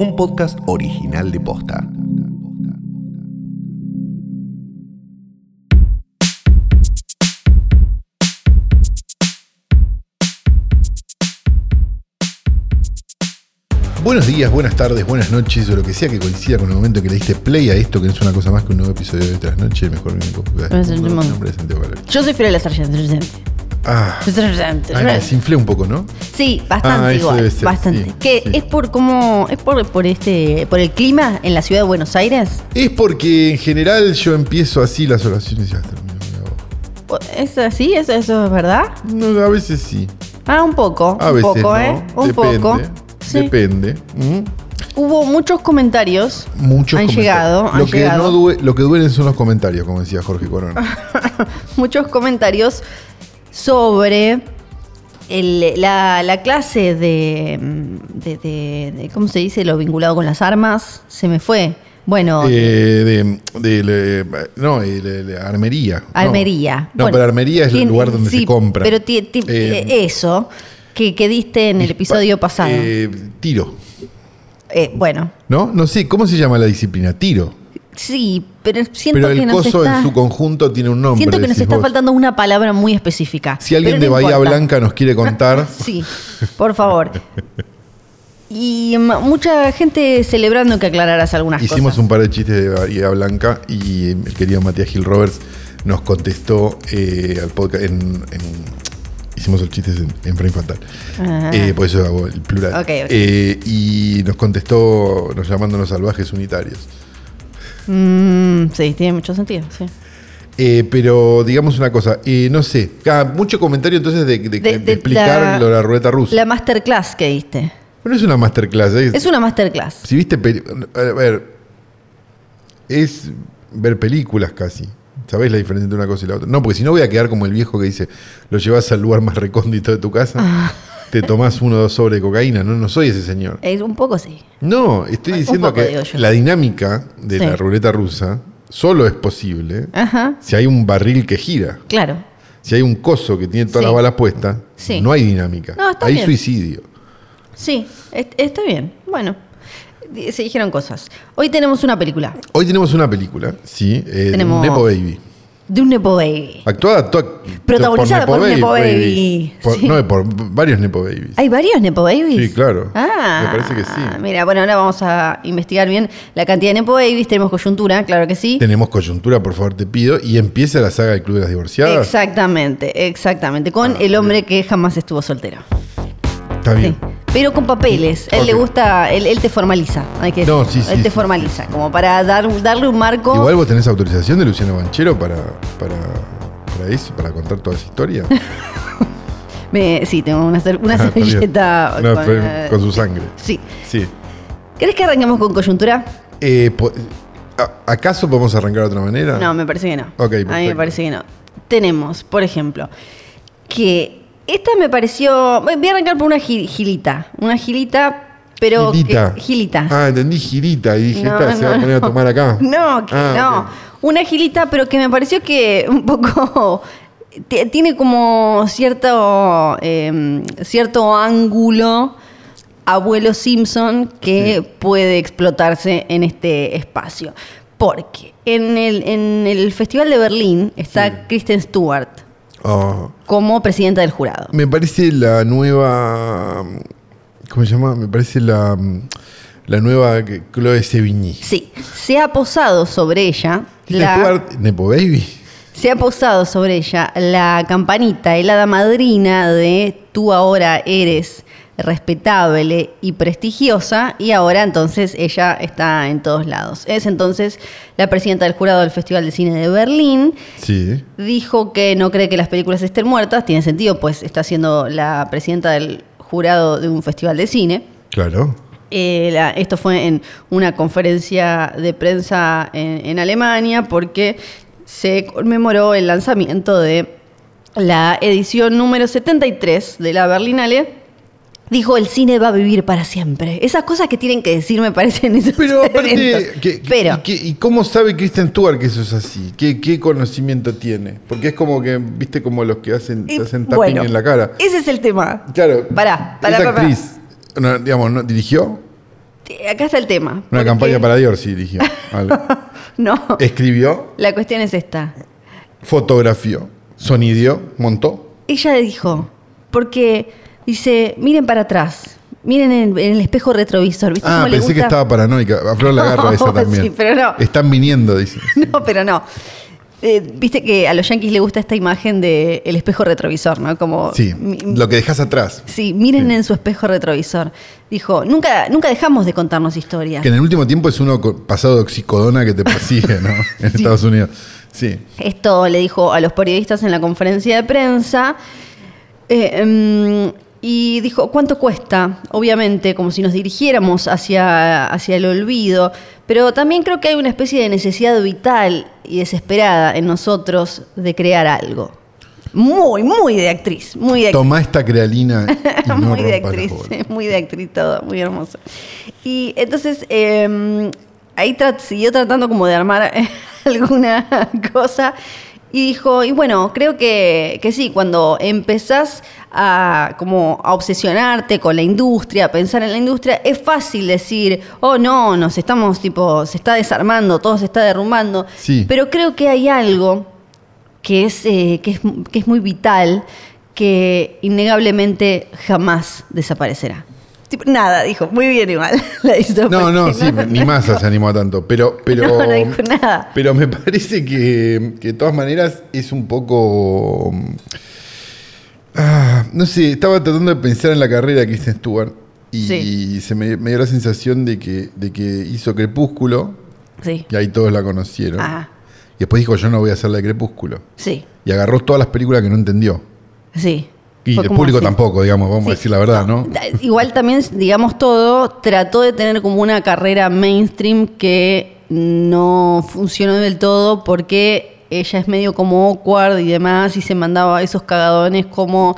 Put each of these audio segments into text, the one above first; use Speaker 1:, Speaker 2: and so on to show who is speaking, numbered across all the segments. Speaker 1: un podcast original de Posta.
Speaker 2: Buenos días, buenas tardes, buenas noches, o lo que sea que coincida con el momento que le diste play a esto, que no es una cosa más que un nuevo episodio de Tras Noche, mejor me
Speaker 3: Me sentí mal.
Speaker 2: nombre de Santiago Calori.
Speaker 3: Yo soy Fiorella Sargento.
Speaker 2: Ah,
Speaker 3: Sargento.
Speaker 2: ay, me desinflé un poco, ¿no?
Speaker 3: Sí, bastante
Speaker 2: Ah, eso debe
Speaker 3: igual,
Speaker 2: ser,
Speaker 3: bastante.
Speaker 2: sí,
Speaker 3: que
Speaker 2: sí.
Speaker 3: es por como es por, por este por el clima en la ciudad de Buenos Aires.
Speaker 2: Es porque en general yo empiezo así las oraciones y ya termino. mira vos.
Speaker 3: ¿Es así? ¿Eso, eso es verdad?
Speaker 2: No, a veces sí,
Speaker 3: Ah, un poco,
Speaker 2: a
Speaker 3: un
Speaker 2: veces
Speaker 3: poco,
Speaker 2: no.
Speaker 3: ¿eh? Un
Speaker 2: Depende,
Speaker 3: poco. Sí.
Speaker 2: Depende. Ujú.
Speaker 3: Hubo muchos comentarios.
Speaker 2: Muchos
Speaker 3: Han
Speaker 2: comentarios.
Speaker 3: llegado,
Speaker 2: Lo,
Speaker 3: han
Speaker 2: que
Speaker 3: llegado.
Speaker 2: No due- lo que duelen son los comentarios, como decía Jorge Corona.
Speaker 3: muchos comentarios sobre el- la, la clase de, mm, de- de- de- ¿Cómo se dice? Lo vinculado con las armas. Se me fue. Bueno,
Speaker 2: Eh, de, de- le- no, eh, le- le- armería. No.
Speaker 3: Armería.
Speaker 2: No,
Speaker 3: Bueno,
Speaker 2: pero armería es el
Speaker 3: tiene-
Speaker 2: lugar donde
Speaker 3: sí,
Speaker 2: se compra.
Speaker 3: Pero ti- ti-
Speaker 2: Eh,
Speaker 3: eh, eso que, que diste en el
Speaker 2: dispa-
Speaker 3: episodio pasado.
Speaker 2: eh, tiro.
Speaker 3: Eh, bueno,
Speaker 2: ¿No? No sé, ¿cómo se llama la disciplina? Tiro.
Speaker 3: sí, pero siento
Speaker 2: Pero
Speaker 3: que
Speaker 2: el
Speaker 3: nos
Speaker 2: coso
Speaker 3: está,
Speaker 2: en su conjunto tiene un nombre.
Speaker 3: siento que nos
Speaker 2: decís
Speaker 3: está
Speaker 2: vos.
Speaker 3: faltando una palabra muy específica.
Speaker 2: Si alguien
Speaker 3: pero
Speaker 2: de
Speaker 3: no
Speaker 2: Bahía
Speaker 3: importa.
Speaker 2: Blanca nos quiere contar,
Speaker 3: Sí, por favor. Y mm, mucha gente celebrando que aclararas algunas
Speaker 2: hicimos
Speaker 3: cosas.
Speaker 2: un par de chistes de Bahía Blanca y el querido Matías Gil Roberts nos contestó eh, al podcast. En, en- hicimos el chiste en, en Frame Fatal.
Speaker 3: Ah.
Speaker 2: Eh, por eso hago el plural.
Speaker 3: Ok, ok.
Speaker 2: Eh, y nos contestó nos llamándonos salvajes unitarios.
Speaker 3: Mm, sí, tiene mucho sentido, sí.
Speaker 2: Eh, pero digamos una cosa, eh, no sé, Ah, mucho comentario entonces de, de-
Speaker 3: De-
Speaker 2: de
Speaker 3: de
Speaker 2: explicar
Speaker 3: la-
Speaker 2: lo de la ruleta rusa.
Speaker 3: La masterclass que diste.
Speaker 2: Pero es una masterclass. ¿eh? Es,
Speaker 3: Es una masterclass.
Speaker 2: Si viste. peli- A ver. Es ver películas casi. ¿Sabés la diferencia entre una cosa y la otra? No, porque si no voy a quedar como el viejo que dice: lo llevas al lugar más recóndito de tu
Speaker 3: Ah.
Speaker 2: casa, te tomás uno o dos sobres de cocaína. No, no soy ese señor.
Speaker 3: Es un poco sí.
Speaker 2: No, estoy
Speaker 3: Un
Speaker 2: diciendo
Speaker 3: poco, digo
Speaker 2: que
Speaker 3: yo.
Speaker 2: la dinámica de
Speaker 3: Sí.
Speaker 2: la ruleta rusa solo es posible
Speaker 3: Ajá,
Speaker 2: si hay un barril que gira.
Speaker 3: claro.
Speaker 2: Si hay un coso que tiene todas
Speaker 3: Sí.
Speaker 2: las balas puestas,
Speaker 3: Sí.
Speaker 2: no hay dinámica.
Speaker 3: No, está
Speaker 2: hay
Speaker 3: bien.
Speaker 2: suicidio.
Speaker 3: Sí, est- está bien. Bueno, di- se dijeron cosas. Hoy tenemos una película
Speaker 2: Hoy tenemos una película, sí, eh, de
Speaker 3: Tenemos-
Speaker 2: Nepo Baby.
Speaker 3: de un Nepo Baby.
Speaker 2: Actuada to-
Speaker 3: Protagonizada por un Nepo Baby.
Speaker 2: Por-
Speaker 3: Sí.
Speaker 2: No, por varios Nepo Babies.
Speaker 3: ¿Hay varios Nepo Babies?
Speaker 2: Sí, claro.
Speaker 3: Ah,
Speaker 2: Me parece que sí.
Speaker 3: Mira, bueno, ahora vamos a investigar bien la cantidad de Nepo Babies. Tenemos coyuntura, claro que sí.
Speaker 2: Tenemos coyuntura, por favor, te pido. Y empieza la saga del Club de las Divorciadas.
Speaker 3: Exactamente, exactamente. Con
Speaker 2: Ah,
Speaker 3: el hombre que jamás estuvo soltero.
Speaker 2: Está
Speaker 3: Sí.
Speaker 2: bien.
Speaker 3: Pero con papeles. A Él
Speaker 2: Ok.
Speaker 3: le gusta, él, él te formaliza. Hay que
Speaker 2: No,
Speaker 3: decirlo.
Speaker 2: sí, sí,
Speaker 3: Él te
Speaker 2: sí.
Speaker 3: formaliza, como para dar, darle un marco.
Speaker 2: Igual vos tenés autorización de Luciano Banchero para, para, para eso, para contar toda esa historia.
Speaker 3: Me- sí, tengo una, cer- una
Speaker 2: Ah, está bien.
Speaker 3: servilleta.
Speaker 2: No,
Speaker 3: con,
Speaker 2: fue-
Speaker 3: eh,
Speaker 2: con su sangre.
Speaker 3: Sí.
Speaker 2: Sí.
Speaker 3: ¿Crees que arranquemos con coyuntura?
Speaker 2: Eh, po- a- ¿Acaso podemos arrancar de otra manera?
Speaker 3: No, me parece que no.
Speaker 2: Ah. Ok,
Speaker 3: A mí me
Speaker 2: perfecto.
Speaker 3: parece que no. Tenemos, por ejemplo, que esta me pareció. Voy a arrancar por una gi- gilita. Una gilita, pero. que-
Speaker 2: Gilita.
Speaker 3: gilita.
Speaker 2: Ah, entendí Gilita y dije,
Speaker 3: No,
Speaker 2: esta se va a
Speaker 3: no,
Speaker 2: poner a
Speaker 3: no.
Speaker 2: tomar acá.
Speaker 3: No, que- no.
Speaker 2: Ah,
Speaker 3: Una gilita, pero que me pareció que un poco. t- Tiene como cierto, eh, cierto ángulo abuelo Simpson que
Speaker 2: Sí.
Speaker 3: puede explotarse en este espacio. Porque en el, en el Festival de Berlín está Kristen Stewart
Speaker 2: ok. Oh,
Speaker 3: como presidenta del jurado.
Speaker 2: me parece la nueva. ¿Cómo se llama? Me parece la, la nueva que- Chloe Sevigny.
Speaker 3: Sí, se ha posado sobre ella.
Speaker 2: Kristen
Speaker 3: la-
Speaker 2: Stewart, Nepo Baby.
Speaker 3: Se ha posado sobre ella la campanita, helada madrina de tú ahora eres respetable y prestigiosa y ahora entonces ella está en todos lados. Es entonces la presidenta del jurado del Festival de Cine de Berlín.
Speaker 2: Sí.
Speaker 3: Dijo que no cree que las películas estén muertas, tiene sentido, pues está siendo la presidenta del jurado de un festival de cine.
Speaker 2: Claro.
Speaker 3: Eh, la- esto fue en una conferencia de prensa en, en Alemania porque se conmemoró el lanzamiento de la edición número 73 de la Berlinale. Dijo, el cine va a vivir para siempre. Esas cosas que tienen que decir me parecen esos
Speaker 2: Pero aparte,
Speaker 3: eventos.
Speaker 2: que- que-
Speaker 3: Pero,
Speaker 2: y, que- ¿y cómo sabe Kristen Stewart que eso es así? ¿Qué, qué conocimiento tiene? Porque es como que, viste, como los que hacen,
Speaker 3: y-
Speaker 2: te hacen tapping
Speaker 3: bueno,
Speaker 2: en la cara.
Speaker 3: Ese es el tema.
Speaker 2: Claro.
Speaker 3: Pará, pará,
Speaker 2: Esa
Speaker 3: pará.
Speaker 2: actriz, no, digamos, ¿no? ¿dirigió?
Speaker 3: te- acá está el tema.
Speaker 2: Una
Speaker 3: porque-
Speaker 2: campaña Eh. para Dior, sí, dirigió. Algo.
Speaker 3: No,
Speaker 2: Escribió,
Speaker 3: la cuestión es esta.
Speaker 2: fotografió, sonidió, montó.
Speaker 3: Ella dijo, porque dice, miren para atrás, miren en, en el espejo retrovisor, ¿viste
Speaker 2: Ah,
Speaker 3: cómo le
Speaker 2: pensé
Speaker 3: gusta?
Speaker 2: que estaba paranoica. A Flor la agarra esa
Speaker 3: No,
Speaker 2: también.
Speaker 3: sí, pero no.
Speaker 2: Están viniendo, dice.
Speaker 3: No, pero no. Eh, Viste que a los yankees les gusta esta imagen del el espejo retrovisor, ¿no? Como
Speaker 2: Sí,
Speaker 3: mi-
Speaker 2: lo que dejas atrás.
Speaker 3: Sí, miren
Speaker 2: Sí.
Speaker 3: en su espejo retrovisor. Dijo, nunca, nunca dejamos de contarnos historias.
Speaker 2: Que en el último tiempo es uno co- pasado de oxicodona que te persigue, ¿no? En Estados Unidos. Sí.
Speaker 3: Esto le dijo a los periodistas en la conferencia de prensa. Eh, em, y dijo, ¿cuánto cuesta? Obviamente, como si nos dirigiéramos hacia, hacia el olvido, pero también creo que hay una especie de necesidad vital y desesperada en nosotros de crear algo. Muy, muy de actriz, muy de actriz.
Speaker 2: Tomá esta crealina y no
Speaker 3: muy de
Speaker 2: rompas
Speaker 3: actriz,
Speaker 2: las bolas.
Speaker 3: muy de actriz todo, muy hermoso. Y entonces eh, ahí tra- siguió tratando como de armar alguna cosa y dijo, y bueno, creo que, que sí, cuando empezás a, como a obsesionarte con la industria, a pensar en la industria, es fácil decir, oh no, nos estamos tipo, se está desarmando, todo se está derrumbando,
Speaker 2: Sí.
Speaker 3: pero creo que hay algo que es, eh, que es, que es muy vital, que innegablemente jamás desaparecerá. Tipo, nada, dijo, muy bien igual. La hizo
Speaker 2: No, no,
Speaker 3: porque
Speaker 2: sí, ni Massa se animó a tanto. Pero, pero,
Speaker 3: Pues No, no dijo nada.
Speaker 2: pero me parece que, que de todas maneras es un poco. mm, ah, no sé, estaba tratando de pensar en la carrera de Kristen Stewart y,
Speaker 3: Sí.
Speaker 2: se me, me dio la sensación de que, de que hizo Crepúsculo
Speaker 3: Sí.
Speaker 2: y ahí todos la conocieron.
Speaker 3: Ah,
Speaker 2: Y después dijo: Yo no voy a hacer la de Crepúsculo.
Speaker 3: sí,
Speaker 2: Y agarró todas las películas que no entendió.
Speaker 3: sí.
Speaker 2: Y
Speaker 3: Fue
Speaker 2: el
Speaker 3: como
Speaker 2: público
Speaker 3: así.
Speaker 2: tampoco, digamos, vamos a
Speaker 3: Sí.
Speaker 2: decir la verdad, ¿no?
Speaker 3: Da- Igual también, digamos todo, trató de tener como una carrera mainstream que no funcionó del todo porque ella es medio como awkward y demás y se mandaba esos cagadones como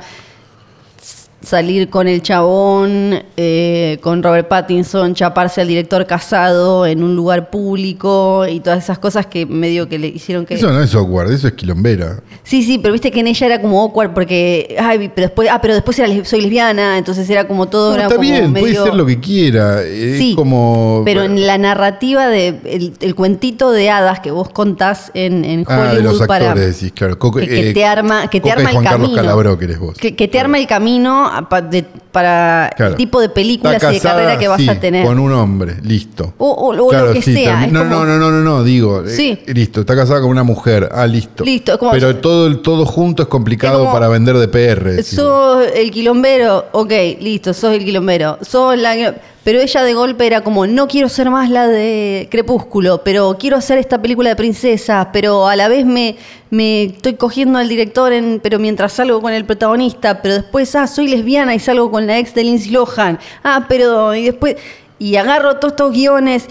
Speaker 3: s- salir con el chabón, eh, con Robert Pattinson, chaparse al director casado en un lugar público y todas esas cosas que medio que le hicieron que...
Speaker 2: Eso no es awkward, eso es quilombera.
Speaker 3: Sí, sí, pero viste que en ella era como awkward porque, ay, pero después, ah, pero después era les- soy lesbiana, entonces era como todo,
Speaker 2: No,
Speaker 3: era
Speaker 2: está
Speaker 3: como
Speaker 2: bien,
Speaker 3: medio...
Speaker 2: puede ser lo que quiera. Es
Speaker 3: Sí,
Speaker 2: como. eh,
Speaker 3: Pero en la narrativa de el, el cuentito de hadas que vos contás en, en Hollywood
Speaker 2: Ah, de los
Speaker 3: para
Speaker 2: actores, decís, claro. Coca-
Speaker 3: que, que
Speaker 2: eh,
Speaker 3: te arma, que te
Speaker 2: Coca y
Speaker 3: arma el
Speaker 2: Juan Carlos
Speaker 3: camino.
Speaker 2: Calabró, querés vos.
Speaker 3: Que, que te arma el camino a pa- de- para
Speaker 2: Claro.
Speaker 3: el tipo de películas
Speaker 2: Está
Speaker 3: y de
Speaker 2: casada,
Speaker 3: carrera que vas
Speaker 2: sí,
Speaker 3: a tener.
Speaker 2: Con un hombre, listo.
Speaker 3: O- o- o lo que sea,
Speaker 2: termi-
Speaker 3: es
Speaker 2: No,
Speaker 3: como-
Speaker 2: no, no, no, no, no, digo. eh,
Speaker 3: Sí.
Speaker 2: listo, está casada con una mujer. Ah, listo.
Speaker 3: Listo, es como-
Speaker 2: Pero todo, el- todo junto es complicado
Speaker 3: Es como-
Speaker 2: para vender de PR. decís vos.
Speaker 3: Sos el quilombero, ok, listo, sos el quilombero. Sos la... quilom- Pero ella de golpe era como, no quiero ser más la de Crepúsculo, pero quiero hacer esta película de princesas, pero a la vez me, me estoy cogiendo al director, en, pero mientras salgo con el protagonista, pero después, ah, soy lesbiana y salgo con la ex de Lindsay Lohan. Ah, pero... Y después... Y agarro todos estos guiones.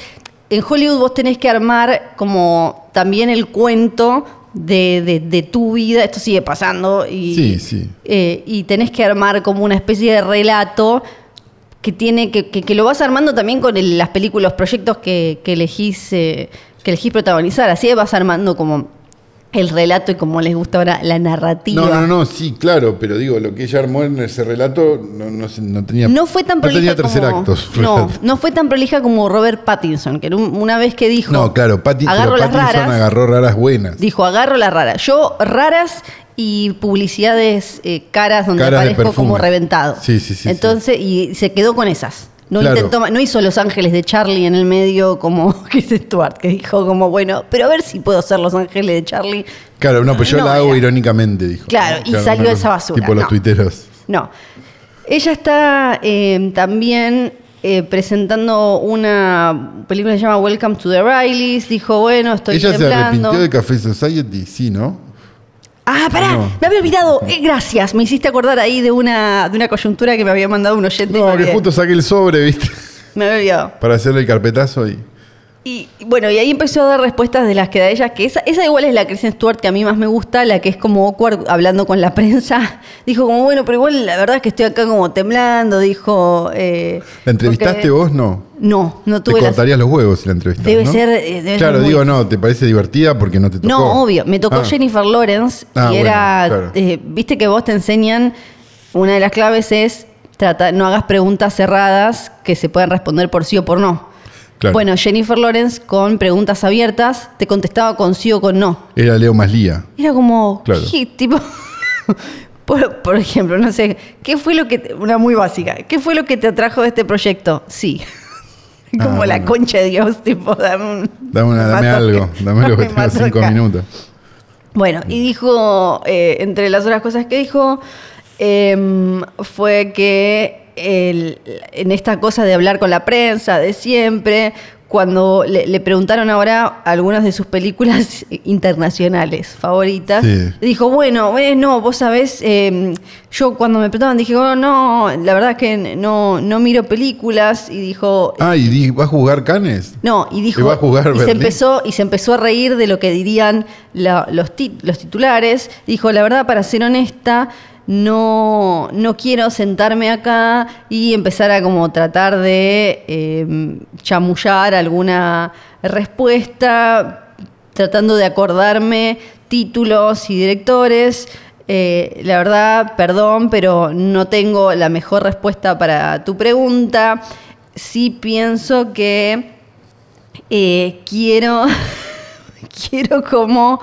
Speaker 3: En Hollywood vos tenés que armar como también el cuento de, de- de tu vida. Esto sigue pasando y,
Speaker 2: Sí, sí.
Speaker 3: eh, y tenés que armar como una especie de relato que tiene que, que- que lo vas armando también con el- las películas, los proyectos que, que elegís eh, que elegís protagonizar. Así vas armando como el relato y como les gusta ahora la narrativa.
Speaker 2: No, no, no, sí, claro, pero digo, lo que ella armó en ese relato no, no, se- no tenía.
Speaker 3: No fue tan
Speaker 2: no
Speaker 3: prolija
Speaker 2: tenía tercer
Speaker 3: como,
Speaker 2: acto. su
Speaker 3: No,
Speaker 2: relato.
Speaker 3: no fue tan prolija como Robert Pattinson, que era un- una vez que dijo.
Speaker 2: No, claro, Pati,
Speaker 3: agarro
Speaker 2: pero
Speaker 3: las
Speaker 2: Pattinson
Speaker 3: raras.
Speaker 2: agarró raras buenas.
Speaker 3: Dijo, agarro las raras. Yo, raras y publicidades eh, caras donde
Speaker 2: Caras de
Speaker 3: aparezco
Speaker 2: perfume.
Speaker 3: como reventado.
Speaker 2: Sí, sí, sí, sí.
Speaker 3: Entonces, y se quedó con esas. No,
Speaker 2: Claro.
Speaker 3: intentó ma- no hizo Los Ángeles de Charlie en el medio como Chris Stewart, que dijo como, bueno, pero a ver si puedo ser Los Ángeles de Charlie.
Speaker 2: Claro, no, pues yo
Speaker 3: No,
Speaker 2: la hago
Speaker 3: era.
Speaker 2: irónicamente, dijo.
Speaker 3: Claro, y salió
Speaker 2: una-
Speaker 3: esa basura,
Speaker 2: Tipo los
Speaker 3: no.
Speaker 2: tuiteros.
Speaker 3: No. Ella está eh, también eh, presentando una película que se llama Welcome to the Rileys. Dijo, bueno, estoy
Speaker 2: Ella se
Speaker 3: temblando.
Speaker 2: arrepintió de Café Society, sí, ¿no?
Speaker 3: Ah, pará,
Speaker 2: No.
Speaker 3: me había olvidado. Eh, gracias, me hiciste acordar ahí de una, de una coyuntura que me había mandado un oyente. y
Speaker 2: No,
Speaker 3: me,
Speaker 2: que
Speaker 3: olvidé.
Speaker 2: justo saqué el sobre, ¿viste?
Speaker 3: me había olvidado.
Speaker 2: Para hacerle el carpetazo y.
Speaker 3: Y y bueno, y ahí empezó a dar respuestas de las que da ella, que esa, esa igual es la Kristen Stewart que a mí más me gusta, la que es como awkward hablando con la prensa. Dijo como, bueno, pero igual la verdad es que estoy acá como temblando, dijo... eh,
Speaker 2: ¿La entrevistaste
Speaker 3: porque-
Speaker 2: vos? No.
Speaker 3: No, no
Speaker 2: Te
Speaker 3: tuve la...
Speaker 2: cortarías los huevos si la entrevistas.
Speaker 3: Debe
Speaker 2: ¿no?
Speaker 3: ser, eh, debe
Speaker 2: claro,
Speaker 3: ser muy-
Speaker 2: digo, no, ¿te parece divertida porque no te tocó?
Speaker 3: No, obvio. Me tocó
Speaker 2: Ah,
Speaker 3: Jennifer Lawrence
Speaker 2: Ah,
Speaker 3: y
Speaker 2: bueno,
Speaker 3: era.
Speaker 2: claro.
Speaker 3: eh, Viste que vos te enseñan. Una de las claves es trata, no hagas preguntas cerradas que se puedan responder por sí o por no.
Speaker 2: Claro.
Speaker 3: Bueno, Jennifer Lawrence con preguntas abiertas te contestaba con sí o con no.
Speaker 2: Era Leo Maslía.
Speaker 3: Era como,
Speaker 2: Claro.
Speaker 3: ¿qué? Tipo, por, por ejemplo, no sé, ¿qué fue lo que, te- una muy básica, ¿qué fue lo que te atrajo de este proyecto? Sí. Como
Speaker 2: Ah,
Speaker 3: la
Speaker 2: bueno.
Speaker 3: concha de Dios, tipo, dame un...
Speaker 2: Dame, una-
Speaker 3: me
Speaker 2: dame
Speaker 3: mató
Speaker 2: algo,
Speaker 3: acá,
Speaker 2: dame algo que
Speaker 3: me
Speaker 2: tenga
Speaker 3: mató
Speaker 2: cinco
Speaker 3: acá.
Speaker 2: minutos.
Speaker 3: Bueno, y dijo, eh, entre las otras cosas que dijo, em, fue que el- en esta cosa de hablar con la prensa de siempre, cuando le, le preguntaron ahora algunas de sus películas internacionales favoritas,
Speaker 2: Sí.
Speaker 3: dijo, bueno, eh, no, vos sabés, em, yo cuando me preguntaban dije, oh, no, la verdad es que no, no miro películas, y dijo,
Speaker 2: Ah, ¿y di- va a jugar Canes?
Speaker 3: no, y dijo.
Speaker 2: Y va a jugar
Speaker 3: y se
Speaker 2: Berlín.
Speaker 3: empezó Y se empezó a reír de lo que dirían la- los, ti- los titulares. Dijo, la verdad, para ser honesta, no, no quiero sentarme acá y empezar a como tratar de eh, chamullar alguna respuesta, tratando de acordarme títulos y directores. Eh, la verdad, perdón, pero no tengo la mejor respuesta para tu pregunta. Sí pienso que eh, quiero, quiero como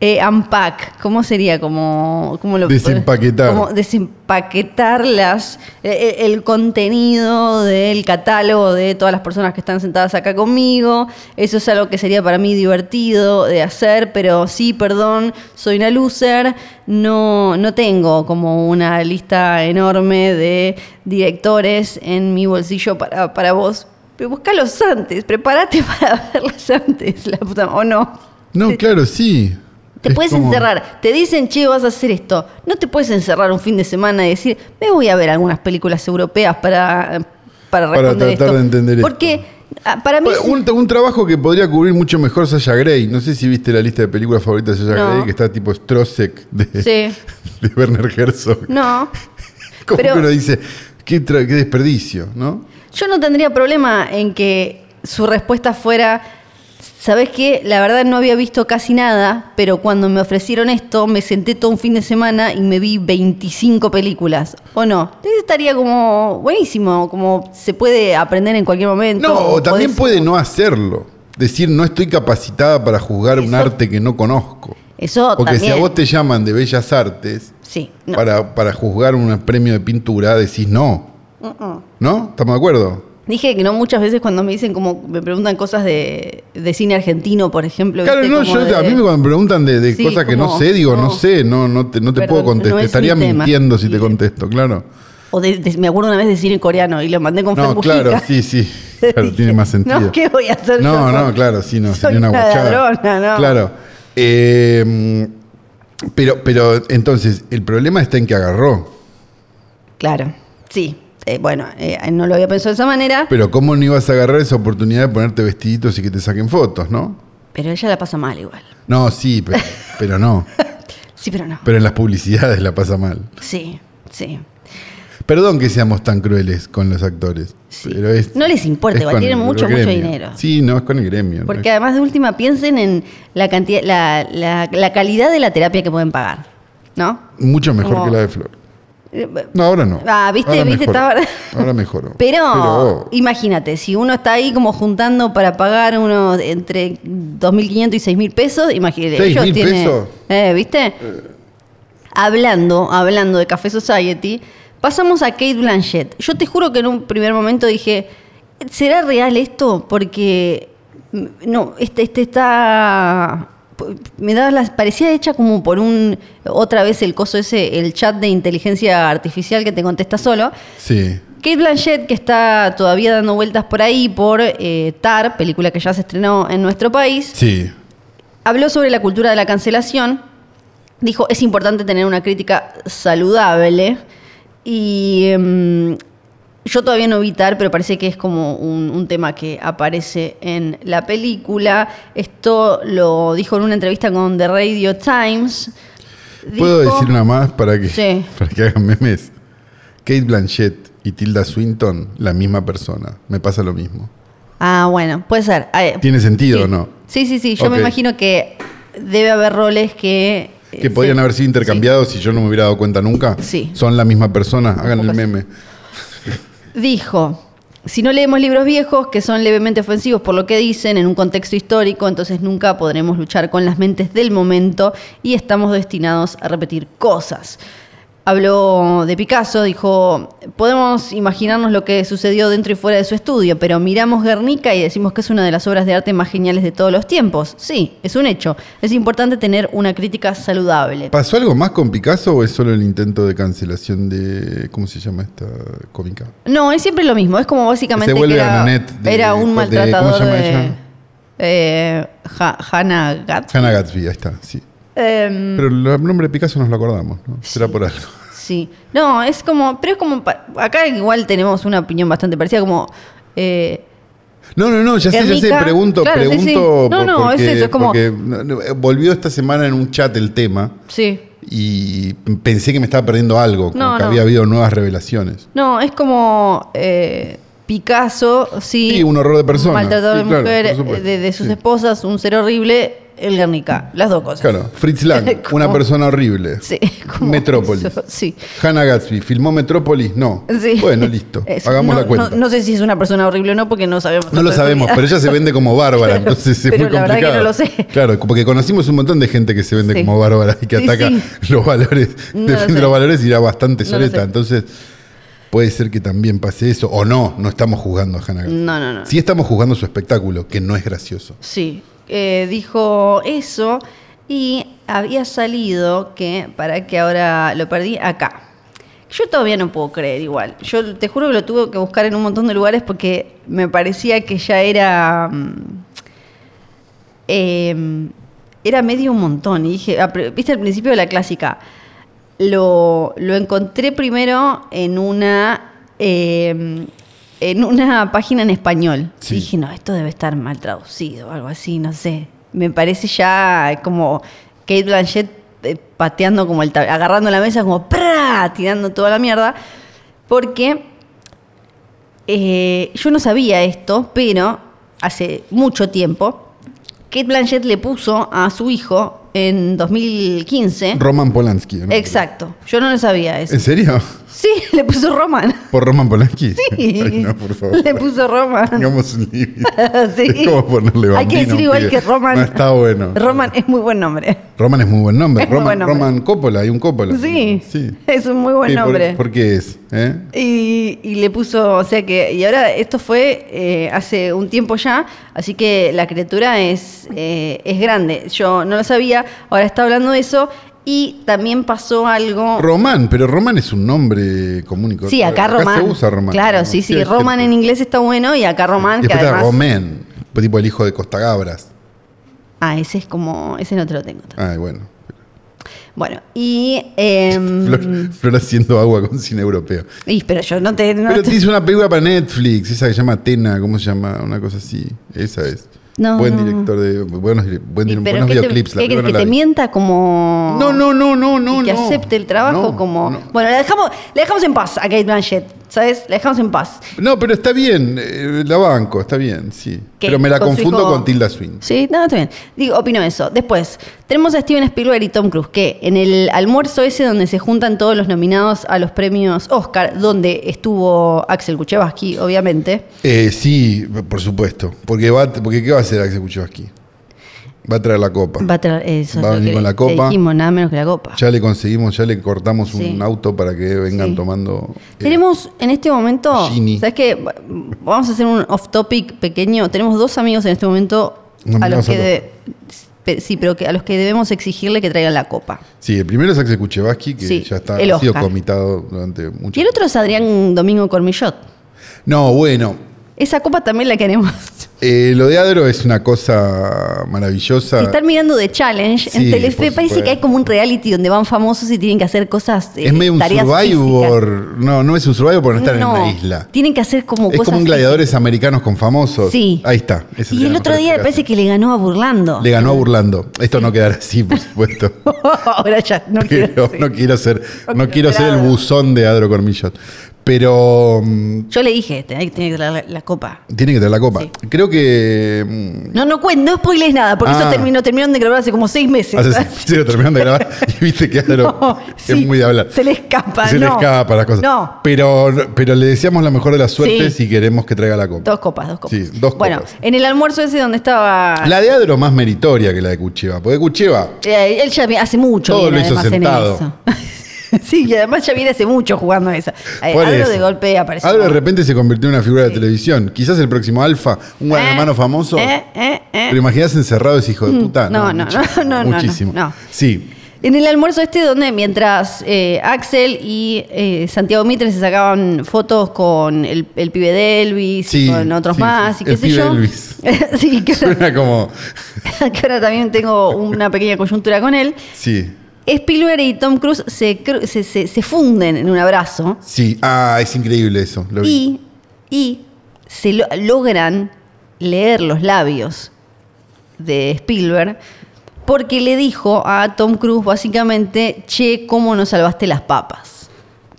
Speaker 3: eh, unpack, ¿cómo sería? Como, cómo lo,
Speaker 2: Desempaquetar.
Speaker 3: Como desempaquetar las, eh, eh, el contenido del catálogo de todas las personas que están sentadas acá conmigo. Eso es algo que sería para mí divertido de hacer, pero sí, perdón, soy una loser, no, no tengo como una lista enorme de directores en mi bolsillo para, para vos. Pero buscalos antes, prepárate para verlas antes, la puta, o no.
Speaker 2: No, claro, sí.
Speaker 3: Te
Speaker 2: Es
Speaker 3: puedes
Speaker 2: como-
Speaker 3: encerrar. Te dicen, che, vas a hacer esto. No te puedes encerrar un fin de semana y decir, me voy a ver algunas películas europeas para, para responder
Speaker 2: tratar
Speaker 3: esto.
Speaker 2: de entender esto. Pues,
Speaker 3: Porque ah, para mí...
Speaker 2: Bueno,
Speaker 3: es-
Speaker 2: Un, un trabajo que podría cubrir mucho mejor Sasha Gray. No sé si viste la lista de películas favoritas de Sasha
Speaker 3: No.
Speaker 2: Grey, que está tipo Strosek de,
Speaker 3: Sí,
Speaker 2: de Werner Herzog.
Speaker 3: no.
Speaker 2: Como
Speaker 3: Pero-
Speaker 2: que uno dice, qué, tra- qué desperdicio, ¿no?
Speaker 3: Yo no tendría problema en que su respuesta fuera, ¿sabes qué? La verdad no había visto casi nada, pero cuando me ofrecieron esto, me senté todo un fin de semana y me vi 25 películas. ¿O no? Entonces estaría como buenísimo, como se puede aprender en cualquier momento.
Speaker 2: No, o también
Speaker 3: podés-
Speaker 2: puede no hacerlo. Decir, no estoy capacitada para juzgar un
Speaker 3: Eso-
Speaker 2: arte que no conozco.
Speaker 3: Eso
Speaker 2: Porque
Speaker 3: también.
Speaker 2: si a vos te llaman de Bellas Artes
Speaker 3: Sí, no.
Speaker 2: para, para juzgar un premio de pintura, decís no. ¿No? ¿Estamos de acuerdo?
Speaker 3: Dije que no muchas veces cuando me dicen como me preguntan cosas de, de cine argentino, por ejemplo.
Speaker 2: Claro,
Speaker 3: ¿viste?
Speaker 2: no,
Speaker 3: Como
Speaker 2: yo,
Speaker 3: de-
Speaker 2: a mí me cuando me preguntan de, de
Speaker 3: Sí,
Speaker 2: cosas que no
Speaker 3: como,
Speaker 2: sé, digo, no,
Speaker 3: no.
Speaker 2: sé, no, no te, no te
Speaker 3: Perdón,
Speaker 2: puedo contestar.
Speaker 3: no es
Speaker 2: Estaría
Speaker 3: mi tema.
Speaker 2: mintiendo si te contesto, claro.
Speaker 3: O de- de- me acuerdo una vez de cine coreano y lo mandé con Fer
Speaker 2: No,
Speaker 3: Mujica.
Speaker 2: claro, sí, sí. Claro, tiene más sentido.
Speaker 3: No, ¿qué voy a hacer yo
Speaker 2: No,
Speaker 3: con-
Speaker 2: no, claro, sí, no,
Speaker 3: Soy
Speaker 2: sería una
Speaker 3: una
Speaker 2: guachada.
Speaker 3: ladrona, no.
Speaker 2: Claro. Eh, pero, pero entonces, el problema está en que agarró.
Speaker 3: Claro, sí. Eh, bueno, eh, no lo había pensado de esa manera,
Speaker 2: Pero ¿cómo no ibas a agarrar esa oportunidad de ponerte vestiditos y que te saquen fotos, no?
Speaker 3: pero ella la pasa mal igual.
Speaker 2: No, sí, pero, pero no.
Speaker 3: Sí, pero no.
Speaker 2: Pero en las publicidades la pasa mal.
Speaker 3: Sí, sí.
Speaker 2: Perdón que seamos tan crueles con los actores.
Speaker 3: Sí.
Speaker 2: Pero es,
Speaker 3: No les importa,
Speaker 2: es
Speaker 3: igual
Speaker 2: con
Speaker 3: tienen
Speaker 2: el
Speaker 3: mucho, mucho
Speaker 2: gremio.
Speaker 3: dinero.
Speaker 2: Sí, no, es con el gremio. ¿no?
Speaker 3: Porque además de última piensen en la cantidad, la, la- la calidad de la terapia que pueden pagar, ¿no?
Speaker 2: Mucho mejor
Speaker 3: como-
Speaker 2: que la de Flor.
Speaker 3: Eh,
Speaker 2: No, ahora no.
Speaker 3: Ah, viste,
Speaker 2: Ahora
Speaker 3: viste,
Speaker 2: mejoró.
Speaker 3: estaba-
Speaker 2: Ahora mejoró.
Speaker 3: Pero,
Speaker 2: Pero,
Speaker 3: imagínate, si uno está ahí como juntando para pagar uno entre 2.500 y 6.000 pesos, imagínate, ellos
Speaker 2: 6.000
Speaker 3: tienen-
Speaker 2: pesos.
Speaker 3: Eh, ¿Viste? Hablando, hablando de Café Society, pasamos a Kate Blanchett. Yo te juro que en un primer momento dije, ¿será real esto? Porque, mm, no, este, este está... Me daba las, parecía hecha como por un. Otra vez el coso ese, el chat de inteligencia artificial que te contesta solo.
Speaker 2: sí.
Speaker 3: Kate Blanchett, que está todavía dando vueltas por ahí por eh, Tar, película que ya se estrenó en nuestro país,
Speaker 2: Sí.
Speaker 3: habló sobre la cultura de la cancelación. Dijo, es importante tener una crítica saludable. Y em, yo todavía no vi Tar, pero parece que es como un, un tema que aparece en la película. Esto lo dijo en una entrevista con The Radio Times.
Speaker 2: ¿Puedo
Speaker 3: Dijo-
Speaker 2: decir una más para que,
Speaker 3: Sí.
Speaker 2: para que hagan memes? Kate Blanchett y Tilda Swinton, la misma persona. Me pasa lo mismo.
Speaker 3: Ah, bueno, puede ser. Ah, eh,
Speaker 2: ¿Tiene sentido
Speaker 3: Sí.
Speaker 2: o no?
Speaker 3: Sí, sí, sí. Yo me
Speaker 2: Ok.
Speaker 3: imagino que debe haber roles que. eh,
Speaker 2: Que podrían
Speaker 3: se-
Speaker 2: haber sido intercambiados si yo no me hubiera dado cuenta nunca.
Speaker 3: Sí.
Speaker 2: Son la misma persona. Hagan el meme.
Speaker 3: sí. dijo, si no leemos libros viejos que son levemente ofensivos por lo que dicen en un contexto histórico, entonces nunca podremos luchar con las mentes del momento y estamos destinados a repetir cosas. Habló de Picasso, dijo, podemos imaginarnos lo que sucedió dentro y fuera de su estudio, pero miramos Guernica y decimos que es una de las obras de arte más geniales de todos los tiempos. Sí, es un hecho. Es importante tener una crítica saludable.
Speaker 2: ¿Pasó algo más con Picasso o es solo el intento de cancelación de. ¿Cómo se llama esta cómica?
Speaker 3: No, es siempre lo mismo. Es como básicamente
Speaker 2: Se vuelve
Speaker 3: que era,
Speaker 2: a Nanette de-
Speaker 3: era un
Speaker 2: de-
Speaker 3: maltratador
Speaker 2: ¿cómo se llama
Speaker 3: de...
Speaker 2: ella?
Speaker 3: eh, Ha- Hannah Gatsby.
Speaker 2: Hannah Gatsby, ahí está, sí.
Speaker 3: Em,
Speaker 2: Pero el nombre de Picasso nos lo acordamos, ¿no? Será por algo.
Speaker 3: sí. No, es como... Pero es como... pa- Acá igual tenemos una opinión bastante parecida, como... eh,
Speaker 2: No, no, no, ya sé, ya sé,
Speaker 3: Guernica.
Speaker 2: pregunto,
Speaker 3: Claro, sí,
Speaker 2: pregunto.
Speaker 3: sí. No,
Speaker 2: por-
Speaker 3: no, es
Speaker 2: porque-
Speaker 3: eso, es como-
Speaker 2: porque, no, no, eh, volvió esta semana en un chat el tema
Speaker 3: sí.
Speaker 2: y pensé que me estaba perdiendo algo, como
Speaker 3: No,
Speaker 2: que
Speaker 3: no.
Speaker 2: había habido nuevas revelaciones.
Speaker 3: No, es como... eh, Picasso, sí.
Speaker 2: Sí, un horror de persona.
Speaker 3: Maltratador
Speaker 2: Sí,
Speaker 3: de
Speaker 2: claro,
Speaker 3: mujer,
Speaker 2: por supuesto.
Speaker 3: eh, de, de sus
Speaker 2: Sí.
Speaker 3: esposas, un ser horrible, el Guernica. Las dos cosas.
Speaker 2: Claro, Fritz Lang,
Speaker 3: Como-
Speaker 2: una persona horrible.
Speaker 3: Sí, como
Speaker 2: Metrópolis.
Speaker 3: eso, sí.
Speaker 2: Hannah Gatsby, ¿filmó Metrópolis? No.
Speaker 3: Sí.
Speaker 2: Bueno, listo.
Speaker 3: Eso.
Speaker 2: Hagamos
Speaker 3: No-
Speaker 2: la cuenta. No,
Speaker 3: No, no sé si es una persona horrible o no, porque no sabemos. tanto
Speaker 2: lo
Speaker 3: de su
Speaker 2: sabemos,
Speaker 3: vida.
Speaker 2: pero ella se vende como bárbara,
Speaker 3: Claro,
Speaker 2: entonces es
Speaker 3: pero
Speaker 2: muy
Speaker 3: la verdad que
Speaker 2: complicado.
Speaker 3: no lo sé.
Speaker 2: Claro, porque conocimos un montón de gente que se vende
Speaker 3: Sí.
Speaker 2: como bárbara y que
Speaker 3: Sí,
Speaker 2: ataca
Speaker 3: sí.
Speaker 2: los valores,
Speaker 3: No lo
Speaker 2: defiende
Speaker 3: sé.
Speaker 2: los valores y era bastante
Speaker 3: No lo
Speaker 2: soleta.
Speaker 3: sé.
Speaker 2: Entonces, puede ser que también pase eso. O no, no estamos juzgando a Hannah Gatsby.
Speaker 3: No, no, no.
Speaker 2: Sí estamos juzgando su espectáculo, que no es gracioso.
Speaker 3: Sí, eh, dijo eso y había salido que, para que ahora lo perdí, acá. Yo todavía no puedo creer igual. Yo te juro que lo tuve que buscar en un montón de lugares porque me parecía que ya era... mm, eh, era medio un montón. Y dije, ah, pero, viste al principio de la clásica, lo, lo encontré primero en una, eh, en una página en español.
Speaker 2: Sí.
Speaker 3: Y Dije, no, esto debe estar mal traducido o algo así, no sé. Me parece ya como Kate Blanchett eh, pateando como el tab- agarrando la mesa como ¡prá! tirando toda la mierda. Porque eh, yo no sabía esto, pero hace mucho tiempo, Kate Blanchett le puso a su hijo en 2015.
Speaker 2: Roman Polanski. ¿no?
Speaker 3: ¿Eh? Exacto, yo no lo sabía eso.
Speaker 2: ¿En serio?
Speaker 3: Sí, le puso Roman.
Speaker 2: ¿Por Roman Polanski?
Speaker 3: Sí.
Speaker 2: Ay, no, por favor.
Speaker 3: Le puso Roman.
Speaker 2: Tengamos un límite.
Speaker 3: Sí.
Speaker 2: Es como ponerle
Speaker 3: Hay que
Speaker 2: Bambino a un
Speaker 3: decir igual
Speaker 2: pibe.
Speaker 3: que Roman.
Speaker 2: No está bueno.
Speaker 3: Roman es muy buen nombre.
Speaker 2: Roman es muy buen nombre.
Speaker 3: Es muy
Speaker 2: Roman,
Speaker 3: buen nombre.
Speaker 2: Roman Coppola, hay un Coppola.
Speaker 3: Sí,
Speaker 2: Sí.
Speaker 3: es un muy buen
Speaker 2: Eh, ¿por-
Speaker 3: nombre.
Speaker 2: ¿Por, qué es? ¿Eh?
Speaker 3: Y, y le puso, o sea que, y ahora esto fue eh, hace un tiempo ya, así que la criatura es, eh, es grande. Yo no lo sabía, ahora está hablando de eso y también pasó algo...
Speaker 2: Román, pero Roman es un nombre común y corriente.
Speaker 3: sí, acá Román.
Speaker 2: se usa Román.
Speaker 3: Claro,
Speaker 2: ¿no?
Speaker 3: sí, sí,
Speaker 2: hay
Speaker 3: Roman en
Speaker 2: gente.
Speaker 3: inglés está bueno y acá Román, que
Speaker 2: Después está
Speaker 3: además...
Speaker 2: Romén, tipo el hijo de Costagabras.
Speaker 3: Ah, ese es como, ese no te lo tengo.
Speaker 2: Ay, bueno.
Speaker 3: Bueno, y... em,
Speaker 2: Flor, Flor haciendo agua con cine europeo.
Speaker 3: y- pero yo no te... no
Speaker 2: Pero
Speaker 3: te-
Speaker 2: te hizo una película para Netflix, esa que se llama Atena, ¿cómo se llama? Una cosa así. Esa es.
Speaker 3: No,
Speaker 2: buen
Speaker 3: no.
Speaker 2: director de. Buenos, dire- buen,
Speaker 3: y-
Speaker 2: dire-
Speaker 3: pero
Speaker 2: buenos
Speaker 3: ¿qué te-
Speaker 2: videoclips. la
Speaker 3: ¿Qué
Speaker 2: película
Speaker 3: crees? ¿Que
Speaker 2: no la
Speaker 3: te
Speaker 2: vi.
Speaker 3: mienta como...?
Speaker 2: No, no, no, no, no.
Speaker 3: y que
Speaker 2: no.
Speaker 3: acepte el trabajo
Speaker 2: No,
Speaker 3: como.
Speaker 2: No.
Speaker 3: Bueno, la dejamos, la dejamos en paz a Kate Blanchett, ¿sabes? La dejamos en paz.
Speaker 2: No, pero está bien, eh, la banco, está bien, sí.
Speaker 3: Que
Speaker 2: Pero me la
Speaker 3: con su
Speaker 2: confundo
Speaker 3: hijo-
Speaker 2: con Tilda Swinton.
Speaker 3: Sí, no, está bien. Digo, opino eso. Después, tenemos a Steven Spielberg y Tom Cruise, que en el almuerzo ese donde se juntan todos los nominados a los premios Oscar, donde estuvo Axel Kuchevaski, obviamente.
Speaker 2: Eh, sí, por supuesto. Porque, va, porque ¿qué va a hacer Axel Kuchowski? Va a traer la copa.
Speaker 3: Va a traer eh, eso.
Speaker 2: Va a
Speaker 3: es lo
Speaker 2: venir
Speaker 3: que
Speaker 2: con
Speaker 3: le-
Speaker 2: la copa.
Speaker 3: le dijimos nada menos que la copa.
Speaker 2: Ya le conseguimos, ya le cortamos
Speaker 3: Sí.
Speaker 2: un auto para que vengan
Speaker 3: Sí.
Speaker 2: tomando. eh,
Speaker 3: Tenemos en este momento,
Speaker 2: Gini.
Speaker 3: ¿sabes qué? Va- Vamos a hacer un off topic pequeño. Tenemos dos amigos en este momento a los
Speaker 2: Nominados
Speaker 3: que
Speaker 2: al
Speaker 3: debe- pe- sí, pero que, a los que debemos exigirle que traigan la copa.
Speaker 2: Sí, el primero es Axel Kuchevaski, que
Speaker 3: Sí,
Speaker 2: ya está,
Speaker 3: el
Speaker 2: ha sido
Speaker 3: Oscar.
Speaker 2: comitado durante mucho
Speaker 3: Y el otro es Adrián Domingo Cormillot.
Speaker 2: No, bueno,
Speaker 3: Esa copa también la queremos.
Speaker 2: eh, lo de Adro es una cosa maravillosa.
Speaker 3: Si están mirando de Challenge en
Speaker 2: Sí,
Speaker 3: Telefe,
Speaker 2: por
Speaker 3: parece que hay
Speaker 2: supuesto.
Speaker 3: como un reality donde van famosos y tienen que hacer cosas. eh,
Speaker 2: es medio un
Speaker 3: tareas
Speaker 2: survivor. No, no es un survivor porque no
Speaker 3: físicas.
Speaker 2: están
Speaker 3: No,
Speaker 2: en una isla.
Speaker 3: Tienen que hacer como
Speaker 2: Es
Speaker 3: cosas.
Speaker 2: como un gladiadores americanos con famosos.
Speaker 3: Sí.
Speaker 2: Ahí está. Esa
Speaker 3: Y
Speaker 2: sería
Speaker 3: el
Speaker 2: la
Speaker 3: otro
Speaker 2: mejor
Speaker 3: día parece
Speaker 2: explicación.
Speaker 3: que le ganó a Burlando.
Speaker 2: Le ganó a Burlando. Esto no quedará así, por supuesto.
Speaker 3: Ahora ya no quiero.
Speaker 2: Pero
Speaker 3: decir.
Speaker 2: no quiero ser, no
Speaker 3: No quiero
Speaker 2: quiero
Speaker 3: ser
Speaker 2: ser el
Speaker 3: Adro.
Speaker 2: buzón de Adro Cormillot. Pero mm,
Speaker 3: Yo le dije, tiene que tener la, la copa.
Speaker 2: tiene que tener la copa.
Speaker 3: Sí.
Speaker 2: Creo que mm,
Speaker 3: No, no cuen- no spoiles nada, porque eso
Speaker 2: Ah.
Speaker 3: terminó, terminaron de grabar hace como seis meses.
Speaker 2: mm, Hace sí, lo terminaron de grabar y viste que Álvaro
Speaker 3: No,
Speaker 2: es
Speaker 3: sí,
Speaker 2: muy de hablar.
Speaker 3: Se le escapa,
Speaker 2: Se
Speaker 3: no.
Speaker 2: le escapa las cosas.
Speaker 3: No.
Speaker 2: Pero, pero le deseamos la mejor de las suertes
Speaker 3: Sí.
Speaker 2: y queremos que traiga la copa.
Speaker 3: Dos copas, dos copas.
Speaker 2: Sí, dos
Speaker 3: bueno,
Speaker 2: copas.
Speaker 3: en el almuerzo ese donde estaba.
Speaker 2: La de Adro más meritoria que la de Cucheva, porque Cucheva
Speaker 3: Eh, él ya vi- hace mucho
Speaker 2: Todo
Speaker 3: viene
Speaker 2: lo hizo
Speaker 3: además
Speaker 2: sentado.
Speaker 3: en eso. sí, y además ya viene hace mucho jugando a esa. Eh,
Speaker 2: ¿Cuál
Speaker 3: Aldo
Speaker 2: es?
Speaker 3: de golpe apareció.
Speaker 2: Adro de repente se convirtió en una figura de televisión. Quizás el próximo Alfa, un gran hermano famoso.
Speaker 3: Eh, eh, eh. Mm,
Speaker 2: Pero imaginas encerrado ese hijo de puta.
Speaker 3: no, no,
Speaker 2: muchísimo,
Speaker 3: no, no, no, no,
Speaker 2: Muchísimo.
Speaker 3: no.
Speaker 2: Sí.
Speaker 3: En el almuerzo este donde mientras eh, Axel y eh, Santiago Mitre se sacaban fotos con el, el pibe de Elvis y
Speaker 2: Sí,
Speaker 3: con otros
Speaker 2: sí,
Speaker 3: más
Speaker 2: sí.
Speaker 3: y qué
Speaker 2: El
Speaker 3: sé
Speaker 2: pibe
Speaker 3: yo.
Speaker 2: Elvis.
Speaker 3: sí, que ahora,
Speaker 2: Suena como.
Speaker 3: que ahora también tengo una pequeña coyuntura con él.
Speaker 2: Sí.
Speaker 3: Spielberg y Tom Cruise se, cru- se- se- se funden en un abrazo
Speaker 2: Sí. Ah, es increíble eso. Lo vi.
Speaker 3: y, y se lo- logran leer los labios de Spielberg porque le dijo a Tom Cruise básicamente, che, ¿cómo no salvaste las papas?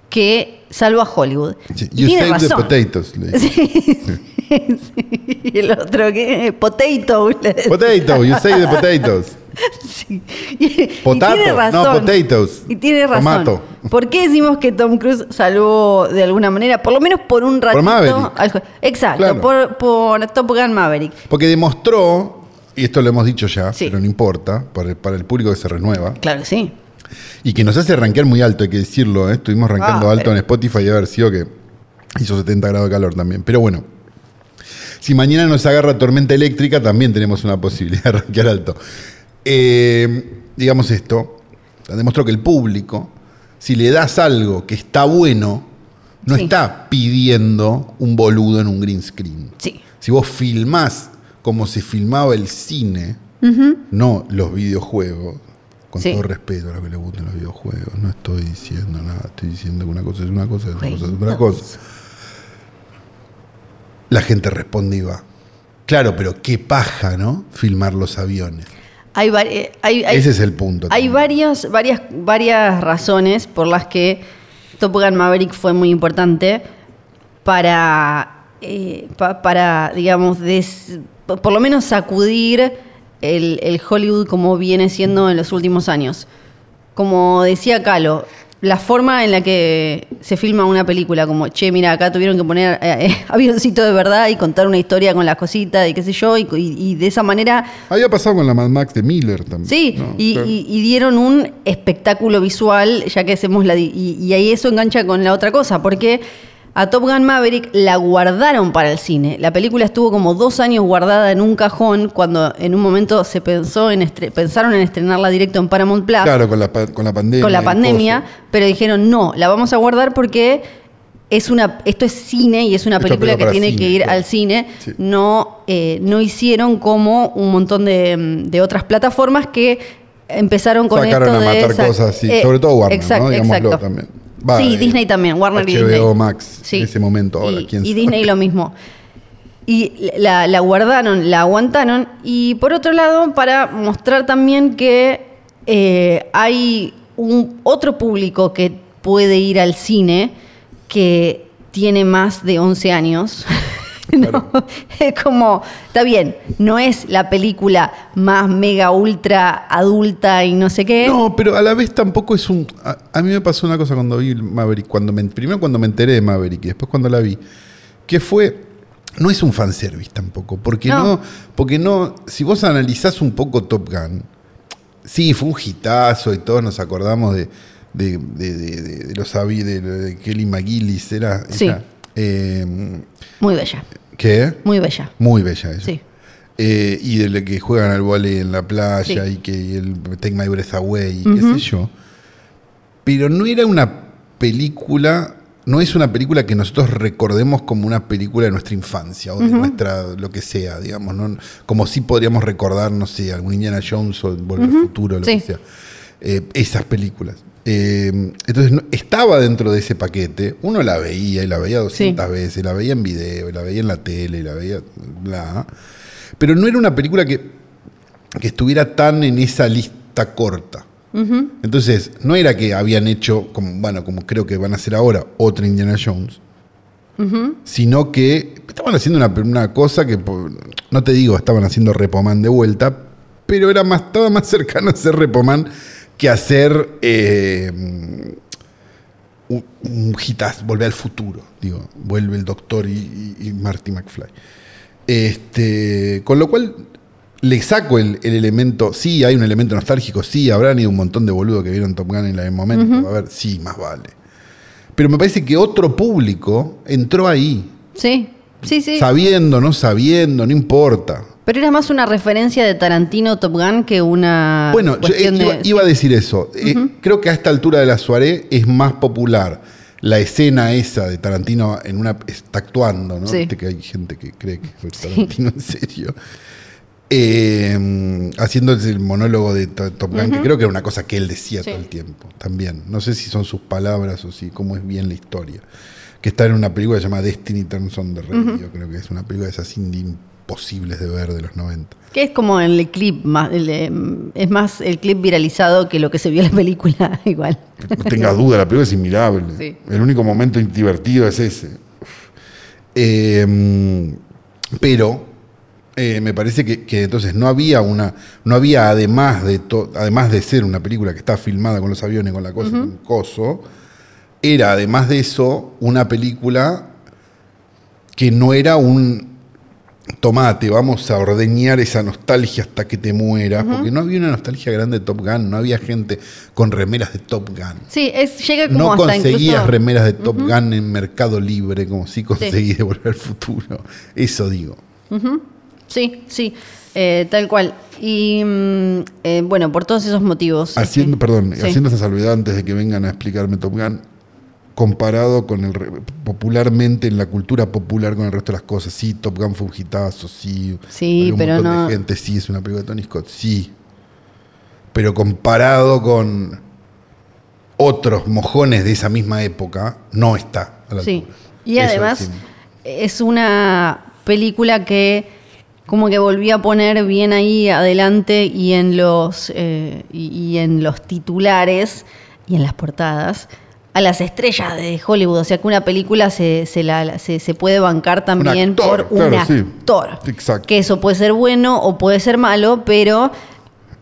Speaker 3: Que salvó a Hollywood.
Speaker 2: Sí,
Speaker 3: Y
Speaker 2: You
Speaker 3: tiene
Speaker 2: save the
Speaker 3: razón.
Speaker 2: potatoes. le dice.
Speaker 3: Sí, sí, sí. Y el otro, ¿qué? Potato. le decía.
Speaker 2: Potato, you say the potatoes.
Speaker 3: Sí. Y,
Speaker 2: Potato,
Speaker 3: y tiene
Speaker 2: no,
Speaker 3: razón.
Speaker 2: potatoes.
Speaker 3: Y tiene razón.
Speaker 2: Tomato.
Speaker 3: ¿Por qué decimos que Tom Cruise salvó de alguna manera, por lo menos por un ratito?
Speaker 2: Maverick.
Speaker 3: al jue- Exacto,
Speaker 2: Claro.
Speaker 3: por, por Top Gun Maverick.
Speaker 2: Porque demostró, y esto lo hemos dicho ya,
Speaker 3: Sí.
Speaker 2: pero no importa, para el, para el público que se renueva,
Speaker 3: Claro que sí.
Speaker 2: y que nos hace rankear muy alto, hay que decirlo, ¿eh? estuvimos rankeando
Speaker 3: Ah,
Speaker 2: alto
Speaker 3: pero-
Speaker 2: en Spotify y haber sido que hizo 70 grados de calor también. Pero bueno, si mañana nos agarra tormenta eléctrica, también tenemos una posibilidad de rankear alto. Eh, digamos esto, demostró que el público, si le das algo que está bueno, no
Speaker 3: Sí.
Speaker 2: está pidiendo un boludo en un green screen.
Speaker 3: Sí.
Speaker 2: Si vos filmás como se filmaba el cine, no los videojuegos, con
Speaker 3: Sí.
Speaker 2: todo respeto a los que les gustan los videojuegos, no estoy diciendo nada, estoy diciendo que una cosa es una cosa, es otra cosa es otra cosa. La gente responde y va. Claro, pero qué paja, ¿no? Filmar los aviones.
Speaker 3: Hay, vari- eh, hay, hay-
Speaker 2: Ese es el punto.
Speaker 3: hay
Speaker 2: también.
Speaker 3: varias, varias, varias razones por las que Top Gun Maverick fue muy importante para, eh, pa- para digamos, des- po- por lo menos sacudir el, el Hollywood como viene siendo en los últimos años. Como decía Calo, la forma en la que se filma una película, como, che, mira, acá tuvieron que poner eh, eh, avioncito de verdad y contar una historia con las cositas y qué sé yo, y- y- y de esa manera
Speaker 2: Había pasado con la Mad Max de Miller también.
Speaker 3: Sí,
Speaker 2: ¿no?
Speaker 3: y,
Speaker 2: Claro.
Speaker 3: y- y dieron un espectáculo visual, ya que hacemos la. di- Y, y ahí eso engancha con la otra cosa, porque a Top Gun Maverick la guardaron para el cine. La película estuvo como dos años guardada en un cajón cuando en un momento se pensó en estre- pensaron en estrenarla directo en Paramount Plus
Speaker 2: Claro, con la, pa- con la pandemia.
Speaker 3: con la
Speaker 2: y
Speaker 3: pandemia,
Speaker 2: todo eso.
Speaker 3: pero dijeron no, la vamos a guardar porque es una, esto es cine y es una
Speaker 2: Esto
Speaker 3: película
Speaker 2: es
Speaker 3: que
Speaker 2: para
Speaker 3: tiene
Speaker 2: cine,
Speaker 3: que ir
Speaker 2: claro.
Speaker 3: al cine.
Speaker 2: Sí.
Speaker 3: No, eh, no hicieron como un montón de, mm, de otras plataformas que empezaron con
Speaker 2: Sacaron
Speaker 3: esto
Speaker 2: a
Speaker 3: de
Speaker 2: matar
Speaker 3: esa-
Speaker 2: cosas, sí.
Speaker 3: eh,
Speaker 2: Sobre todo Warner,
Speaker 3: exacto,
Speaker 2: ¿no? Digámoslo
Speaker 3: exacto.
Speaker 2: también. Va,
Speaker 3: sí,
Speaker 2: eh,
Speaker 3: Disney también, Warner y
Speaker 2: HBO
Speaker 3: Disney.
Speaker 2: Max, en ese momento, ahora,
Speaker 3: y,
Speaker 2: quién
Speaker 3: y
Speaker 2: sabe.
Speaker 3: Disney lo mismo. Y la, la guardaron, la aguantaron. Y por otro lado, para mostrar también que eh, hay un otro público que puede ir al cine que tiene más de 11 años. ¿no? Es como, está bien, no es la película más mega ultra adulta y no sé qué.
Speaker 2: No, pero a la vez tampoco es un. A, a mí me pasó una cosa cuando vi Maverick. Cuando me, primero cuando me enteré de Maverick y después cuando la vi. Que fue. No es un fanservice tampoco. Porque
Speaker 3: No.
Speaker 2: no. Porque no. Si vos analizás un poco Top Gun. Sí, fue un hitazo y todos nos acordamos de. De, de, de- de- de los avi- de, de Kelly McGillis, era.
Speaker 3: Sí.
Speaker 2: ella, eh,
Speaker 3: Muy bella,
Speaker 2: ¿Qué?
Speaker 3: muy bella.
Speaker 2: Muy bella ella.
Speaker 3: Sí.
Speaker 2: Eh, y de la que juegan al volei en la playa
Speaker 3: Sí.
Speaker 2: y que y el Take My Breath Away y qué sé yo. Pero no era una película, no es una película que nosotros recordemos como una película de nuestra infancia o de nuestra, lo que sea, digamos, ¿no? como sí podríamos recordar, no sé, algún Indiana Jones o Volver al Futuro, lo
Speaker 3: Sí.
Speaker 2: que sea. Eh, esas películas. Eh, entonces no- estaba dentro de ese paquete, uno la veía y la veía 200 veces, la veía en video, y la veía en la tele, y la veía bla. Pero no era una película que, que estuviera tan en esa lista corta.
Speaker 3: Ujú.
Speaker 2: Entonces, no era que habían hecho, como, bueno, como creo que van a hacer ahora, otra Indiana Jones, sino que estaban haciendo una, una cosa que, po- no te digo, estaban haciendo Repoman de vuelta, pero era más, estaba más cercano a hacer Repoman que hacer eh, un, un hitazo, volver al futuro, digo, vuelve el Doctor y, y- y Marty McFly. Este, con lo cual le saco el, el elemento, sí, hay un elemento nostálgico, sí, habrán ido un montón de boludos que vieron Top Gun en el momento, a ver, sí, más vale. Pero me parece que otro público entró ahí,
Speaker 3: Sí, sí, sí.
Speaker 2: sabiendo, no sabiendo, no importa.
Speaker 3: Pero era más una referencia de Tarantino Top Gun que una
Speaker 2: Bueno, yo, eh,
Speaker 3: Ah, cuestión
Speaker 2: iba,
Speaker 3: de...
Speaker 2: iba a decir eso. Eh, creo que a esta altura de la soirée es más popular la escena esa de Tarantino en una está actuando, ¿no?
Speaker 3: Sí.
Speaker 2: Viste que hay gente que cree que fue Tarantino en serio. Eh, haciendo el monólogo de To- Top Gun, que creo que era una cosa que él decía
Speaker 3: Sí.
Speaker 2: todo el tiempo también. No sé si son sus palabras o si cómo es bien la historia. Que está en una película llamada Destiny Turns on the Radio, creo que es una película de esas indie imposibles de ver de los 90.
Speaker 3: Que es como el clip más... el, eh, es más el clip viralizado que lo que se vio en la película igual.
Speaker 2: No tengas duda, la película es inmirable.
Speaker 3: Sí.
Speaker 2: El único momento divertido es ese. Eh, pero eh, me parece que, que entonces no había una. No había, además de to- además de ser una película que está filmada con los aviones, con la cosa, con el coso, era además de eso una película que no era un tomate, vamos a ordeñar esa nostalgia hasta que te mueras, porque no había una nostalgia grande de Top Gun, no había gente con remeras de Top Gun.
Speaker 3: Sí, es, llega como
Speaker 2: No
Speaker 3: hasta
Speaker 2: conseguías
Speaker 3: incluso...
Speaker 2: remeras de Top Gun en Mercado Libre como si conseguí de Volver al Futuro. Eso digo.
Speaker 3: Sí, sí, eh, tal cual. Y mm, eh, bueno, por todos esos motivos. este,
Speaker 2: Haciendo,
Speaker 3: Sí.
Speaker 2: perdón,
Speaker 3: Sí.
Speaker 2: haciendo esa salvedad antes de que vengan a explicarme Top Gun, comparado con el re- popularmente en la cultura popular con el resto de las cosas. Sí, Top Gun fue un hitazo, sí.
Speaker 3: Sí,
Speaker 2: había un
Speaker 3: pero
Speaker 2: montón
Speaker 3: no-
Speaker 2: de gente, sí, es una película de Tony Scott, sí. Pero comparado con otros mojones de esa misma época, no está a la
Speaker 3: Sí.
Speaker 2: altura.
Speaker 3: Y
Speaker 2: Eso
Speaker 3: además
Speaker 2: decimos.
Speaker 3: es una película que como que volví a poner bien ahí adelante y en los eh, y, y en los titulares y en las portadas a las estrellas de Hollywood. O sea que una película se, se la- la- se- se puede bancar también
Speaker 2: actor,
Speaker 3: por un
Speaker 2: claro, sí.
Speaker 3: actor.
Speaker 2: Exacto.
Speaker 3: Que eso puede ser bueno o puede ser malo, pero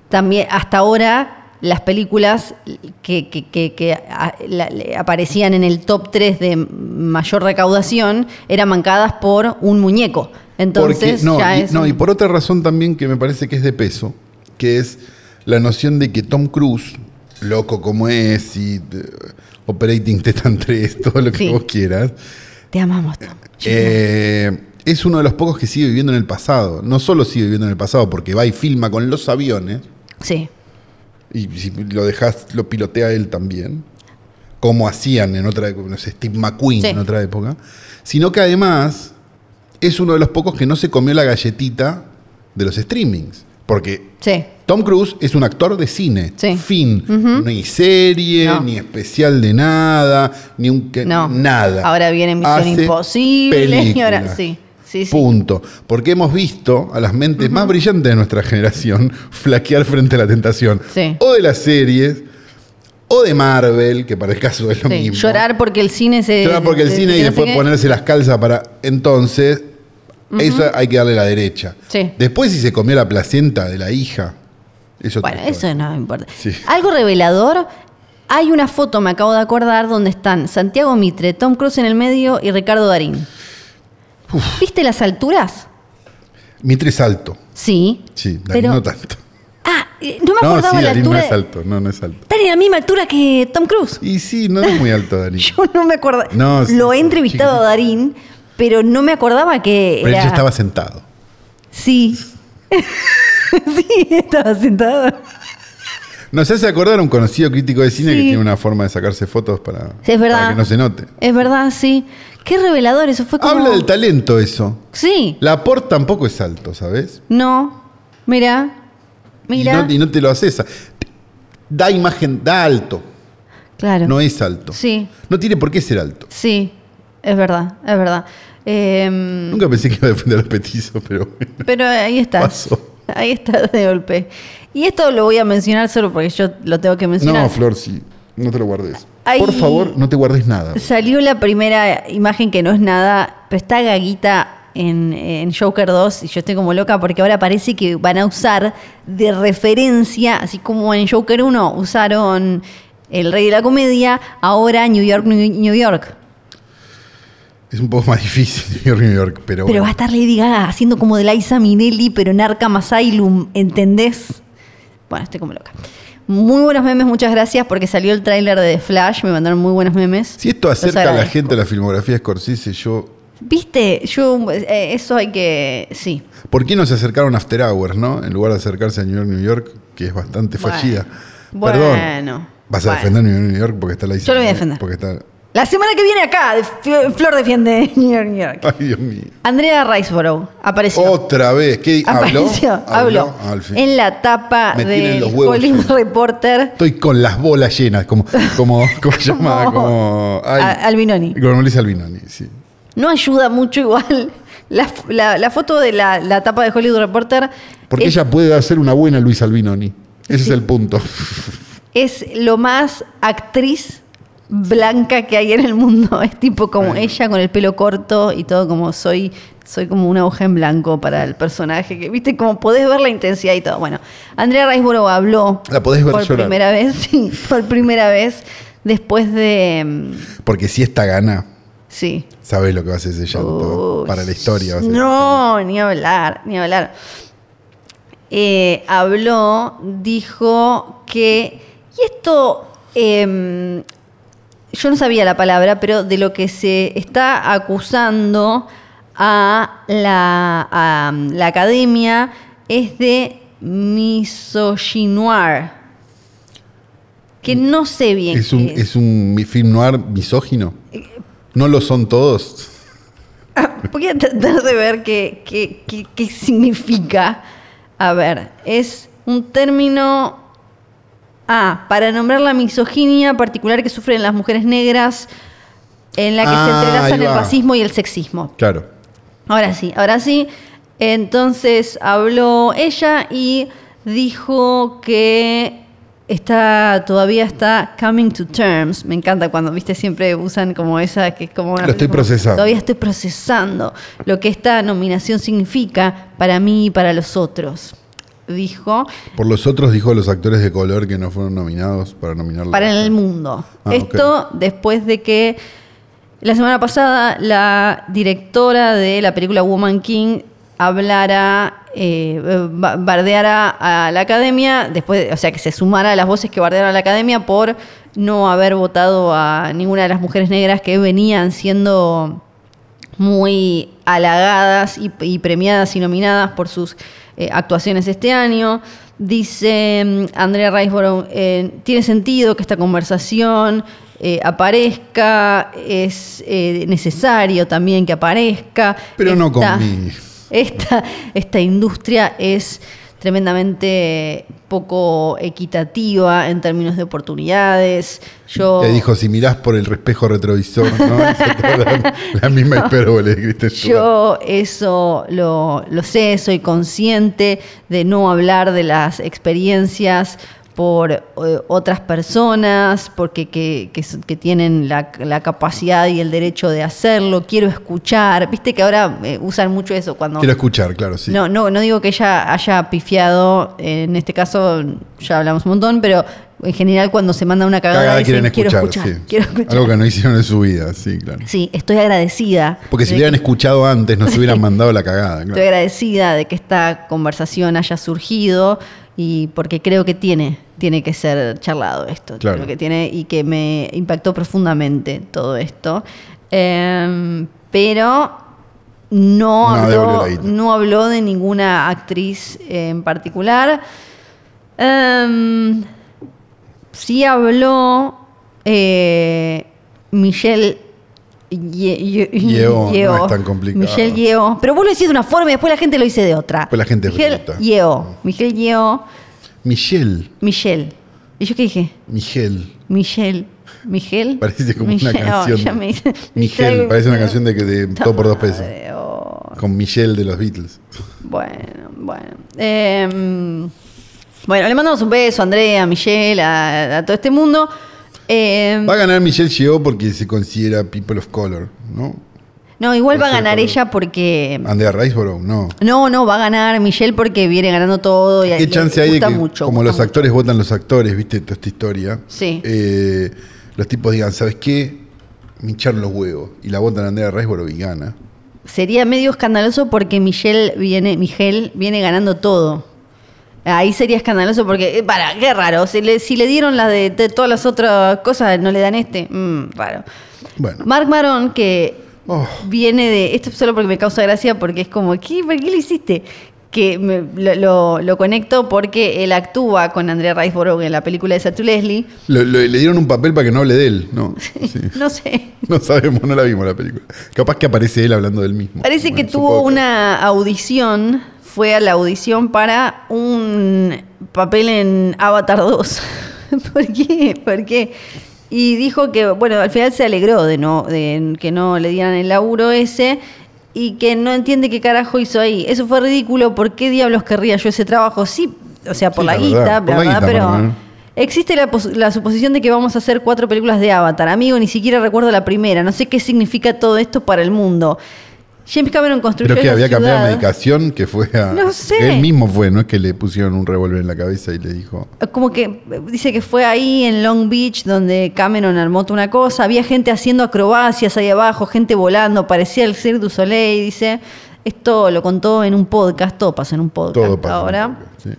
Speaker 3: también hasta ahora las películas que, que- que- que a- la- le- aparecían en el top 3 de mayor recaudación eran mancadas por un muñeco. Entonces
Speaker 2: Porque- no,
Speaker 3: ya
Speaker 2: y,
Speaker 3: es...
Speaker 2: no,
Speaker 3: un-
Speaker 2: y por otra razón también que me parece que es de peso, que es la noción de que Tom Cruise, loco como es, y eh, Operating Tetan 3, todo lo que
Speaker 3: Sí.
Speaker 2: vos quieras,
Speaker 3: Te amamos, Tom.
Speaker 2: eh, es uno de los pocos que sigue viviendo en el pasado. No solo sigue viviendo en el pasado, porque va y filma con los aviones,
Speaker 3: Sí.
Speaker 2: y si lo dejas, lo pilotea él también, como hacían en otra época, no sé, Steve McQueen
Speaker 3: Sí.
Speaker 2: en otra época, sino que además es uno de los pocos que no se comió la galletita de los streamings, porque
Speaker 3: Sí.
Speaker 2: Tom Cruise es un actor de cine,
Speaker 3: Sí.
Speaker 2: fin, ni serie,
Speaker 3: No.
Speaker 2: ni especial de nada, ni un que-
Speaker 3: No.
Speaker 2: nada.
Speaker 3: Ahora viene Misión
Speaker 2: Hace
Speaker 3: Imposible. Y ahora
Speaker 2: películas.
Speaker 3: sí. Sí, sí.
Speaker 2: Punto. Porque hemos visto a las mentes más brillantes de nuestra generación flaquear frente a la tentación.
Speaker 3: Sí.
Speaker 2: O de las series, o de Marvel, que para el caso es lo
Speaker 3: Sí.
Speaker 2: mismo.
Speaker 3: Llorar porque el cine se...
Speaker 2: Llorar porque el
Speaker 3: se-
Speaker 2: cine y
Speaker 3: no sé
Speaker 2: después
Speaker 3: qué.
Speaker 2: ponerse las calzas para. Entonces, eso hay que darle la derecha.
Speaker 3: Sí.
Speaker 2: Después, si se comió la placenta de la hija. Eso
Speaker 3: Bueno, eso no me importa.
Speaker 2: Sí.
Speaker 3: Algo revelador. Hay una foto, me acabo de acordar, donde están Santiago Mitre, Tom Cruise en el medio y Ricardo Darín. ¿Viste las alturas?
Speaker 2: Mitre es alto.
Speaker 3: Sí.
Speaker 2: Sí, Darín
Speaker 3: Pero-
Speaker 2: no tanto.
Speaker 3: Ah, eh, no me
Speaker 2: No,
Speaker 3: acordaba
Speaker 2: sí,
Speaker 3: la
Speaker 2: Darín no
Speaker 3: altura.
Speaker 2: es
Speaker 3: de-
Speaker 2: alto. No, no es alto.
Speaker 3: Están en la misma altura que Tom Cruise.
Speaker 2: Y sí, no es muy alto Darín.
Speaker 3: Yo no me acordaba.
Speaker 2: No, sí,
Speaker 3: Lo he
Speaker 2: sí,
Speaker 3: entrevistado a Darín, pero no me acordaba que
Speaker 2: Pero él
Speaker 3: era.
Speaker 2: ya estaba sentado.
Speaker 3: Sí. sí, estaba sentado.
Speaker 2: Nos hace acordar a un conocido crítico de cine
Speaker 3: Sí.
Speaker 2: que tiene una forma de sacarse fotos para,
Speaker 3: Sí, es verdad.
Speaker 2: para que no se note.
Speaker 3: Es verdad, sí. Qué revelador, eso fue como.
Speaker 2: Habla del talento eso.
Speaker 3: Sí.
Speaker 2: La por tampoco es alto, ¿sabes?
Speaker 3: No, mira, mira.
Speaker 2: Y no, y no te lo haces. Da imagen, da alto.
Speaker 3: claro.
Speaker 2: No es alto.
Speaker 3: Sí,
Speaker 2: No tiene por qué ser alto.
Speaker 3: sí, es verdad, es verdad. Em,
Speaker 2: Nunca pensé que iba a defender a los petizos, pero bueno,
Speaker 3: pero ahí está.
Speaker 2: pasó.
Speaker 3: Ahí está de golpe. Y esto lo voy a mencionar solo porque yo lo tengo que mencionar.
Speaker 4: No, Flor, sí. No te lo guardes.
Speaker 3: Ay.
Speaker 4: Por favor, no te guardes nada.
Speaker 3: Salió la primera imagen que no es nada, pero está gaguita en, en Joker 2 y yo estoy como loca porque ahora parece que van a usar de referencia, así como en Joker 1 usaron El Rey de la Comedia, ahora New York, New, New York.
Speaker 2: Es un poco más difícil New York, New York, pero,
Speaker 3: Pero
Speaker 2: bueno.
Speaker 3: va a estar Lady Gaga haciendo como de Liza Minelli, pero en Arkham Asylum, ¿entendés? Bueno, estoy como loca. Muy buenos memes, muchas gracias porque salió el tráiler de The Flash, me mandaron muy buenos memes.
Speaker 2: Si esto
Speaker 3: Los
Speaker 2: acerca a la
Speaker 3: agradezco.
Speaker 2: gente a la filmografía de Scorsese, yo.
Speaker 3: Viste, yo eh, eso hay que. sí.
Speaker 2: ¿Por qué no se acercaron a After Hours, no? En lugar de acercarse a New York, New York, que es bastante
Speaker 3: Bueno.
Speaker 2: fallida.
Speaker 3: Bueno.
Speaker 2: Perdón. Vas a
Speaker 3: Bueno.
Speaker 2: defender New York, New York porque está la
Speaker 3: Yo lo voy a defender.
Speaker 2: Porque está.
Speaker 3: La semana que viene acá, de- Fio- Flor defiende New York, New York.
Speaker 2: Ay, Dios mío.
Speaker 3: Andrea Riceborough apareció.
Speaker 2: Otra vez. ¿Qué Oh, habló? Ah,
Speaker 3: apareció, habló.
Speaker 2: Al fin.
Speaker 3: En la tapa
Speaker 2: Me tienen
Speaker 3: del
Speaker 2: los huevos
Speaker 3: Hollywood
Speaker 2: llenos.
Speaker 3: Reporter.
Speaker 2: Estoy con las bolas llenas, como, como, como se llama, como. ay,
Speaker 3: A- Albinoni.
Speaker 2: Como Melissa Albinoni, sí.
Speaker 3: No ayuda mucho igual. La, f- la- la foto de la, la tapa de Hollywood Reporter
Speaker 4: Porque
Speaker 3: es,
Speaker 4: ella puede hacer una buena Luis Albinoni. Ese es el punto.
Speaker 3: es lo más actriz blanca que hay en el mundo. Es tipo como ella con el pelo corto y todo como soy, soy como una hoja en blanco para el personaje. Que, Viste, como podés ver la intensidad y todo. Bueno, Andrea Riseborough habló
Speaker 2: La podés ver
Speaker 3: por
Speaker 2: llorar.
Speaker 3: primera vez, sí, por primera vez después de... mm,
Speaker 2: Porque si esta gana,
Speaker 3: Sí,
Speaker 2: sabes lo que va a ser ese llanto.
Speaker 3: Uy,
Speaker 2: para la historia va a ser.
Speaker 3: No, ni hablar, ni hablar. Eh, habló, dijo que. Y esto. em, yo no sabía la palabra, pero de lo que se está acusando a la, a em, la academia es de misoginuar. Que no sé bien. eh,
Speaker 2: ¿Es un,
Speaker 3: qué
Speaker 2: ¿Es un mi- film noir misógino? ¿No lo son todos?
Speaker 3: Voy a tratar de ver qué, qué- qué- qué significa. A ver, es un término. Ah, para nombrar la misoginia particular que sufren las mujeres negras, en la que
Speaker 2: Ah,
Speaker 3: se entrelazan
Speaker 2: ahí
Speaker 3: el
Speaker 2: va.
Speaker 3: racismo y el sexismo.
Speaker 2: Claro.
Speaker 3: Ahora sí, ahora sí. Entonces habló ella y dijo que está todavía está coming to terms. Me encanta cuando viste siempre usan como esa que es como una-
Speaker 2: Lo estoy
Speaker 3: como,
Speaker 2: procesando.
Speaker 3: Todavía estoy procesando lo que esta nominación significa para mí y para los otros. Dijo
Speaker 2: Por los otros dijo los actores de color que no fueron nominados para nominarlo.
Speaker 3: para el mundo.
Speaker 2: Ah,
Speaker 3: Esto después de que la semana pasada la directora de la película Woman King hablara, eh, ba- bardeara a la academia, después, o sea, que se sumara a las voces que bardearon a la academia por no haber votado a ninguna de las mujeres negras que venían siendo muy halagadas y, y premiadas y nominadas por sus eh, actuaciones este año. Dice mm, Andrea Riceborough, eh, tiene sentido que esta conversación eh, aparezca, es eh, necesario también que aparezca.
Speaker 2: Pero no
Speaker 3: Esta-
Speaker 2: conmigo.
Speaker 3: Esta, esta industria es tremendamente poco equitativa en términos de oportunidades. Yo
Speaker 2: Le dijo, si mirás por el espejo retrovisor, ¿no? la, la misma hipérbole de Kristen Stewart.
Speaker 3: Yo eso lo, lo sé, soy consciente de no hablar de las experiencias por eh, otras personas, porque que, que s- que tienen la, la capacidad y el derecho de hacerlo, quiero escuchar, viste que ahora eh, usan mucho eso cuando...
Speaker 2: Quiero escuchar, claro, sí.
Speaker 3: No, no, no digo que ella haya pifiado, eh, en este caso ya hablamos un montón, pero en general cuando se manda una cagada,
Speaker 2: Cagada
Speaker 3: dicen,
Speaker 2: quieren escuchar,
Speaker 3: quiero escuchar,
Speaker 2: sí.
Speaker 3: quiero escuchar.
Speaker 2: Algo que no hicieron en su vida, sí, claro.
Speaker 3: Sí, estoy agradecida.
Speaker 2: Porque si
Speaker 3: de
Speaker 2: hubieran escuchado antes, nos hubieran mandado la cagada. claro.
Speaker 3: Estoy agradecida de que esta conversación haya surgido y porque creo que tiene, tiene que ser charlado esto.
Speaker 2: Claro.
Speaker 3: Creo que tiene y que me impactó profundamente todo esto. Em, pero no
Speaker 2: No, devolvió
Speaker 3: habló,
Speaker 2: la guita.
Speaker 3: no habló de ninguna actriz en particular. Em, sí habló eh, Michelle Ye- Ye-
Speaker 2: Yeoh, no es tan complicado.
Speaker 3: Michelle Yeoh. Pero vos lo decís de una forma y después la gente lo dice de otra.
Speaker 2: Después la gente es
Speaker 3: Michelle
Speaker 2: bruta.
Speaker 3: Yeoh. Michelle Yeoh.
Speaker 2: Michelle,
Speaker 3: Michelle. ¿Y yo qué dije?
Speaker 2: Michelle.
Speaker 3: Michelle. Michelle.
Speaker 2: Parece como
Speaker 3: Michelle.
Speaker 2: una
Speaker 3: Oh,
Speaker 2: canción.
Speaker 3: ya me-
Speaker 2: Michelle, parece una canción de que de todo por dos pesos.
Speaker 3: Madre, oh,
Speaker 2: Con Michelle de los Beatles.
Speaker 3: Bueno, bueno. Em, bueno, le mandamos un beso a Andrea, a Michelle, a, a todo este mundo. Em,
Speaker 2: Va a ganar Michelle Yeoh porque se considera People of Color, ¿no?
Speaker 3: no, igual va a
Speaker 2: Michelle
Speaker 3: ganar
Speaker 2: Colón.
Speaker 3: ella porque.
Speaker 2: Andrea Riceborough, no.
Speaker 3: No, no, va a ganar Michelle porque viene ganando todo. Y,
Speaker 2: ¿Qué
Speaker 3: y
Speaker 2: chance hay de
Speaker 3: gusta
Speaker 2: que,
Speaker 3: mucho,
Speaker 2: como
Speaker 3: gusta
Speaker 2: los
Speaker 3: mucho.
Speaker 2: actores votan los actores, viste, toda esta historia?
Speaker 3: Sí.
Speaker 2: Eh, los tipos digan, ¿sabes qué? Mincharon los huevos. Y la votan a Andrea Riceborough y gana.
Speaker 3: Sería medio escandaloso porque Michelle viene, Michelle viene ganando todo. Ahí sería escandaloso porque, eh, para, qué raro. Si le, si le dieron las de, de todas las otras cosas, no le dan este. Mm, raro.
Speaker 2: Bueno.
Speaker 3: Mark Maron, que
Speaker 2: Oh.
Speaker 3: viene de. Esto es solo porque me causa gracia, porque es como, ¿qué, ¿por qué lo hiciste? Que me- lo, lo- lo conecto porque él actúa con Andrea Riceborough en la película de Satu Leslie.
Speaker 2: Lo- lo- le dieron un papel para que no hable de él, ¿no? sí.
Speaker 3: No sé.
Speaker 2: No sabemos, no la vimos la película. Capaz que aparece él hablando del mismo.
Speaker 3: Parece
Speaker 2: Como
Speaker 3: que
Speaker 2: en su
Speaker 3: tuvo
Speaker 2: podcast.
Speaker 3: una audición, fue a la audición para un papel en Avatar 2. ¿Por qué? ¿Por qué? Y dijo que, bueno, al final se alegró de no de que no le dieran el laburo ese y que no entiende qué carajo hizo ahí. Eso fue ridículo, ¿por qué diablos querría yo ese trabajo? Sí, o sea, por
Speaker 2: Sí,
Speaker 3: la,
Speaker 2: la
Speaker 3: guita,
Speaker 2: verdad,
Speaker 3: bla,
Speaker 2: por la
Speaker 3: bla,
Speaker 2: guita,
Speaker 3: pero...
Speaker 2: Marvel.
Speaker 3: Existe la, pos- la suposición de que vamos a hacer cuatro películas de Avatar. Amigo, ni siquiera recuerdo la primera. No sé qué significa todo esto para el mundo. James Cameron construyó
Speaker 2: Pero que
Speaker 3: esa
Speaker 2: había cambiado
Speaker 3: ciudad.
Speaker 2: de medicación que fue a.
Speaker 3: No sé.
Speaker 2: que Él mismo fue, no es que le pusieron un revólver en la cabeza y le dijo.
Speaker 3: Como que eh, dice que fue ahí en Long Beach donde Cameron armó toda una cosa. Había gente haciendo acrobacias ahí abajo, gente volando. Parecía el Cirque du Soleil, dice. Esto lo contó en un podcast. Todo pasó en un podcast
Speaker 2: Todo pasa.
Speaker 3: ahora.
Speaker 2: Sí.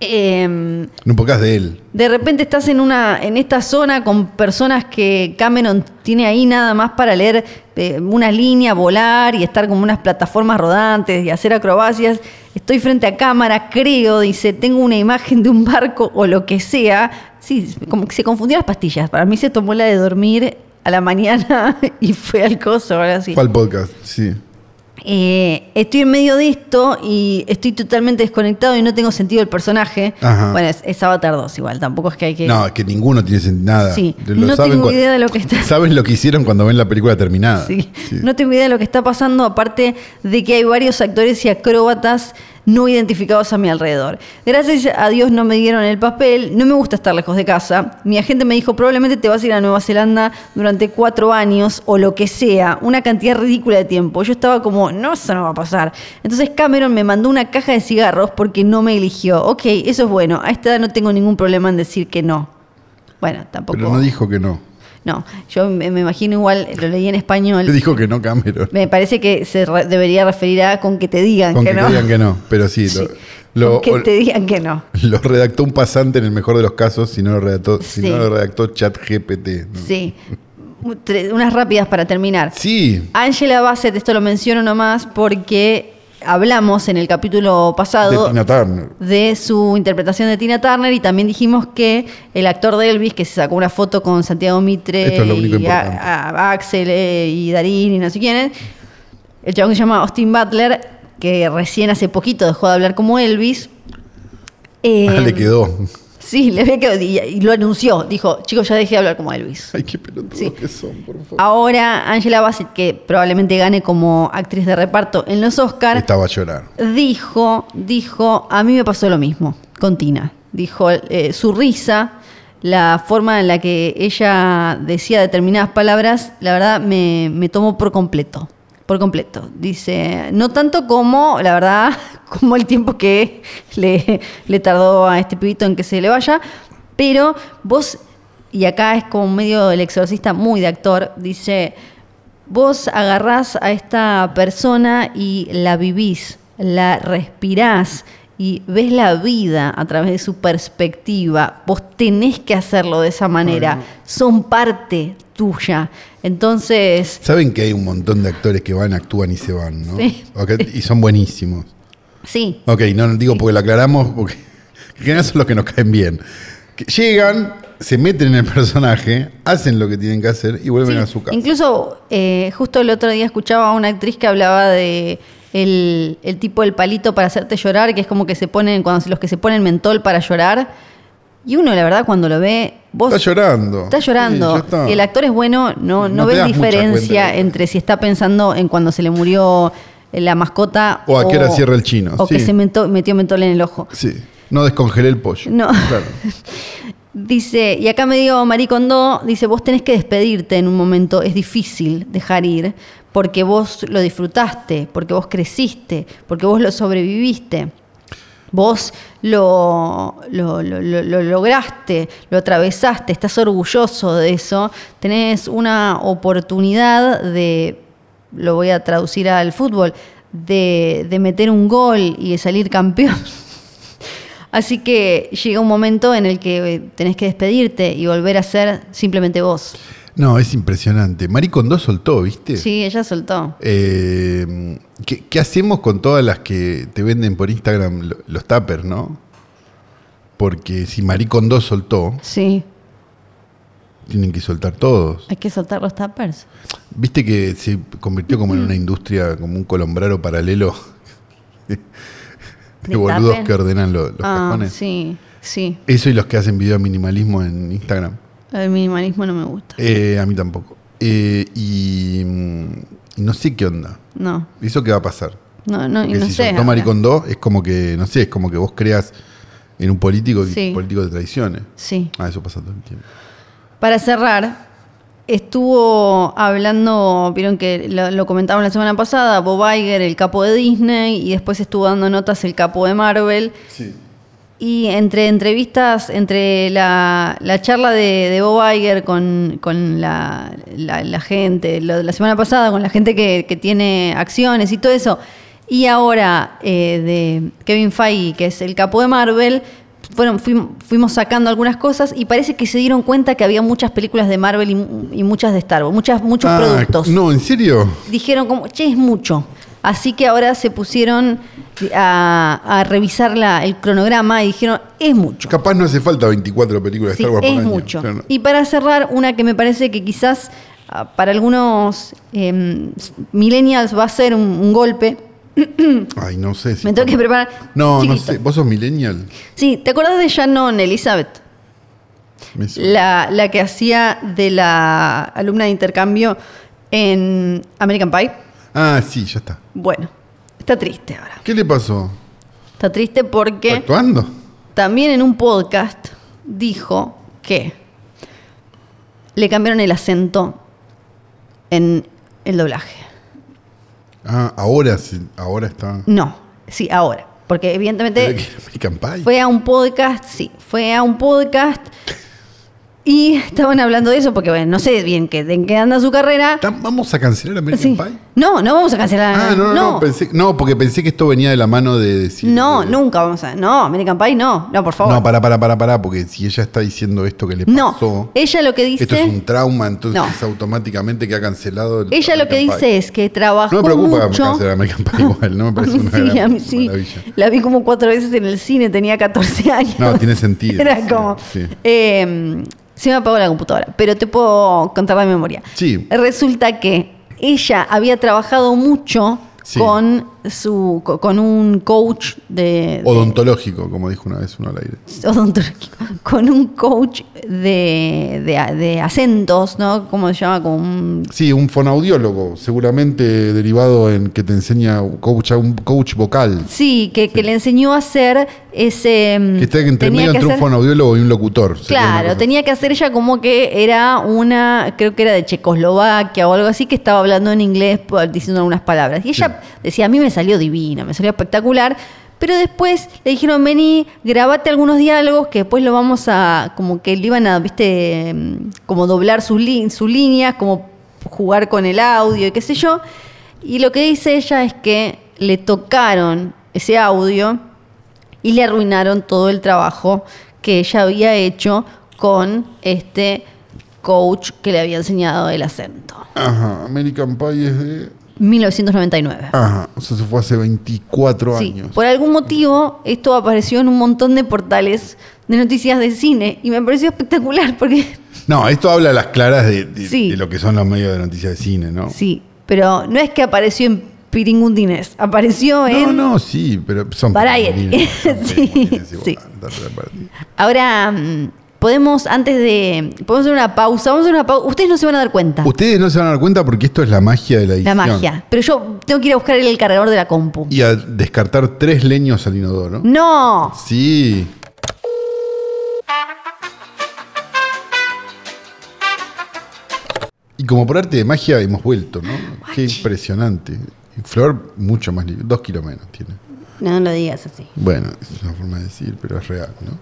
Speaker 3: Em,
Speaker 2: En un podcast de él.
Speaker 3: De repente estás en una en esta zona con personas que Cameron tiene ahí nada más para leer eh, una línea, volar y estar como unas plataformas rodantes y hacer acrobacias. Estoy frente a cámara, creo, dice, tengo una imagen de un barco o lo que sea. Sí, como que se confundió las pastillas. Para mí se tomó la de dormir a la mañana y fue al coso, ahora así.
Speaker 2: Fue al podcast, sí.
Speaker 3: Eh, estoy en medio de esto y estoy totalmente desconectado y no tengo sentido el personaje.
Speaker 2: Ajá.
Speaker 3: Bueno, es, es Avatar 2 igual, tampoco es que hay que...
Speaker 2: No, es que ninguno tiene sen- nada.
Speaker 3: Sí,
Speaker 2: Lo
Speaker 3: no
Speaker 2: saben
Speaker 3: tengo
Speaker 2: cuan-
Speaker 3: idea de lo que está-
Speaker 2: Saben lo que hicieron cuando ven la película terminada.
Speaker 3: Sí.
Speaker 2: Ah, Sí.
Speaker 3: No tengo idea de lo que está pasando, aparte de que hay varios actores y acróbatas no identificados a mi alrededor. Gracias a Dios no me dieron el papel, no me gusta estar lejos de casa. Mi agente me dijo, probablemente te vas a ir a Nueva Zelanda durante cuatro años o lo que sea, una cantidad ridícula de tiempo. Yo estaba como, no, eso no va a pasar. Entonces Cameron me mandó una caja de cigarros porque no me eligió. Ok, eso es bueno, a esta edad no tengo ningún problema en decir que no. Bueno, tampoco.
Speaker 2: Pero no dijo que no.
Speaker 3: No, yo me me imagino igual, lo leí en español.
Speaker 2: Le dijo que no Cameron.
Speaker 3: Me parece que se re- debería referir a con que te digan
Speaker 2: Con
Speaker 3: que,
Speaker 2: que,
Speaker 3: no.
Speaker 2: digan que no. Pero sí,
Speaker 3: Sí.
Speaker 2: lo, Mm. lo-
Speaker 3: Con que te digan que no.
Speaker 2: lo redactó un pasante en el mejor de los casos, si no lo redactó, si
Speaker 3: Sí.
Speaker 2: no lo redactó ChatGPT. ¿no?
Speaker 3: Sí. Un- tre- Unas rápidas para terminar.
Speaker 2: Sí,
Speaker 3: Angela Bassett, esto lo menciono nomás porque hablamos en el capítulo
Speaker 4: De
Speaker 3: pasado
Speaker 4: Tina Turner.
Speaker 3: de su interpretación de Tina Turner y también dijimos que el actor de Elvis que se sacó una foto con Santiago Mitre
Speaker 2: Esto es lo único
Speaker 3: y a-
Speaker 2: importante.
Speaker 3: a Axel eh, y Darín y no sé quiénes, el chabón que se llama Austin Butler, que recién hace poquito dejó de hablar como Elvis. eh,
Speaker 2: Ah, le quedó.
Speaker 3: Sí, le había quedado y, y lo anunció, dijo, chicos, ya dejé de hablar como Elvis.
Speaker 2: Ay, qué pelotudos
Speaker 3: Sí.
Speaker 2: que son, por favor.
Speaker 3: Ahora Angela Bassett, que probablemente gane como actriz de reparto en los Oscars,
Speaker 2: Estaba a llorar.
Speaker 3: dijo, dijo, a mí me pasó lo mismo con Tina. Dijo, eh, su risa, la forma en la que ella decía determinadas palabras, la verdad me, me tomó por completo. Por completo. Dice, no tanto como, la verdad, como el tiempo que le, le tardó a este pibito en que se le vaya, pero vos, y acá es como medio el exorcista muy de actor, dice, Vos agarrás a esta persona y la vivís, la respirás y ves la vida a través de su perspectiva. Vos tenés que hacerlo de esa manera. Son parte tuya. Entonces,
Speaker 2: Saben que hay un montón de actores que van, actúan y se van, ¿no?
Speaker 3: Sí.
Speaker 2: Ok, Y son buenísimos.
Speaker 3: sí,
Speaker 2: Ok, no no digo porque lo aclaramos, porque en general son los que nos caen bien. Que llegan, se meten en el personaje, hacen lo que tienen que hacer y vuelven
Speaker 3: Sí,
Speaker 2: a su casa.
Speaker 3: Incluso eh, justo el otro día escuchaba a una actriz que hablaba de el, el tipo del palito para hacerte llorar, que es como que se ponen, cuando se- los que se ponen mentol para llorar. Y uno, la verdad, cuando lo ve, vos.
Speaker 2: Está llorando.
Speaker 3: Está llorando.
Speaker 2: Sí, ya está.
Speaker 3: Y el actor es bueno, no, no,
Speaker 2: No te
Speaker 3: ves
Speaker 2: das mucha cuenta
Speaker 3: diferencia
Speaker 2: de-
Speaker 3: entre si está pensando en cuando se le murió la mascota.
Speaker 2: O a qué hora cierra el chino,
Speaker 3: O que
Speaker 2: sí.
Speaker 3: se mentó- metió mentol en el ojo.
Speaker 2: Sí. No descongelé el pollo.
Speaker 3: No.
Speaker 2: Claro.
Speaker 3: Dice, y acá me dio Marie Kondo, dice, vos tenés que despedirte en un momento, es difícil dejar ir, porque vos lo disfrutaste, porque vos creciste, porque vos lo sobreviviste, vos lo, lo- lo- lo- lo lograste, lo atravesaste, estás orgulloso de eso, tenés una oportunidad de, lo voy a traducir al fútbol, de, de meter un gol y de salir campeón. Así que llega un momento en el que eh, tenés que despedirte y volver a ser simplemente vos.
Speaker 2: No, es impresionante. Marie Kondo soltó, ¿viste?
Speaker 3: Sí, ella soltó.
Speaker 2: Eh, ¿qué, qué hacemos con todas las que te venden por Instagram lo- los tuppers, no? Porque si Marie Kondo soltó,
Speaker 3: Sí,
Speaker 2: tienen que soltar todos.
Speaker 3: hay que soltar los tappers.
Speaker 2: Viste que se convirtió como en una industria, como un colombraro paralelo de,
Speaker 3: ¿De
Speaker 2: boludos
Speaker 3: tupper?
Speaker 2: que ordenan lo- los
Speaker 3: ah,
Speaker 2: cajones.
Speaker 3: sí, sí.
Speaker 2: Eso y los que hacen video minimalismo en Instagram.
Speaker 3: El minimalismo no me gusta.
Speaker 2: Eh, a mí tampoco. Eh, y, mm, y no sé qué onda.
Speaker 3: No,
Speaker 2: ¿Eso qué va a pasar?
Speaker 3: no, no, y
Speaker 2: Porque
Speaker 3: no
Speaker 2: si
Speaker 3: sé.
Speaker 2: soltó Maricondo es como que, no sé, es como que vos creas en un político y
Speaker 3: Sí.
Speaker 2: el político de traiciones.
Speaker 3: Sí.
Speaker 2: Ah, eso pasa todo el tiempo.
Speaker 3: Para cerrar, estuvo hablando, vieron que lo, lo comentaban la semana pasada, Bob Iger, el capo de Disney, y después estuvo dando notas el capo de Marvel.
Speaker 2: Sí.
Speaker 3: Y entre entrevistas, entre la, la charla de, de Bob Iger con, con la, la- la gente, lo de la semana pasada, con la gente que, que tiene acciones y todo eso, y ahora eh, de Kevin Feige, que es el capo de Marvel, fueron, fuim- fuimos sacando algunas cosas y parece que se dieron cuenta que había muchas películas de Marvel y, mu- y muchas de Star Wars, muchas,
Speaker 2: Ah,
Speaker 3: muchos productos
Speaker 2: No, ¿en serio?
Speaker 3: dijeron como, che, es mucho. Así que ahora se pusieron a, a revisar la- el cronograma y dijeron, es mucho.
Speaker 2: Capaz no hace falta 24 películas
Speaker 3: Sí,
Speaker 2: de Star Wars por
Speaker 3: es
Speaker 2: año.
Speaker 3: mucho.
Speaker 2: Claro.
Speaker 3: Y para cerrar, una que me parece que quizás ah, para algunos eh, millennials va a ser un, un golpe.
Speaker 2: Ay, no sé. si-
Speaker 3: Me tengo que preparar.
Speaker 2: No, no
Speaker 3: Chiquito.
Speaker 2: sé. ¿Vos sos millennial?
Speaker 3: Sí, ¿te acordás de Shannon Elizabeth?
Speaker 2: Me suena.
Speaker 3: La, la que hacía de la alumna de intercambio en American Pie.
Speaker 2: Ah, sí, ya está.
Speaker 3: Bueno, está triste ahora.
Speaker 2: ¿Qué le pasó?
Speaker 3: Está triste porque...
Speaker 2: ¿Actuando?
Speaker 3: también en un podcast dijo que le cambiaron el acento en el doblaje.
Speaker 2: Ah, ahora, sí, ahora está.
Speaker 3: No, sí, ahora. Porque
Speaker 2: Pero
Speaker 3: evidentemente
Speaker 2: que era American Pie.
Speaker 3: fue a un podcast, sí, fue a un podcast y estaban hablando de eso porque, bueno, no sé bien qué, en qué anda su carrera.
Speaker 2: ¿Tan- ¿Vamos a cancelar American
Speaker 3: Sí.
Speaker 2: Pie?
Speaker 3: No, no vamos a cancelar.
Speaker 2: Ah, no, no, no, pensé- no, porque pensé que esto venía de la mano de decir.
Speaker 3: No,
Speaker 2: de-
Speaker 3: nunca vamos a. No, American Pie no, no, por favor.
Speaker 2: No, para, para, para, para, porque si ella está diciendo esto que le
Speaker 3: No,
Speaker 2: pasó,
Speaker 3: ella lo que dice.
Speaker 2: esto es un trauma, entonces
Speaker 3: No.
Speaker 2: automáticamente que ha cancelado. el
Speaker 3: Ella lo que
Speaker 2: American
Speaker 3: dice
Speaker 2: Pie.
Speaker 3: es que trabajó
Speaker 2: No me preocupa
Speaker 3: mucho.
Speaker 2: cancelar American Pie igual, no me
Speaker 3: A
Speaker 2: parece
Speaker 3: mí
Speaker 2: una
Speaker 3: sí,
Speaker 2: gran
Speaker 3: a mí sí.
Speaker 2: maravilla.
Speaker 3: La vi como cuatro veces en el cine, tenía 14 años.
Speaker 2: No, tiene sentido.
Speaker 3: Era
Speaker 2: Sí,
Speaker 3: como.
Speaker 2: sí.
Speaker 3: eh, se me apagó la computadora, pero te puedo contar la memoria.
Speaker 2: Sí.
Speaker 3: Resulta que ella había trabajado mucho
Speaker 2: Sí.
Speaker 3: con su co- con un coach de, de-
Speaker 2: Odontológico, como dijo una vez uno al aire.
Speaker 3: odontológico, con un coach de, de, de acentos, ¿no? ¿Cómo se llama? Como un
Speaker 4: Sí, un fonaudiólogo, seguramente derivado en que te enseña un coach, un coach vocal.
Speaker 3: Sí, que, que le enseñó a hacer ese. mm,
Speaker 2: Que está entre
Speaker 3: tenía
Speaker 2: medio
Speaker 3: que
Speaker 2: entre un
Speaker 3: hacer-
Speaker 2: fonoaudiólogo y un locutor. sería una
Speaker 3: Claro,
Speaker 2: cosa
Speaker 3: tenía que hacer ella como que era una, creo que era de Checoslovaquia o algo así, que estaba hablando en inglés po- diciendo algunas palabras. Y ella decía, a mí me salió divino, me salió espectacular. Pero después le dijeron, vení, grabate algunos diálogos que después lo vamos a, como que le iban a, viste, mm, como doblar sus, lí- sus líneas, como jugar con el audio y qué sé yo. Y lo que dice ella es que le tocaron ese audio y le arruinaron todo el trabajo que ella había hecho con este coach que le había enseñado el acento.
Speaker 4: Ajá, American Pie es de...
Speaker 3: 1999.
Speaker 4: Ajá, o sea, se fue hace 24
Speaker 3: Sí,
Speaker 4: años.
Speaker 3: por algún motivo esto apareció en un montón de portales de noticias de cine y me pareció espectacular porque
Speaker 2: No, esto habla a las claras de, de-
Speaker 3: Sí.
Speaker 2: de lo que son los medios de noticias de cine, ¿no?
Speaker 3: sí, pero no es que apareció en Piringundines, apareció
Speaker 2: No,
Speaker 3: en
Speaker 2: no, sí, pero son
Speaker 3: Variety.
Speaker 2: películas, son
Speaker 3: Sí,
Speaker 2: películas igual,
Speaker 3: sí.
Speaker 2: andate a la parte.
Speaker 3: Ahora, mm, Podemos, antes de. Podemos hacer una pausa. Vamos a hacer una pausa. Ustedes no se van a dar cuenta.
Speaker 2: Ustedes no se van a dar cuenta porque esto es la magia de la
Speaker 3: Ah. la
Speaker 2: edición.
Speaker 3: magia. Pero yo tengo que ir a buscar el cargador de la compu.
Speaker 2: Y a descartar tres leños al inodoro.
Speaker 3: ¡No!
Speaker 2: Sí. Y como por arte de magia hemos vuelto, ¿no? Qué impresionante. Y Flor, mucho más libre. Dos kilos menos tiene.
Speaker 3: No lo digas así.
Speaker 2: Bueno, es una forma de decir, pero es real, ¿no?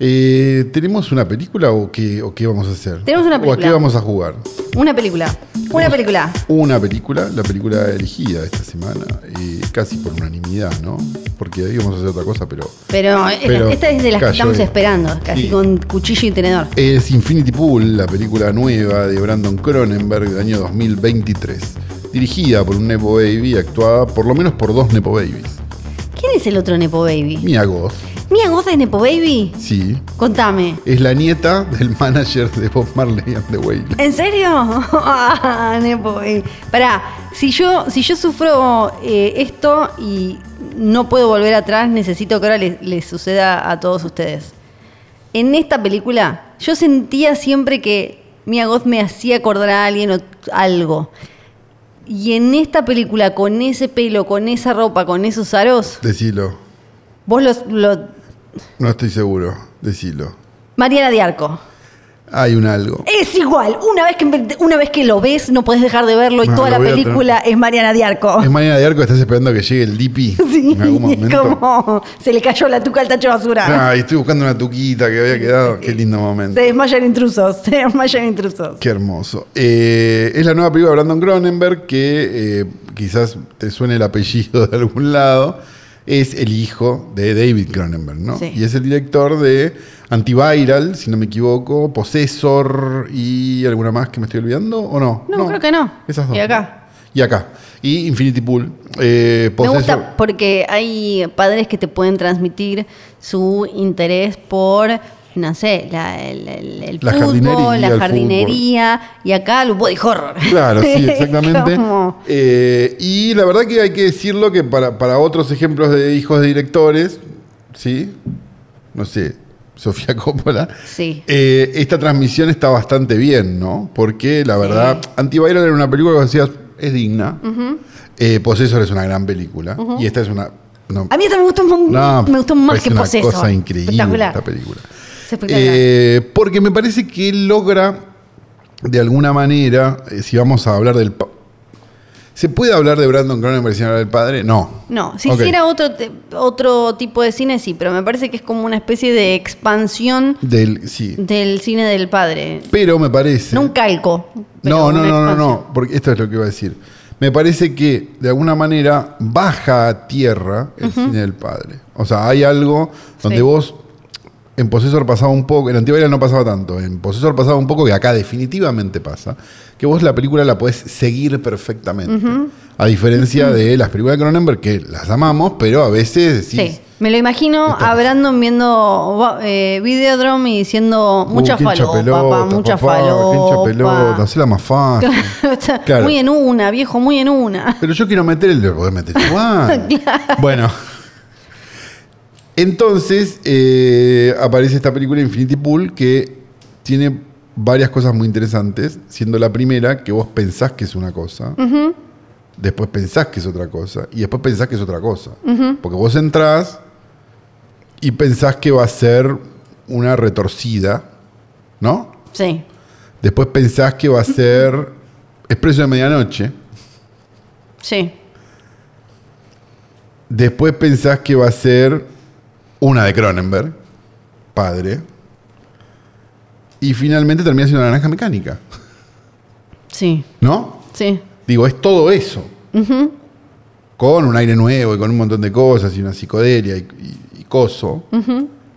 Speaker 2: Eh, ¿Tenemos una película o qué, o qué vamos a hacer?
Speaker 3: Tenemos una
Speaker 2: ¿O a qué
Speaker 3: película.
Speaker 2: vamos a jugar?
Speaker 3: Una película. Una película.
Speaker 2: Una película, la película elegida esta semana, eh, casi por unanimidad, ¿no? Porque ahí vamos a hacer otra cosa, pero
Speaker 3: Pero, eh,
Speaker 2: Pero
Speaker 3: esta es de las que
Speaker 2: cayó
Speaker 3: estamos
Speaker 2: ahí.
Speaker 3: esperando. Casi
Speaker 2: Sí.
Speaker 3: con cuchillo y tenedor.
Speaker 2: Es Infinity Pool, la película nueva de Brandon Cronenberg del año 2023. Dirigida por un Nepo Baby, actuada por lo menos por dos Nepo Babies.
Speaker 3: ¿Quién es el otro Nepo Baby?
Speaker 2: Mia Goth,
Speaker 3: ¿Mía Goza es Nepo Baby?
Speaker 2: sí,
Speaker 3: Contame.
Speaker 2: es la nieta del manager de Bob Marley and the Wailers.
Speaker 3: ¿En serio? Ah, Nepo Baby. Pará, si yo, si yo sufro eh, esto y no puedo volver atrás, necesito que ahora les, les suceda a todos ustedes. En esta película, yo sentía siempre que Mia Goth me hacía acordar a alguien o t- algo. Y en esta película, con ese pelo, con esa ropa, con esos aros,
Speaker 2: Decilo,
Speaker 3: vos los. los-
Speaker 2: no estoy seguro, decilo.
Speaker 3: Mariana de Arco.
Speaker 2: Hay un algo.
Speaker 3: Es igual, una vez que, una vez que lo ves no podés dejar de verlo y
Speaker 2: No,
Speaker 3: toda
Speaker 2: lo
Speaker 3: la
Speaker 2: voy a
Speaker 3: película es Mariana Diarco.
Speaker 2: Es Mariana de Arco, estás esperando que llegue el Dipi
Speaker 3: Sí,
Speaker 2: en algún
Speaker 3: es
Speaker 2: momento.
Speaker 3: como se le cayó la tuca al tacho de basura.
Speaker 2: Ah, estoy buscando una tuquita que había quedado. Qué lindo momento.
Speaker 3: Se desmayan intrusos, se desmayan intrusos.
Speaker 2: Qué hermoso. Eh, es la nueva película de Brandon Cronenberg que eh, quizás te suene el apellido de algún lado. Es el hijo de David Cronenberg, ¿no?
Speaker 3: Sí.
Speaker 2: Y es el director de Antiviral, si no me equivoco, Possessor y alguna más que me estoy olvidando, ¿o no?
Speaker 3: No, creo que no.
Speaker 2: Esas dos.
Speaker 3: Y acá.
Speaker 2: Y acá. Y Infinity Pool. Eh,
Speaker 3: Me
Speaker 2: Possessor.
Speaker 3: gusta porque hay padres que te pueden transmitir su interés por, no sé, la- el, el- el
Speaker 2: La
Speaker 3: fútbol,
Speaker 2: jardinería, el
Speaker 3: la
Speaker 2: fútbol.
Speaker 3: jardinería y acá el body horror.
Speaker 2: Claro, sí, exactamente.
Speaker 3: Como-
Speaker 2: Eh, y la verdad que hay que decirlo que para, para otros ejemplos de hijos de directores, ¿sí? No sé, Sofía Coppola.
Speaker 3: Sí.
Speaker 2: eh, esta transmisión está bastante bien, ¿no? Porque la verdad, Antiviral era una película que decías, es digna. Eh, Possessor es una gran película. Y esta es una. No,
Speaker 3: A mí esta me gustó, un-
Speaker 2: no,
Speaker 3: me gustó más
Speaker 2: es
Speaker 3: que
Speaker 2: una
Speaker 3: Poseso.
Speaker 2: cosa increíble
Speaker 3: Espectacular.
Speaker 2: esta película.
Speaker 3: Es espectacular.
Speaker 2: Eh, porque me parece que él logra, de alguna manera, eh, si vamos a hablar del... pa- ¿Se puede hablar de Brandon Cronenberg sin hablar del padre? No.
Speaker 3: No, si
Speaker 2: Ok.
Speaker 3: hiciera otro, te- otro tipo de cine, sí, pero me parece que es como una especie de expansión
Speaker 2: Del, sí.
Speaker 3: del cine del padre.
Speaker 2: Pero me parece...
Speaker 3: No un calco. pero
Speaker 2: No, no,
Speaker 3: una
Speaker 2: no, no,
Speaker 3: expansión.
Speaker 2: no, porque esto es lo que iba a decir. Me parece que de alguna manera baja a tierra el cine del padre. O sea, hay algo donde
Speaker 3: Sí.
Speaker 2: vos en Possessor pasaba un poco, en Antibaila no pasaba tanto, en Possessor pasaba un poco que acá definitivamente pasa, que vos la película la podés seguir perfectamente. A diferencia de las películas de Cronenberg que las amamos, pero a veces
Speaker 3: Sí.
Speaker 2: decís,
Speaker 3: Me lo imagino
Speaker 2: Está.
Speaker 3: a Brandon viendo eh, Videodrome y diciendo
Speaker 2: "Uh,
Speaker 3: mucha
Speaker 2: qué hincha
Speaker 3: falopa,
Speaker 2: pelota,
Speaker 3: papá, mucha
Speaker 2: papá, qué hincha pelota,
Speaker 3: falopa.
Speaker 2: hacela más fácil.
Speaker 3: Está
Speaker 2: Claro.
Speaker 3: Muy en una, viejo, muy en una.
Speaker 2: Pero yo quiero meter el... Podés meter igual. Bueno. Entonces, eh, aparece esta película Infinity Pool que tiene varias cosas muy interesantes, siendo la primera que vos pensás que es una cosa, después pensás que es otra cosa, y después pensás que es otra cosa. Porque vos entrás y pensás que va a ser una retorcida, ¿no?
Speaker 3: Sí.
Speaker 2: Después pensás que va a ser Expreso de Medianoche.
Speaker 3: Sí.
Speaker 2: Después pensás que va a ser una de Cronenberg, padre. Y finalmente termina siendo una naranja mecánica,
Speaker 3: Sí.
Speaker 2: ¿no?
Speaker 3: Sí.
Speaker 2: Digo, es todo eso. Con un aire nuevo y con un montón de cosas y una psicodelia y, y- y coso.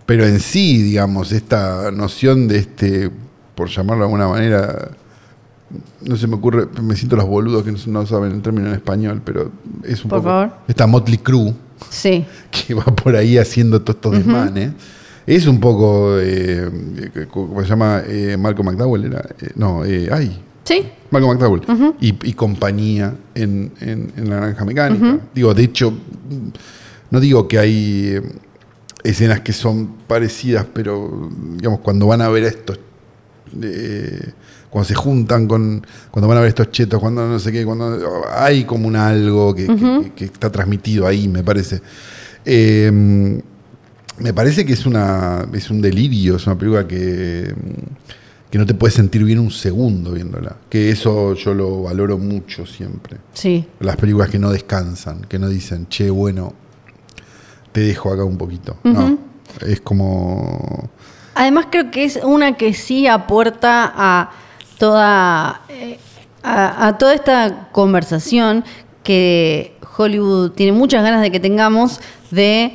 Speaker 2: Pero en sí, digamos, esta noción de este, por llamarlo de alguna manera, no se me ocurre, me siento los boludos que no, no saben el término en español, pero es un
Speaker 3: Por
Speaker 2: poco.
Speaker 3: favor.
Speaker 2: Esta Motley Crue
Speaker 3: Sí.
Speaker 2: que va por ahí haciendo todos estos desmanes. Es un poco, eh, eh, ¿cómo se llama? Eh, Marco McDowell era. eh, no, eh, ay,
Speaker 3: Sí.
Speaker 2: Marco McDowell. y, y compañía en, en- en La Naranja Mecánica. Digo, de hecho, no digo que hay eh, escenas que son parecidas, pero digamos, cuando van a ver a estos, eh, cuando se juntan con, cuando van a ver estos chetos, cuando no sé qué, cuando hay como un algo que, que- que- que está transmitido ahí, me parece. Eh, me parece que es una es un delirio, es una película que, que no te puedes sentir bien un segundo viéndola. Que eso yo lo valoro mucho siempre
Speaker 3: Sí.
Speaker 2: las películas que no descansan, que no dicen, che, bueno, te dejo acá un poquito. No, es como...
Speaker 3: Además creo que es una que sí aporta a toda, eh, a, a toda esta conversación que Hollywood tiene muchas ganas de que tengamos de,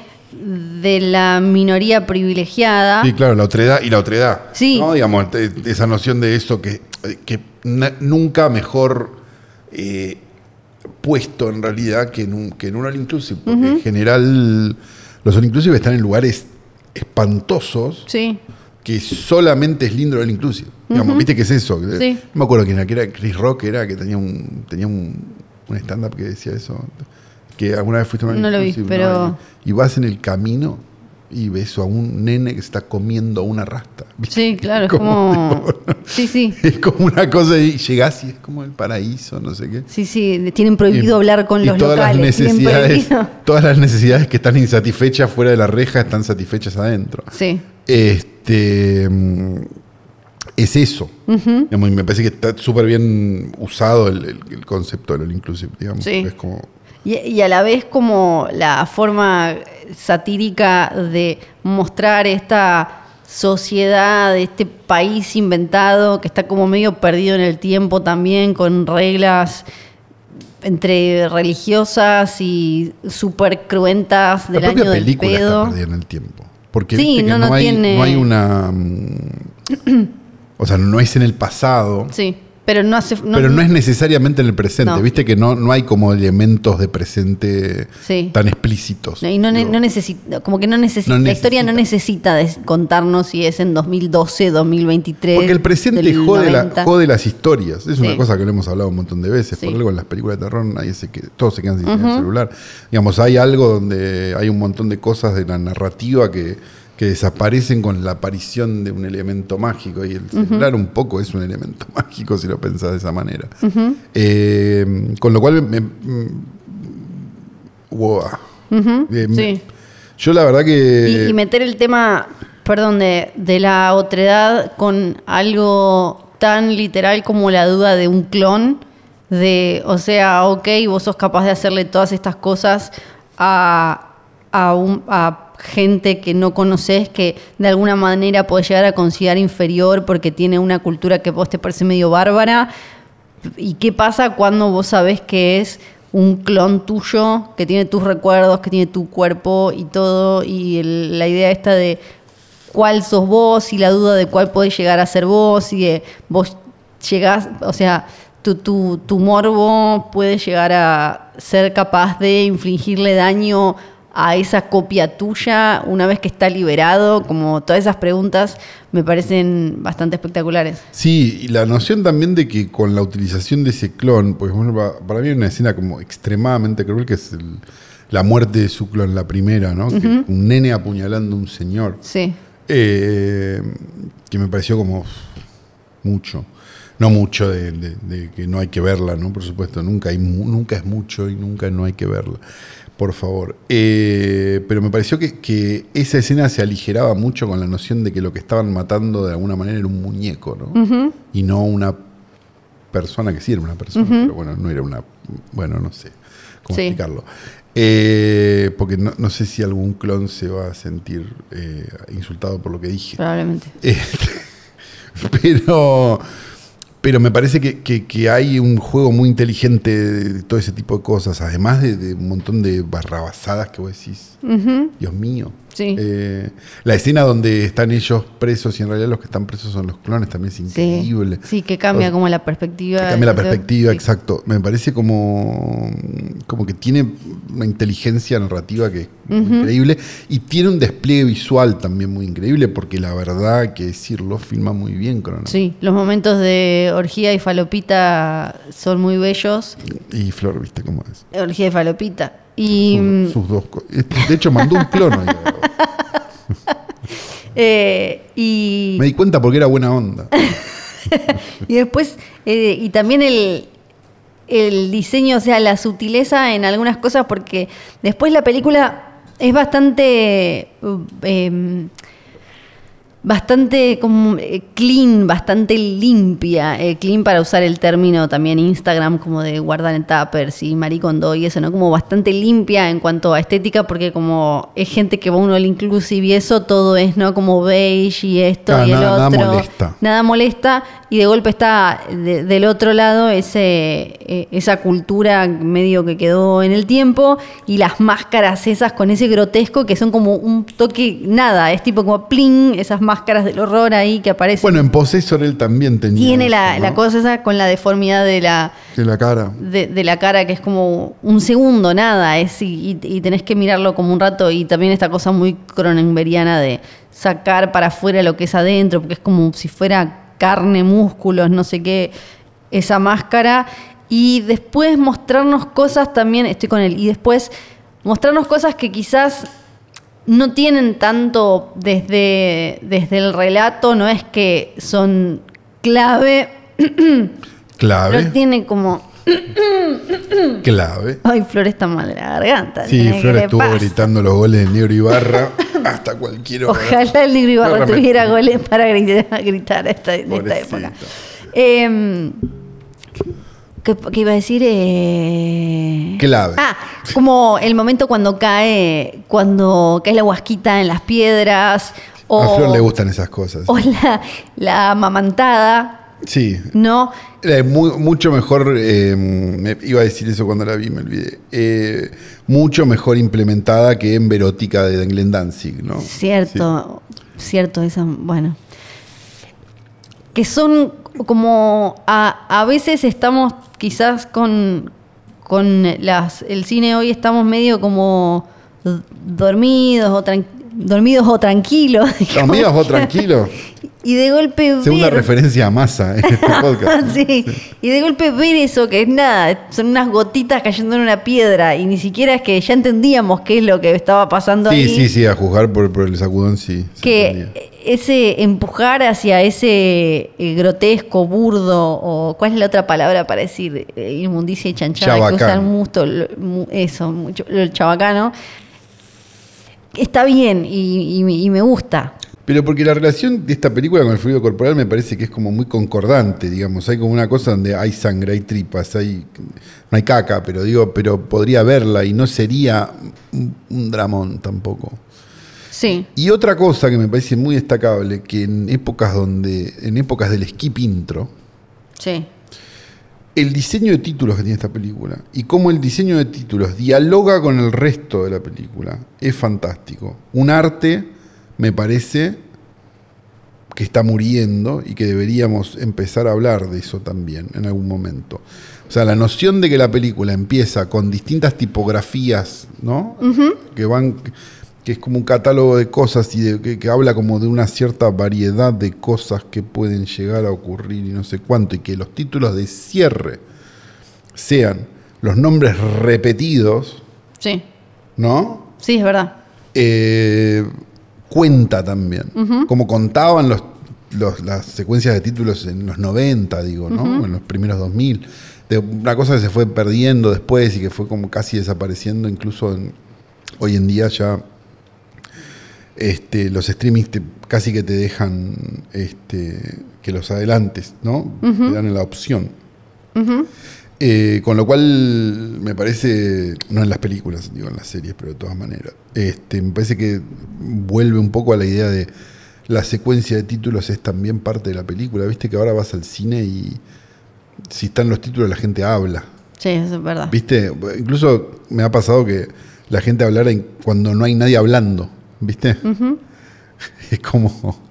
Speaker 3: de la minoría privilegiada.
Speaker 2: Sí, claro, la otredad y la otredad.
Speaker 3: Ah. Sí.
Speaker 2: ¿no? Digamos, te- esa noción de eso que, que na- nunca mejor eh, puesto en realidad que en un, que en un All Inclusive. Porque en general los All Inclusive están en lugares espantosos
Speaker 3: Sí.
Speaker 2: que solamente es lindo el inclusive. Digamos, viste que es eso. Eh,
Speaker 3: Sí.
Speaker 2: No me acuerdo quién era, que era Chris Rock, era que tenía un tenía un, un stand-up que decía eso. Que alguna vez fuiste a un
Speaker 3: No lo vi,
Speaker 2: inclusive, eh,
Speaker 3: pero-
Speaker 2: Y, y vas en el camino y ves a un nene que se está comiendo una rasta. ¿viste?
Speaker 3: Sí, claro, es
Speaker 2: Como
Speaker 3: como...
Speaker 2: tipo-
Speaker 3: Sí, sí.
Speaker 2: Es como una cosa y llegás y es como el paraíso, no sé qué.
Speaker 3: Sí, sí, tienen
Speaker 2: Y-
Speaker 3: prohibido hablar con
Speaker 2: y
Speaker 3: los
Speaker 2: todas
Speaker 3: locales.
Speaker 2: Las
Speaker 3: tienen
Speaker 2: necesidades,
Speaker 3: prohibido-
Speaker 2: todas las necesidades que están insatisfechas fuera de la reja están satisfechas adentro.
Speaker 3: Sí.
Speaker 2: Este, mm, es eso. Digamos, y me parece que está súper bien usado el, el- el concepto de lo inclusive, digamos.
Speaker 3: Sí.
Speaker 2: Es como,
Speaker 3: Y, y a la vez como la forma satírica de mostrar esta sociedad, este país inventado que está como medio perdido en el tiempo también, con reglas entre religiosas y súper cruentas del
Speaker 2: la propia
Speaker 3: año del
Speaker 2: película está
Speaker 3: pedo.
Speaker 2: perdida en el tiempo. Porque
Speaker 3: Sí,
Speaker 2: viste que
Speaker 3: no,
Speaker 2: no,
Speaker 3: no
Speaker 2: hay,
Speaker 3: tiene-
Speaker 2: no hay una... mm, o sea, no es en el pasado,
Speaker 3: Sí, pero no hace... no-
Speaker 2: pero no es necesariamente en el presente.
Speaker 3: No.
Speaker 2: Viste que no, no hay como elementos de presente
Speaker 3: Sí.
Speaker 2: tan explícitos.
Speaker 3: Y no, ne-
Speaker 2: Digo,
Speaker 3: no necesita, como que no necesita,
Speaker 2: No
Speaker 3: la historia no necesita des- contarnos si es en 2012, 2023.
Speaker 2: Porque el presente
Speaker 3: del
Speaker 2: jode, la,
Speaker 3: 90.
Speaker 2: jode las historias. Es una
Speaker 3: Sí.
Speaker 2: cosa que lo hemos hablado un montón de veces.
Speaker 3: Sí.
Speaker 2: Por algo en las películas de terror nadie se que todos se quedan sin tener celular. Digamos, hay algo donde hay un montón de cosas de la narrativa que, que desaparecen con la aparición de un elemento mágico. Y el celular un poco es un elemento mágico si lo pensás de esa manera. Eh, con lo cual me- me- wow. Eh, me-
Speaker 3: Sí.
Speaker 2: Yo la verdad que...
Speaker 3: Y, y meter el tema, perdón, de, de la otredad con algo tan literal como la duda de un clon, de, o sea, ok, vos sos capaz de hacerle todas estas cosas a, a, un- a gente que no conoces, que de alguna manera podés llegar a considerar inferior porque tiene una cultura que vos te parece medio bárbara, ¿Y qué pasa cuando vos sabés que es un clon tuyo, que tiene tus recuerdos, que tiene tu cuerpo y todo? Y el- la idea esta de cuál sos vos y la duda de cuál podés llegar a ser vos y de vos llegás, o sea, tu, tu, tu morbo puede llegar a ser capaz de infligirle daño a esa copia tuya una vez que está liberado, como todas esas preguntas me parecen bastante espectaculares.
Speaker 2: Sí, y la noción también de que con la utilización de ese clon, porque bueno, pa- para mí hay una escena como extremadamente cruel que es el- la muerte de su clon, la primera, ¿no? Que- un nene apuñalando a un señor,
Speaker 3: Sí,
Speaker 2: eh, que me pareció como uf, mucho. No mucho de, de- de que no hay que verla, ¿no? Por supuesto, nunca, hay, mu- nunca es mucho y nunca no hay que verla, por favor. Eh, pero me pareció que, que esa escena se aligeraba mucho con la noción de que lo que estaban matando de alguna manera era un muñeco, ¿no? y no una persona que sí era una persona, pero bueno, no era una. Bueno, no sé cómo
Speaker 3: Sí.
Speaker 2: explicarlo. Eh, porque no, no sé si algún clon se va a sentir eh, insultado por lo que dije.
Speaker 3: probablemente.
Speaker 2: Este, pero, pero me parece que, que- que hay un juego muy inteligente de todo ese tipo de cosas, además de, de un montón de barrabasadas que vos decís. Dios mío.
Speaker 3: Sí.
Speaker 2: Eh, la escena donde están ellos presos y en realidad los que están presos son los clones también es increíble.
Speaker 3: Sí, que cambia como la perspectiva.
Speaker 2: Te cambia la
Speaker 3: de-
Speaker 2: perspectiva,
Speaker 3: sí.
Speaker 2: exacto. Me parece como, como que tiene una inteligencia narrativa que es muy increíble y tiene un despliegue visual también muy increíble porque la verdad hay que decirlo filma muy bien Crono.
Speaker 3: Sí, los momentos de orgía y falopita son muy bellos.
Speaker 2: Y Flor, viste cómo es.
Speaker 3: Orgía y falopita.
Speaker 2: Sus,
Speaker 3: Y
Speaker 2: eh,
Speaker 3: mm,
Speaker 2: sus dos co- este, De hecho, mandó un clon. hoy,
Speaker 3: Eh, y,
Speaker 2: Me di cuenta porque era buena onda.
Speaker 3: y después, eh, y también el, el diseño, o sea, la sutileza en algunas cosas, porque después la película es bastante. uh, em, bastante como eh, clean, bastante limpia. eh, clean para usar el término también Instagram, como de guardar en tuppers y maricondo y eso, ¿no? Como bastante limpia en cuanto a estética, porque como es gente que va a uno al inclusive y eso, todo es, ¿no? Como beige y esto
Speaker 2: Claro,
Speaker 3: y el
Speaker 2: Ah, nada- nada
Speaker 3: otro.
Speaker 2: molesta.
Speaker 3: Nada molesta. Y de golpe está de- del otro lado ese, eh, esa cultura medio que quedó en el tiempo y las máscaras esas con ese grotesco que son como un toque nada. Es tipo como pling, esas máscaras del horror ahí que aparecen.
Speaker 2: Bueno, en Possessor él también tenía.
Speaker 3: Tiene
Speaker 2: eso,
Speaker 3: la,
Speaker 2: ¿no?
Speaker 3: la cosa esa con la deformidad de la,
Speaker 2: Sí, la cara.
Speaker 3: de, de la cara que es como un segundo, nada, es y, y- y tenés que mirarlo como un rato y también esta cosa muy cronenberiana de sacar para afuera lo que es adentro, porque es como si fuera carne, músculos, no sé qué, esa máscara. Y después mostrarnos cosas también, estoy con él, y después mostrarnos cosas que quizás no tienen tanto desde, desde el relato, no es que son clave,
Speaker 2: Clave.
Speaker 3: pero tiene como...
Speaker 2: Clave.
Speaker 3: Ay, Flor está mal de la garganta.
Speaker 2: Sí,
Speaker 3: nena, ¿qué
Speaker 2: Flor
Speaker 3: le
Speaker 2: estuvo
Speaker 3: pasa?
Speaker 2: gritando los goles del negro Ibarra hasta cualquier hora.
Speaker 3: Ojalá el negro Ibarra
Speaker 2: Claramente.
Speaker 3: tuviera goles para gritar, gritar a esta, en esta
Speaker 2: Pobrecito.
Speaker 3: época. Em, ¿qué, qué iba a decir? Eh,
Speaker 2: Clave.
Speaker 3: Ah, como el momento cuando cae, cuando cae la huasquita en las piedras. O,
Speaker 2: A Flor le gustan esas cosas.
Speaker 3: O la, la amamantada,
Speaker 2: Sí.
Speaker 3: ¿no?
Speaker 2: Era mu- mucho mejor, eh, me- iba a decir eso cuando la vi, me olvidé. Eh, mucho mejor implementada que en Verótica de Glenn Danzig, ¿no?
Speaker 3: Cierto, cierto, esa, bueno. Que son como a, a veces estamos quizás con, con las, el cine hoy estamos medio como d- dormidos o tran- dormidos o tranquilos. digamos.
Speaker 2: Dormidos o tranquilos.
Speaker 3: Y de golpe
Speaker 2: Segunda
Speaker 3: ver-
Speaker 2: referencia a masa en este podcast.
Speaker 3: Sí, y de golpe ver eso, que es nada, son unas gotitas cayendo en una piedra y ni siquiera es que ya entendíamos qué es lo que estaba pasando ahí
Speaker 2: Sí, sí, sí, a juzgar por, por el sacudón, sí. se entendía.
Speaker 3: que ese empujar hacia ese eh, grotesco, burdo, o ¿cuál es la otra palabra para decir eh, inmundicia y chanchada que
Speaker 2: Chabacán.
Speaker 3: usan mucho, lo- mu- eso, mucho, el chabacano? Está bien y, y- y me gusta.
Speaker 2: Pero porque la relación de esta película con el fluido corporal me parece que es como muy concordante, digamos. Hay como una cosa donde hay sangre, hay tripas, hay. No hay caca, pero digo, pero podría verla y no sería un, un dramón tampoco.
Speaker 3: Sí.
Speaker 2: Y otra cosa que me parece muy destacable, que en épocas donde. en épocas del skip intro,
Speaker 3: Sí.
Speaker 2: el diseño de títulos que tiene esta película y cómo el diseño de títulos dialoga con el resto de la película es fantástico. Un arte, me parece, que está muriendo y que deberíamos empezar a hablar de eso también en algún momento. O sea, la noción de que la película empieza con distintas tipografías, ¿no? Que van que es como un catálogo de cosas y de- que, que habla como de una cierta variedad de cosas que pueden llegar a ocurrir y no sé cuánto, y que los títulos de cierre sean los nombres repetidos,
Speaker 3: Sí.
Speaker 2: ¿no?
Speaker 3: Sí, es verdad.
Speaker 2: eh, cuenta también. Como contaban los, los- las secuencias de títulos en los 90, digo, ¿no? En los primeros 2000. De una cosa que se fue perdiendo después y que fue como casi desapareciendo, incluso en- hoy en día ya. Este, los streamings te- casi que te dejan este, que los adelantes, ¿no? Te dan la opción. Eh, con lo cual me parece, no en las películas, digo en las series, pero de todas maneras, este, me parece que vuelve un poco a la idea de la secuencia de títulos es también parte de la película. Viste que ahora vas al cine y si están los títulos la gente habla.
Speaker 3: Sí, eso es verdad.
Speaker 2: Viste, incluso me ha pasado que la gente hablara en- cuando no hay nadie hablando. Viste, es como...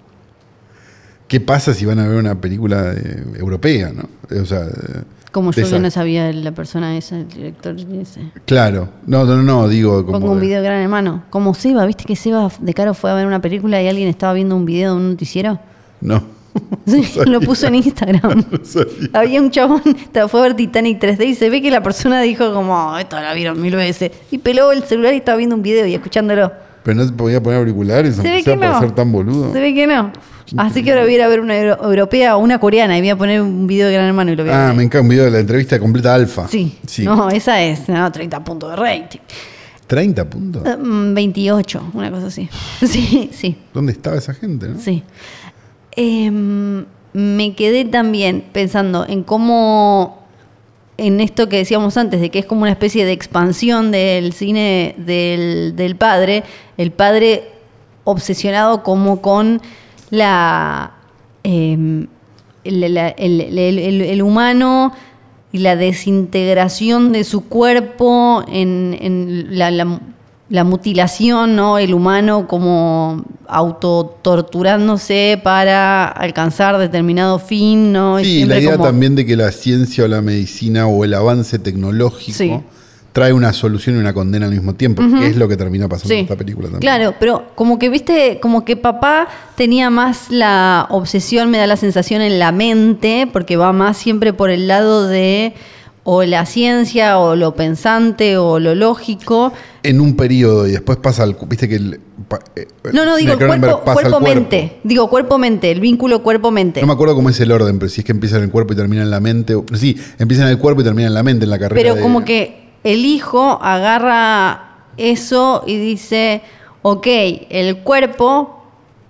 Speaker 2: ¿Qué pasa si van a ver una película eh, europea, no? O sea, eh,
Speaker 3: Como yo
Speaker 2: de
Speaker 3: que
Speaker 2: esas-
Speaker 3: no sabía la persona esa, el director ese.
Speaker 2: Claro, no, no, no, digo como.
Speaker 3: Pongo un
Speaker 2: de-
Speaker 3: video de gran hermano. Como Seba, ¿viste que Seba de caro fue a ver una película y alguien estaba viendo un video de un noticiero?
Speaker 2: No.
Speaker 3: Sí, lo puso en Instagram. Había un chabón, te- fue a ver Titanic 3D y se ve "Oh, que la persona dijo como, esto la vieron mil veces. Y peló el celular y estaba viendo un video y escuchándolo.
Speaker 2: Pero no se podía poner auriculares,
Speaker 3: Se ve
Speaker 2: aunque
Speaker 3: que
Speaker 2: sea para
Speaker 3: no.
Speaker 2: ser tan boludo.
Speaker 3: Se ve que no. Así que ahora voy a ir a ver una euro- europea o una coreana y voy a poner un video de Gran Hermano y lo voy a
Speaker 2: Ah,
Speaker 3: ver.
Speaker 2: me encanta un video de la entrevista completa alfa.
Speaker 3: Sí. No, esa es. No, 30 puntos de rating.
Speaker 2: 30 puntos.
Speaker 3: Mm, 28, una cosa así. Sí, sí,
Speaker 2: ¿Dónde estaba esa gente, no?
Speaker 3: sí. Em, me quedé también pensando en cómo, en esto que decíamos antes, de que es como una especie de expansión del cine del, del padre, el padre obsesionado como con la... em, el, la- el- el- el- el humano y la desintegración de su cuerpo en, en la, la- la mutilación, ¿no? El humano como autotorturándose para alcanzar determinado fin, ¿no? Y
Speaker 2: Sí,
Speaker 3: siempre
Speaker 2: la idea
Speaker 3: como-
Speaker 2: también de que la ciencia o la medicina o el avance tecnológico
Speaker 3: Sí.
Speaker 2: trae una solución y una condena al mismo tiempo, que es lo que termina pasando en esta película también.
Speaker 3: Claro, pero como que viste, como que papá tenía más la obsesión, me da la sensación en la mente, porque va más siempre por el lado de o la ciencia o lo pensante o lo lógico.
Speaker 2: En un periodo y después pasa al. cu- Viste que. el- pa- eh,
Speaker 3: No, no, digo
Speaker 2: Cronenberg
Speaker 3: cuerpo-
Speaker 2: pasa al
Speaker 3: cuerpo-mente. digo cuerpo-mente, el vínculo cuerpo-mente.
Speaker 2: No me acuerdo cómo es el orden, pero si es que empieza en el cuerpo y termina en la mente. o- Sí, empieza en el cuerpo y termina en la mente, en la carrera.
Speaker 3: Pero
Speaker 2: de-
Speaker 3: como que el hijo agarra eso y dice, ok, el cuerpo,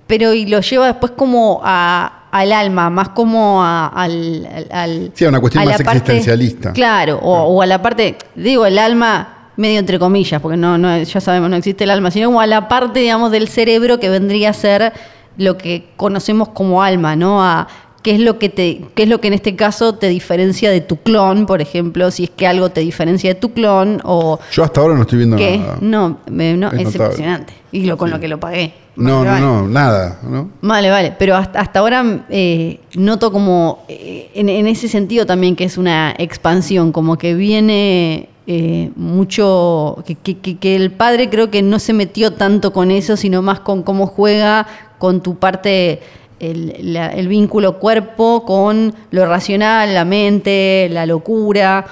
Speaker 3: pero y lo lleva después como a- al alma, más como a- al, al- al-
Speaker 2: Sí, a una cuestión más
Speaker 3: la parte-
Speaker 2: existencialista.
Speaker 3: Claro, o, o a la parte, digo, el alma medio entre comillas, porque no, no, ya sabemos, no existe el alma, sino como a la parte, digamos, del cerebro que vendría a ser lo que conocemos como alma, ¿no? A qué es lo que te, qué es lo que en este caso te diferencia de tu clon, por ejemplo, si es que algo te diferencia de tu clon, o
Speaker 2: Yo hasta ahora no estoy viendo
Speaker 3: qué.
Speaker 2: nada.
Speaker 3: No, me- no,
Speaker 2: Es
Speaker 3: es,
Speaker 2: notable.
Speaker 3: impresionante. Y lo con lo que lo pagué.
Speaker 2: No,
Speaker 3: Vale,
Speaker 2: no,
Speaker 3: vale.
Speaker 2: no, nada. ¿no?
Speaker 3: Vale, vale, pero hasta, hasta ahora eh, noto como eh, en, en ese sentido también que es una expansión, como que viene eh, mucho, que, que- que- que el padre creo que no se metió tanto con eso, sino más con cómo juega con tu parte, el, la- el vínculo cuerpo con lo racional, la mente, la locura,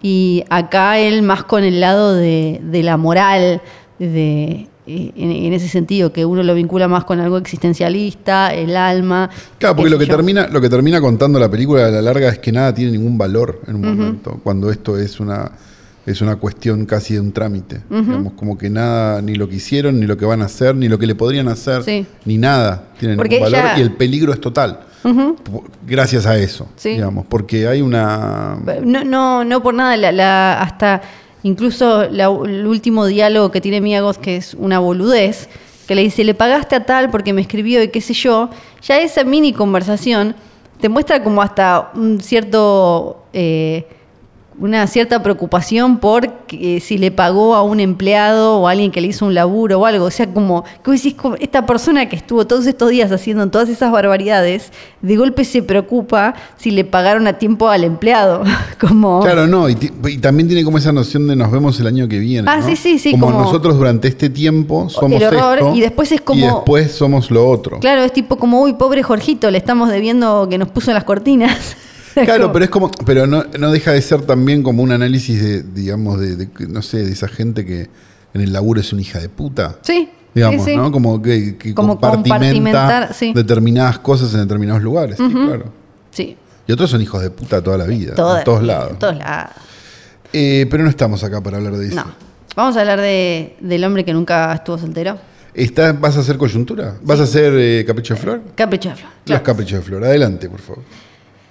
Speaker 3: y acá él más con el lado de, de la moral, de, eh, en, en ese sentido, que uno lo vincula más con algo existencialista, el alma.
Speaker 2: Claro, porque
Speaker 3: qué
Speaker 2: lo
Speaker 3: sé
Speaker 2: que,
Speaker 3: yo.
Speaker 2: termina, lo que termina contando la película a la larga es que nada tiene ningún valor en un momento, cuando esto es una, es una cuestión casi de un trámite. Digamos, como que nada, ni lo que hicieron, ni lo que van a hacer, ni lo que le podrían hacer,
Speaker 3: Sí.
Speaker 2: ni nada tiene
Speaker 3: Porque
Speaker 2: ningún valor
Speaker 3: ella-
Speaker 2: y el peligro es total. P- Gracias a eso,
Speaker 3: Sí.
Speaker 2: digamos, porque hay una...
Speaker 3: No, no, no por nada, la- la- hasta incluso la- el último diálogo que tiene Miagos, que es una boludez, que le dice, le pagaste a tal porque me escribió y qué sé yo, ya esa mini conversación te muestra como hasta un cierto... eh, una cierta preocupación por que- eh, si le pagó a un empleado o a alguien que le hizo un laburo o algo. O sea, como, que vos decís, como, esta persona que estuvo todos estos días haciendo todas esas barbaridades, de golpe se preocupa si le pagaron a tiempo al empleado. como,
Speaker 2: Claro, no, y, ti- y también tiene como esa noción de nos vemos el año que viene.
Speaker 3: Ah,
Speaker 2: ¿no?
Speaker 3: sí, sí, sí,
Speaker 2: Como,
Speaker 3: como-
Speaker 2: nosotros durante este tiempo somos
Speaker 3: horror,
Speaker 2: esto,
Speaker 3: y después es
Speaker 2: y
Speaker 3: como-
Speaker 2: después somos lo otro.
Speaker 3: claro, es tipo como, uy, pobre Jorgito, le estamos debiendo que nos puso en las cortinas.
Speaker 2: Claro,
Speaker 3: Como-
Speaker 2: pero es como, pero no, no deja de ser también como un análisis de, digamos, de, de, no sé, de esa gente que en el laburo es una hija de puta.
Speaker 3: Sí,
Speaker 2: Digamos,
Speaker 3: sí, sí.
Speaker 2: ¿no? Como que, que
Speaker 3: Como
Speaker 2: compartimenta
Speaker 3: compartimentar, sí.
Speaker 2: determinadas cosas en determinados lugares, sí, claro.
Speaker 3: Sí,
Speaker 2: Y otros son hijos de puta toda la vida,
Speaker 3: toda-
Speaker 2: en todos lados.
Speaker 3: en todos lados.
Speaker 2: Eh, pero no estamos acá para hablar de eso.
Speaker 3: No. Vamos a hablar de, del hombre que nunca estuvo soltero.
Speaker 2: Está- ¿Vas a hacer coyuntura? ¿Vas a hacer eh, Capricho de Flor?
Speaker 3: Capricho de Flor,
Speaker 2: Los
Speaker 3: claro.
Speaker 2: Caprichos de Flor, adelante, por favor.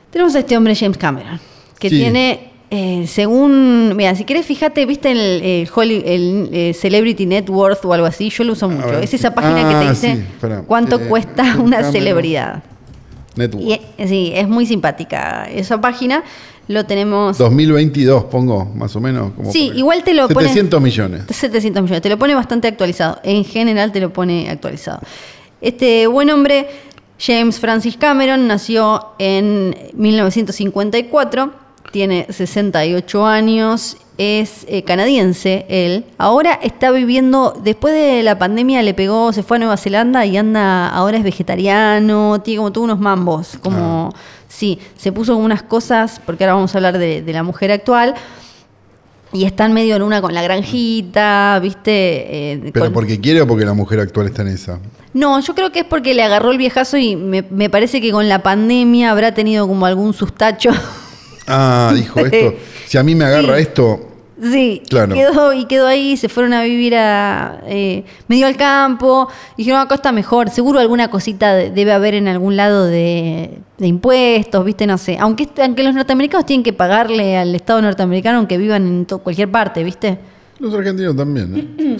Speaker 3: Tenemos a este hombre James Cameron, que
Speaker 2: Sí.
Speaker 3: tiene, eh, según, mira, si querés fíjate, viste el, eh, Holly- el, eh, Celebrity Net Worth o algo así, yo lo uso mucho.
Speaker 2: ver.
Speaker 3: Es esa página que
Speaker 2: Ah,
Speaker 3: te dice
Speaker 2: sí, espera.
Speaker 3: cuánto
Speaker 2: Eh,
Speaker 3: cuesta
Speaker 2: James
Speaker 3: una
Speaker 2: Cameron.
Speaker 3: celebridad.
Speaker 2: Network.
Speaker 3: Y, eh, sí, es muy simpática esa página. Lo tenemos
Speaker 2: 2022, pongo, más o menos. Como
Speaker 3: Sí,
Speaker 2: por ahí.
Speaker 3: igual te lo pone-
Speaker 2: 700 millones.
Speaker 3: 700 millones. Te lo pone bastante actualizado. En general te lo pone actualizado. Este buen hombre, James Francis Cameron, nació en 1954, tiene 68 años, es eh, canadiense él. Ahora está viviendo, después de la pandemia le pegó, se fue a Nueva Zelanda y anda, ahora es vegetariano, tiene como todos unos mambos, como... Sí, se puso unas cosas, porque ahora vamos a hablar de, de la mujer actual, Y están medio en una con la granjita, ¿viste? Eh,
Speaker 2: ¿Pero
Speaker 3: con-
Speaker 2: porque quiere o porque la mujer actual está en esa?
Speaker 3: No, yo creo que es porque le agarró el viejazo y me, me parece que con la pandemia habrá tenido como algún sustacho.
Speaker 2: Ah, dijo esto. Si a mí me agarra esto,
Speaker 3: Sí,
Speaker 2: Claro.
Speaker 3: y, quedó, y quedó ahí, se fueron a vivir a eh, medio al campo, dijeron "Ah, acá está mejor, seguro alguna cosita de- debe haber en algún lado de, de impuestos, viste, no sé, aunque, est- aunque los norteamericanos tienen que pagarle al Estado norteamericano aunque vivan en to- cualquier parte, viste.
Speaker 2: los argentinos también. ¿eh?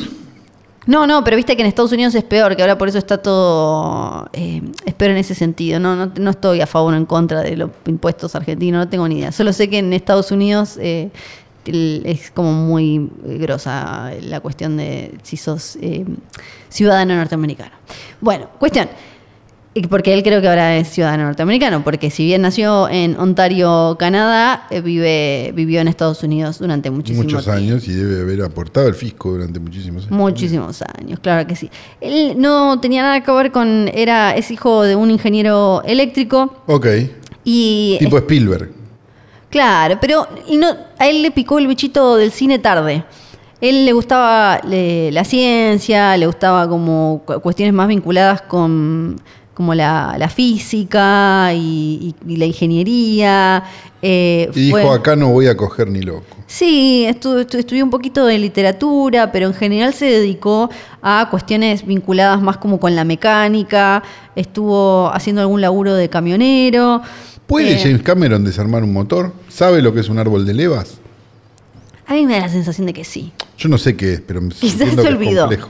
Speaker 3: No, no, pero viste que en Estados Unidos es peor, que ahora por eso está todo, eh, espero en ese sentido, no, no, no estoy a favor o en contra de los impuestos argentinos, no tengo ni idea, solo sé que en Estados Unidos eh, el- es como muy eh, grosa la cuestión de si sos eh, ciudadano norteamericano. Bueno, cuestión, y Porque él creo que ahora es ciudadano norteamericano, porque si bien nació en Ontario, Canadá, eh, vive, vivió en Estados Unidos durante muchísimo
Speaker 2: Muchos
Speaker 3: tiempo.
Speaker 2: años y debe haber aportado el fisco durante muchísimos años.
Speaker 3: Muchísimos años, claro que sí. Él no tenía nada que ver con, era, es hijo de un ingeniero eléctrico
Speaker 2: Ok,
Speaker 3: y eh,
Speaker 2: tipo Spielberg.
Speaker 3: claro, pero no, a él le picó el bichito del cine tarde. Él le gustaba le- la ciencia, le gustaba como cu- cuestiones más vinculadas con como la, la física y, y- y la ingeniería. eh,
Speaker 2: Y dijo,
Speaker 3: fue-
Speaker 2: acá no voy a coger ni loco.
Speaker 3: Sí, estu- estu- estudió un poquito de literatura, pero en general se dedicó a cuestiones vinculadas más como con la mecánica, estuvo haciendo algún laburo de camionero.
Speaker 2: ¿Puede
Speaker 3: Eh,
Speaker 2: James Cameron desarmar un motor? ¿Sabe lo que es un árbol de levas?
Speaker 3: A mí me da la sensación de que sí.
Speaker 2: Yo no sé qué es, pero me
Speaker 3: Quizás
Speaker 2: entiendo
Speaker 3: se
Speaker 2: que es
Speaker 3: olvidó.
Speaker 2: complejo.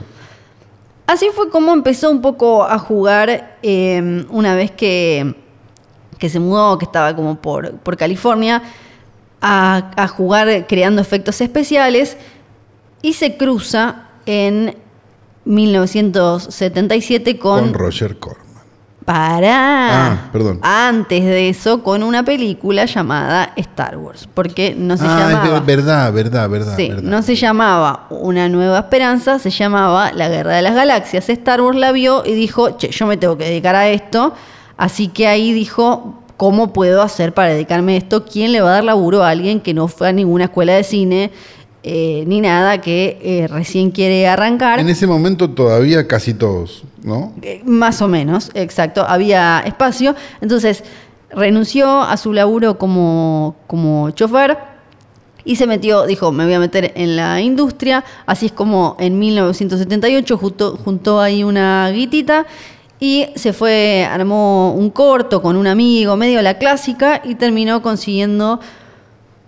Speaker 3: Así fue como empezó un poco a jugar eh, una vez que, que se mudó, que estaba como por, por California, a, a jugar creando efectos especiales y se cruza en 1977
Speaker 2: Con
Speaker 3: con...
Speaker 2: Roger Corman.
Speaker 3: Pará.
Speaker 2: Ah, perdón.
Speaker 3: Antes de eso, con una película llamada Star Wars, porque no se
Speaker 2: ah,
Speaker 3: llamaba...
Speaker 2: es ver- verdad, verdad, verdad.
Speaker 3: Sí,
Speaker 2: verdad.
Speaker 3: no se llamaba Una Nueva Esperanza, se llamaba La Guerra de las Galaxias. Star Wars la vio y dijo, che, yo me tengo que dedicar a esto. Así que ahí dijo, ¿cómo puedo hacer para dedicarme a esto? ¿Quién le va a dar laburo a alguien que no fue a ninguna escuela de cine eh, ni nada, que eh, recién quiere arrancar?
Speaker 2: En ese momento todavía casi todos, ¿no?
Speaker 3: Eh, Más o menos, exacto. Había espacio. Entonces, renunció a su laburo como, como chofer y se metió, dijo, me voy a meter en la industria. Así es como en 1978 juntó, juntó ahí una guitita y se fue, armó un corto con un amigo, medio la clásica, y terminó consiguiendo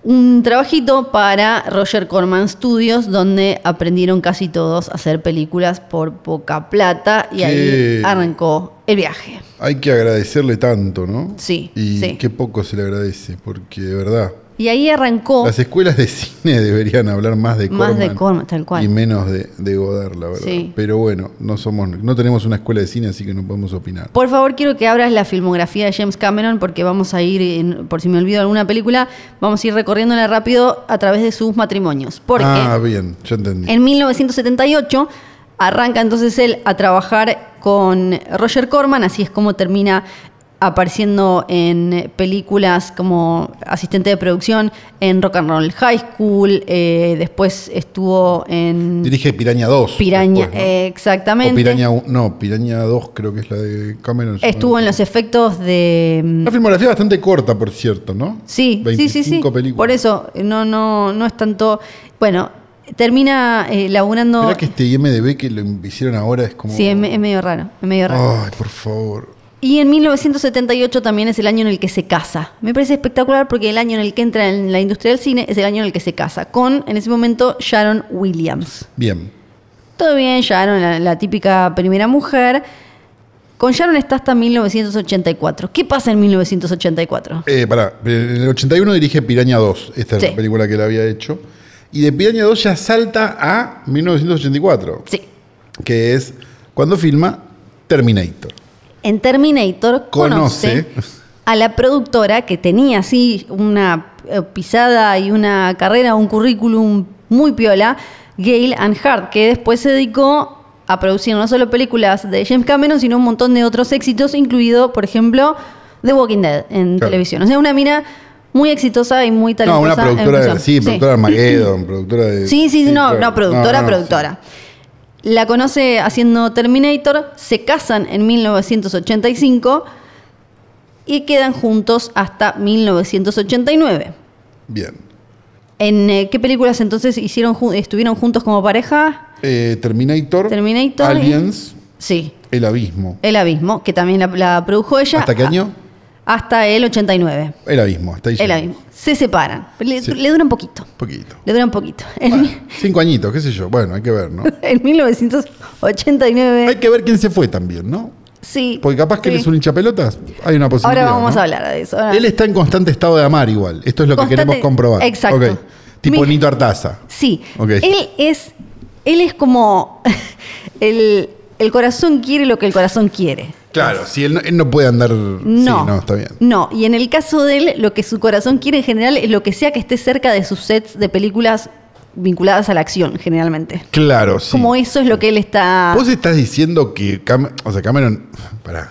Speaker 3: un trabajito para Roger Corman Studios, donde aprendieron casi todos a hacer películas por poca plata y ahí
Speaker 2: Qué-
Speaker 3: arrancó el viaje.
Speaker 2: Hay que agradecerle tanto, ¿no?
Speaker 3: Sí,
Speaker 2: Y
Speaker 3: sí.
Speaker 2: qué poco se le agradece, porque de verdad.
Speaker 3: Y ahí arrancó
Speaker 2: Las escuelas de cine deberían hablar más de
Speaker 3: más
Speaker 2: Corman.
Speaker 3: de Corman, tal
Speaker 2: Y
Speaker 3: cual.
Speaker 2: menos de, de Godard, la verdad.
Speaker 3: Sí.
Speaker 2: Pero bueno, no somos, no tenemos una escuela de cine, así que no podemos opinar.
Speaker 3: Por favor, quiero que abras la filmografía de James Cameron porque vamos a ir, en- por si me olvido alguna película, vamos a ir recorriéndola rápido a través de sus matrimonios. Porque
Speaker 2: ah, bien, yo entendí.
Speaker 3: En 1978 arranca entonces él a trabajar con Roger Corman, así es como termina apareciendo en películas como asistente de producción en Rock and Roll High School, eh, después estuvo en
Speaker 2: Dirige Piraña 2.
Speaker 3: Piraña,
Speaker 2: después, ¿no?
Speaker 3: eh,
Speaker 2: O
Speaker 3: exactamente,
Speaker 2: Piraña 1, no, Piraña 2 creo que es la de Cameron.
Speaker 3: estuvo en los efectos de... mm,
Speaker 2: Una filmografía bastante corta, por cierto, ¿no?
Speaker 3: Sí, sí, sí, sí.
Speaker 2: 25 películas.
Speaker 3: Por eso no, no, no es tanto... Bueno, termina eh, laburando...
Speaker 2: Mirá que este IMDB que lo hicieron ahora es como...
Speaker 3: Sí, es, me- es medio raro, es medio raro.
Speaker 2: Ay, por favor.
Speaker 3: Y en 1978 también es el año en el que se casa. Me parece espectacular porque el año en el que entra en la industria del cine es el año en el que se casa con, en ese momento, Sharon Williams.
Speaker 2: Bien.
Speaker 3: Todo bien, Sharon, la, la típica primera mujer. Con Sharon está hasta 1984. ¿Qué pasa en 1984?
Speaker 2: Eh, pará, en el 81 dirige Piraña 2, esta es
Speaker 3: Sí.
Speaker 2: la película que él había hecho. Y de Piraña 2 ya salta a 1984,
Speaker 3: Sí.
Speaker 2: que es cuando filma Terminator.
Speaker 3: En Terminator
Speaker 2: Conoce.
Speaker 3: conoce, a la productora que tenía así una eh, pisada y una carrera, un currículum muy piola, Gail and Hart, que después se dedicó a producir no solo películas de James Cameron, sino un montón de otros éxitos, incluido, por ejemplo, The Walking Dead en
Speaker 2: Claro.
Speaker 3: televisión. O sea, una mina muy exitosa y muy
Speaker 2: No,
Speaker 3: talentosa.
Speaker 2: una productora,
Speaker 3: en
Speaker 2: de,
Speaker 3: función.
Speaker 2: sí, productora de Armageddon, productora de...
Speaker 3: Sí, sí, sí, no,
Speaker 2: claro.
Speaker 3: no, productora,
Speaker 2: No, no,
Speaker 3: productora. La conoce haciendo Terminator, se casan en 1985 y quedan juntos hasta 1989.
Speaker 2: Bien.
Speaker 3: ¿En eh, qué películas entonces hicieron ju- estuvieron juntos como pareja?
Speaker 2: Eh, Terminator,
Speaker 3: Terminator. y-
Speaker 2: Aliens,
Speaker 3: sí,
Speaker 2: El Abismo.
Speaker 3: El Abismo, que también la, la produjo ella.
Speaker 2: ¿Hasta qué año?
Speaker 3: Hasta el 89.
Speaker 2: El Abismo, hasta ahí.
Speaker 3: El
Speaker 2: llegamos.
Speaker 3: Abismo. Se separan. Le,
Speaker 2: Sí.
Speaker 3: le dura un poquito.
Speaker 2: Poquito.
Speaker 3: Le dura un poquito. En, mi-
Speaker 2: Cinco añitos, qué sé yo. Bueno, hay que ver, ¿no?
Speaker 3: en 1989.
Speaker 2: Hay que ver quién se fue también, ¿no?
Speaker 3: Sí.
Speaker 2: Porque capaz que
Speaker 3: sí.
Speaker 2: él es un hinchapelotas. Hay una posibilidad.
Speaker 3: Ahora vamos
Speaker 2: ¿no?
Speaker 3: a hablar de eso. Ahora-
Speaker 2: Él está en constante estado de amar igual. Esto es lo
Speaker 3: Constante-
Speaker 2: que queremos comprobar.
Speaker 3: Exacto.
Speaker 2: Ok. Tipo
Speaker 3: Mi-
Speaker 2: Nito Artaza.
Speaker 3: Sí.
Speaker 2: Ok.
Speaker 3: Él es. Él es como. el, el corazón quiere lo que el corazón quiere.
Speaker 2: Claro, si él no, él no puede andar. No.
Speaker 3: No.
Speaker 2: no, está bien.
Speaker 3: No, y en el caso de él, lo que su corazón quiere en general es lo que sea que esté cerca de sus sets de películas vinculadas a la acción, generalmente.
Speaker 2: Claro, sí.
Speaker 3: Como eso es lo que él está.
Speaker 2: Vos estás diciendo que. Cam- o sea, Cameron. Pará.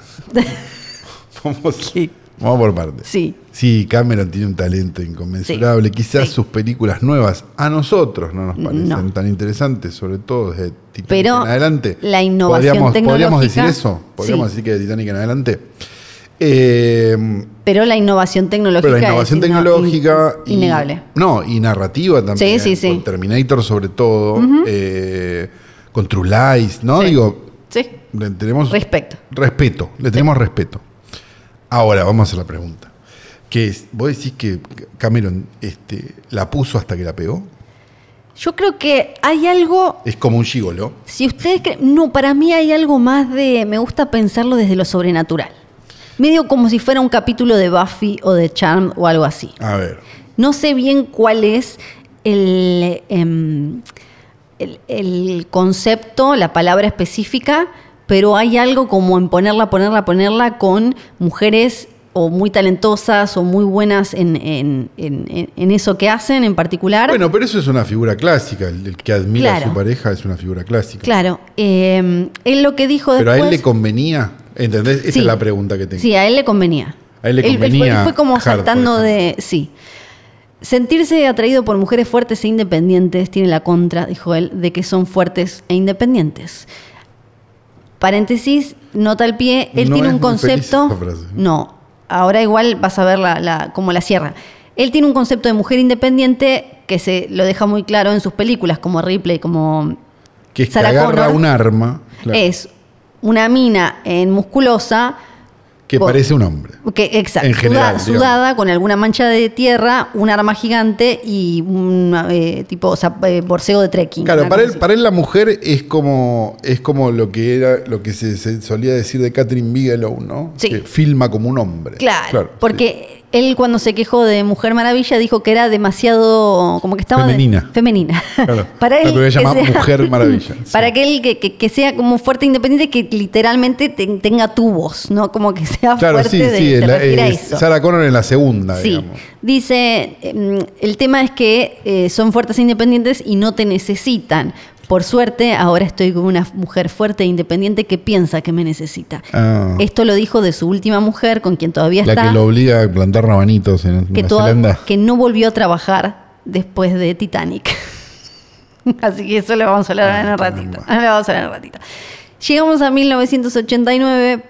Speaker 2: Vamos, vamos por partes.
Speaker 3: Sí.
Speaker 2: Sí, Cameron tiene un talento inconmensurable. Quizás
Speaker 3: sí.
Speaker 2: sus películas nuevas a nosotros no nos parecen
Speaker 3: No.
Speaker 2: tan interesantes, sobre todo desde Titanic
Speaker 3: Pero
Speaker 2: en adelante.
Speaker 3: la innovación
Speaker 2: podríamos, ¿Podríamos
Speaker 3: tecnológica,
Speaker 2: decir eso? ¿Podríamos
Speaker 3: sí.
Speaker 2: decir que de Titanic en adelante? Eh,
Speaker 3: Pero la innovación tecnológica.
Speaker 2: pero la innovación
Speaker 3: es inno-
Speaker 2: tecnológica.
Speaker 3: in-
Speaker 2: y-
Speaker 3: innegable.
Speaker 2: no, y narrativa también.
Speaker 3: Sí, sí, sí.
Speaker 2: Con Terminator sobre todo. eh, con True Lies, ¿no?
Speaker 3: Sí.
Speaker 2: Digo,
Speaker 3: Sí.
Speaker 2: le tenemos
Speaker 3: Respecto.
Speaker 2: respeto, le tenemos respeto. Ahora vamos a la pregunta. Que es, vos decís que Cameron este, la puso hasta que la pegó.
Speaker 3: Yo creo que hay algo
Speaker 2: Es como un gigolo.
Speaker 3: Si ustedes creen, no, para mí hay algo más de, me gusta pensarlo desde lo sobrenatural. Medio como si fuera un capítulo de Buffy o de Charm o algo así.
Speaker 2: A ver.
Speaker 3: No sé bien cuál es el, em, el, el concepto, la palabra específica, pero hay algo como en ponerla, ponerla, ponerla con mujeres o muy talentosas o muy buenas en, en- en- en- en eso que hacen en particular.
Speaker 2: Bueno, pero eso es una figura clásica. El, el que admira a
Speaker 3: Claro.
Speaker 2: su pareja es una figura clásica.
Speaker 3: claro, em, él lo que dijo
Speaker 2: Pero
Speaker 3: después...
Speaker 2: a él le convenía. ¿Entendés? Esa
Speaker 3: Sí.
Speaker 2: es la pregunta que tengo.
Speaker 3: Sí, a él le convenía.
Speaker 2: A él le
Speaker 3: Él- él fue-
Speaker 2: convenía
Speaker 3: Él, fue como
Speaker 2: Hart, por
Speaker 3: saltando de. Sí. Sentirse atraído por mujeres fuertes e independientes tiene la contra, dijo él, de que son fuertes e independientes. Paréntesis, nota al pie, él
Speaker 2: No
Speaker 3: tiene
Speaker 2: es
Speaker 3: un
Speaker 2: muy feliz
Speaker 3: concepto.
Speaker 2: esa frase. ¿eh?
Speaker 3: No, ahora igual vas a ver la, la- cómo la cierra. Él tiene un concepto de mujer independiente que se lo deja muy claro en sus películas, como Ripley, como
Speaker 2: Que es que
Speaker 3: Sarah
Speaker 2: agarra
Speaker 3: Connor.
Speaker 2: un arma claro,
Speaker 3: es una mina en musculosa
Speaker 2: que
Speaker 3: por-
Speaker 2: parece un hombre.
Speaker 3: que exacto,
Speaker 2: En general,
Speaker 3: suda- sudada con alguna mancha de tierra, un arma gigante y un eh, tipo o sea, eh, borseo de trekking.
Speaker 2: Claro,
Speaker 3: una
Speaker 2: para
Speaker 3: cosa
Speaker 2: él, para él la mujer es como, es como lo que era, lo que se, se solía decir de Catherine Bigelow, ¿no?
Speaker 3: Sí.
Speaker 2: Que filma como un hombre.
Speaker 3: así. claro, porque él cuando se quejó de Mujer Maravilla dijo que era demasiado, como que estaba de-
Speaker 2: Femenina.
Speaker 3: femenina.
Speaker 2: Claro.
Speaker 3: para él,
Speaker 2: Lo que voy a
Speaker 3: que
Speaker 2: llamar Mujer Maravilla, sí.
Speaker 3: Para que él que, que- que sea como fuerte independiente que literalmente te- tenga tubos, no como que sea
Speaker 2: Claro,
Speaker 3: fuerte
Speaker 2: sí,
Speaker 3: de,
Speaker 2: sí.
Speaker 3: se
Speaker 2: en la-
Speaker 3: refiere a
Speaker 2: eh,
Speaker 3: eso.
Speaker 2: Sarah Connor en la segunda,
Speaker 3: Sí,
Speaker 2: digamos.
Speaker 3: dice, em, el tema es que eh, son fuertes e independientes y no te necesitan. Por suerte, ahora estoy con una mujer fuerte e independiente que piensa que me necesita.
Speaker 2: Ah.
Speaker 3: Esto lo dijo de su última mujer, con quien todavía
Speaker 2: La
Speaker 3: está,
Speaker 2: que lo obliga a plantar rabanitos en
Speaker 3: que
Speaker 2: Nueva
Speaker 3: toda-
Speaker 2: Zelanda.
Speaker 3: que no volvió a trabajar después de Titanic. Así que eso lo vamos
Speaker 2: Ah,
Speaker 3: a hablar en un ratito. Lo vamos a hablar en un ratito. Llegamos a 1989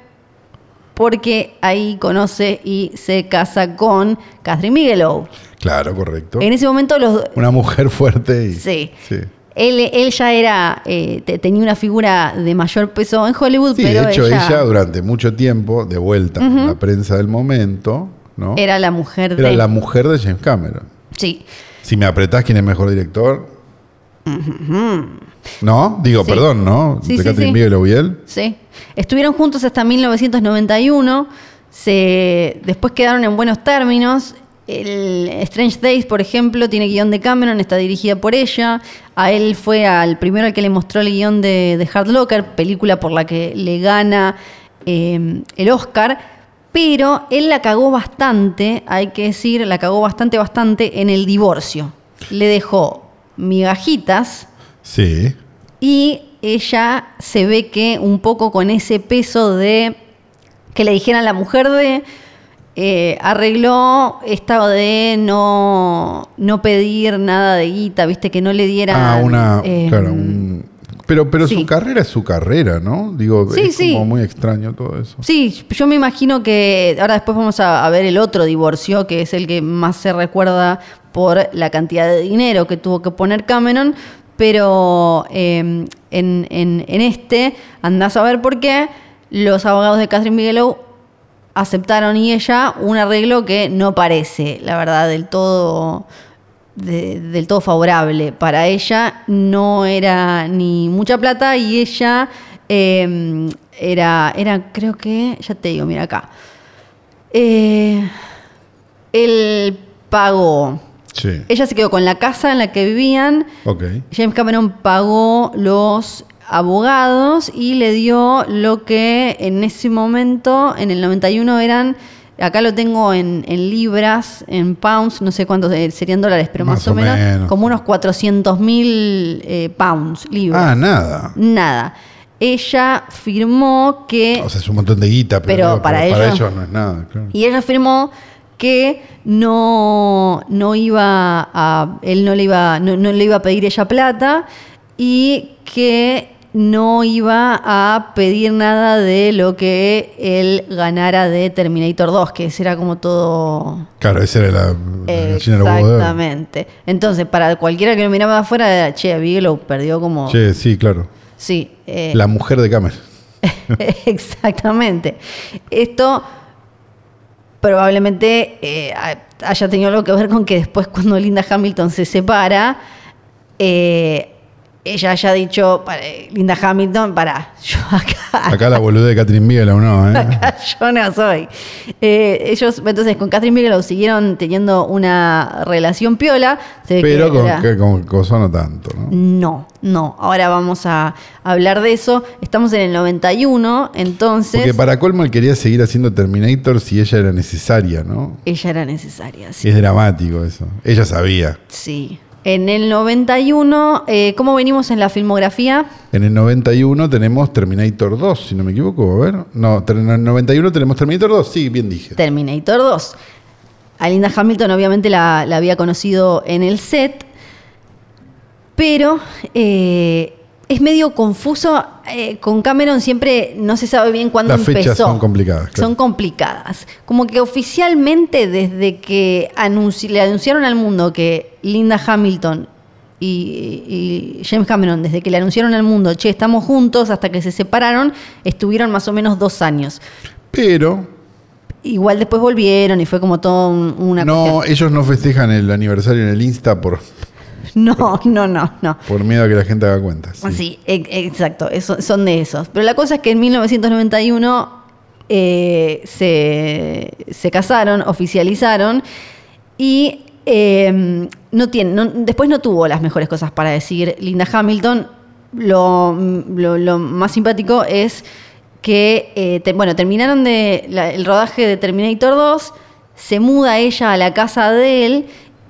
Speaker 3: porque ahí conoce y se casa con Catherine Bigelow.
Speaker 2: Claro, correcto.
Speaker 3: En ese momento los do-
Speaker 2: Una mujer fuerte y.
Speaker 3: Sí.
Speaker 2: sí.
Speaker 3: Él, él ya era, eh, te- tenía una figura de mayor peso en Hollywood,
Speaker 2: Sí,
Speaker 3: pero
Speaker 2: de hecho, ella...
Speaker 3: ella,
Speaker 2: durante mucho tiempo, de vuelta en la prensa del momento, ¿no?
Speaker 3: era la mujer
Speaker 2: Era
Speaker 3: de...
Speaker 2: la mujer de James Cameron.
Speaker 3: Sí,
Speaker 2: Si me apretás quién es mejor director. ¿No? Digo,
Speaker 3: Sí.
Speaker 2: perdón, ¿no?
Speaker 3: Sí,
Speaker 2: de
Speaker 3: sí,
Speaker 2: Catherine
Speaker 3: sí.
Speaker 2: Bigelow y él.
Speaker 3: sí. Estuvieron juntos hasta 1991, se, después quedaron en buenos términos. El Strange Days, por ejemplo, tiene guión de Cameron, está dirigida por ella. A él fue al primero al que le mostró el guión de, de Hard Locker, película por la que le gana eh, el Oscar. Pero él la cagó bastante, hay que decir, la cagó bastante, bastante en el divorcio. Le dejó migajitas
Speaker 2: Sí.
Speaker 3: y ella se ve que un poco con ese peso de que le dijeran la mujer de eh, arregló esta de no, no pedir nada de guita, viste, que no le diera.
Speaker 4: Ah, una.
Speaker 3: eh,
Speaker 4: claro, un- Pero, pero
Speaker 3: sí.
Speaker 4: su carrera es su carrera, ¿no? Digo,
Speaker 3: Sí,
Speaker 4: es
Speaker 3: sí.
Speaker 4: como muy extraño todo eso.
Speaker 3: Sí, yo me imagino que ahora después vamos a, a ver el otro divorcio, que es el que más se recuerda por la cantidad de dinero que tuvo que poner Cameron, pero eh, en, en- en este, andás a ver por qué, los abogados de Catherine Bigelow aceptaron y ella un arreglo que no parece, la verdad, del todo de- del todo favorable. Para ella no era ni mucha plata y ella eh, era, era, creo que, ya te digo, mira acá. Eh, él pagó.
Speaker 4: Sí.
Speaker 3: Ella se quedó con la casa en la que vivían.
Speaker 4: Ok.
Speaker 3: James Cameron pagó los abogados y le dio lo que en ese momento, en el 91, eran, acá lo tengo en, en libras, en pounds, no sé cuántos eh, serían dólares, pero más,
Speaker 4: Más
Speaker 3: o
Speaker 4: o
Speaker 3: menos,
Speaker 4: menos.
Speaker 3: como unos 400 mil eh, pounds, libras.
Speaker 4: Ah, nada.
Speaker 3: Nada. Ella firmó que...
Speaker 4: O sea, es un montón de guita, pero,
Speaker 3: Eh. Pero
Speaker 4: digo,
Speaker 3: para ellos-
Speaker 4: no es nada. claro.
Speaker 3: Y ella afirmó que no, no iba a. él no le iba. No, no le iba a pedir ella plata y que no iba a pedir nada de lo que él ganara de Terminator 2, que ese era como todo.
Speaker 4: Claro, esa era la, la gallina de los huevos de oro.
Speaker 3: Exactamente. Entonces, para cualquiera que lo miraba de afuera, era, che, Bigelow perdió como. Sí.
Speaker 4: Che, sí, claro.
Speaker 3: eh,
Speaker 4: La mujer de Cameron.
Speaker 3: Exactamente. Esto probablemente eh, ha- haya tenido algo que ver con que después cuando Linda Hamilton se separa, eh, ella haya dicho, "Para, eh, Linda Hamilton, para, yo acá,
Speaker 4: Acá la boludez de Catherine Bigelow, no, ¿eh?
Speaker 3: acá yo no soy. Eh, ellos, entonces, con Catherine Bigelow siguieron teniendo una relación piola. Se ve que
Speaker 4: Pero con,
Speaker 3: era-
Speaker 4: que- con Coso no tanto, ¿no?
Speaker 3: No, no. Ahora vamos a hablar de eso. Estamos en el 91, entonces...
Speaker 4: Porque para colmo él quería seguir haciendo Terminator si ella era necesaria, ¿no?
Speaker 3: Ella era necesaria, sí.
Speaker 4: Es dramático eso. Ella sabía.
Speaker 3: Sí. En el 91, eh, ¿cómo venimos en la filmografía?
Speaker 4: En el 91 tenemos Terminator 2, si no me equivoco, a ver. No, ter- en el 91 tenemos Terminator 2, sí, bien dije.
Speaker 3: Terminator 2. A Linda Hamilton obviamente la, la había conocido en el set, pero eh, es medio confuso. eh, con Cameron siempre no se sabe bien cuándo
Speaker 4: Las fechas
Speaker 3: empezó.
Speaker 4: son complicadas, claro.
Speaker 3: Son complicadas. Como que oficialmente desde que anunci- le anunciaron al mundo que Linda Hamilton y, y James Cameron, desde que le anunciaron al mundo, che, estamos juntos hasta que se separaron, estuvieron más o menos dos años.
Speaker 4: Pero
Speaker 3: Igual después volvieron y fue como todo un- una
Speaker 4: no, ellos no festejan el aniversario en el Insta por,
Speaker 3: cuestión. No, no, no, no.
Speaker 4: por miedo a que la gente haga cuentas.
Speaker 3: Sí, e- exacto, eso- son de esos. Pero la cosa es que en 1991 eh, se, se casaron, oficializaron y eh, no tiene, no- después no tuvo las mejores cosas para decir Linda Hamilton. Lo, lo- lo más simpático es que, eh, te- bueno, terminaron de la- el rodaje de Terminator 2, se muda ella a la casa de él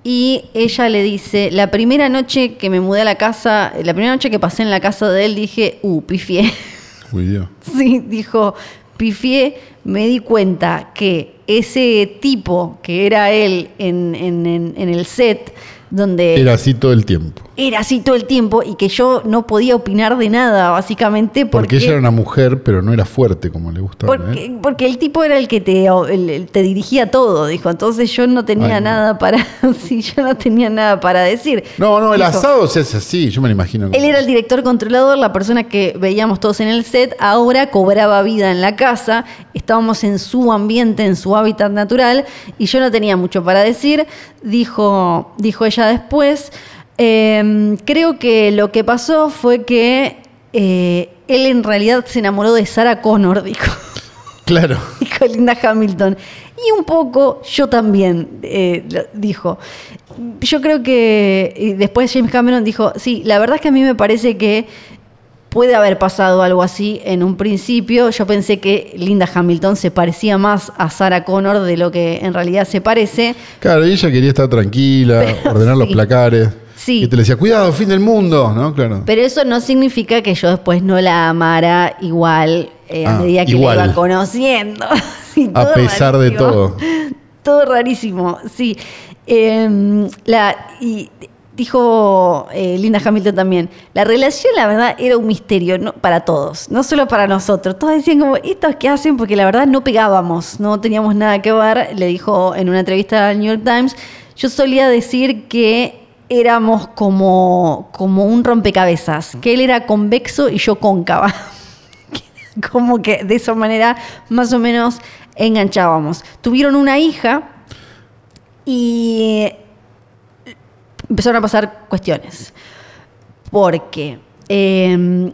Speaker 3: y ella le dice, la primera noche que me mudé a la casa, la primera noche que pasé en la casa de él, dije, uh, pifié.
Speaker 4: Uy, Dios.
Speaker 3: Sí, dijo, pifié, me di cuenta que ese tipo que era él en, en- en- en el set, donde
Speaker 4: Era así todo el tiempo.
Speaker 3: era así todo el tiempo y que yo no podía opinar de nada, básicamente,
Speaker 4: Porque
Speaker 3: porque...
Speaker 4: ella era una mujer, pero no era fuerte como le gustaba. ¿eh?
Speaker 3: porque, porque el tipo era el que te, el- el- te dirigía todo, dijo. Entonces yo no tenía
Speaker 4: Ay, no.
Speaker 3: nada para. Sí, yo no tenía nada para decir.
Speaker 4: No, no, el
Speaker 3: Dijo,
Speaker 4: asado se hace así, yo me lo imagino.
Speaker 3: Él era el director controlador, la persona que veíamos todos en el set, ahora cobraba vida en la casa, estábamos en su ambiente, en su hábitat natural, y yo no tenía mucho para decir, dijo, dijo ella después. "Em, creo que lo que pasó fue que eh, él en realidad se enamoró de Sarah Connor, dijo,
Speaker 4: Claro.
Speaker 3: dijo Linda Hamilton. Y un poco yo también, eh, lo- dijo. Yo creo que y después James Cameron dijo, sí, la verdad es que a mí me parece que puede haber pasado algo así en un principio. Yo pensé que Linda Hamilton se parecía más a Sarah Connor de lo que en realidad se parece.
Speaker 4: Claro, y ella quería estar tranquila, ordenar los
Speaker 3: sí.
Speaker 4: placares.
Speaker 3: Sí.
Speaker 4: Y te le decía, cuidado, fin del mundo, ¿no? Claro.
Speaker 3: Pero eso no significa que yo después no la amara igual eh, a
Speaker 4: Ah,
Speaker 3: medida que
Speaker 4: igual.
Speaker 3: la iba conociendo. Sí, todo
Speaker 2: A pesar de
Speaker 3: rarísimo.
Speaker 2: todo.
Speaker 3: Todo rarísimo, sí. Eh, la, y dijo eh, Linda Hamilton también, la relación la verdad era un misterio ¿no? para todos, no solo para nosotros. Todos decían como, ¿estos qué hacen? Porque la verdad no pegábamos, no teníamos nada que ver. Le dijo en una entrevista al New York Times, yo solía decir que éramos como, como un rompecabezas, que él era convexo y yo cóncava como que de esa manera más o menos enganchábamos. Tuvieron una hija y empezaron a pasar cuestiones. Porque eh,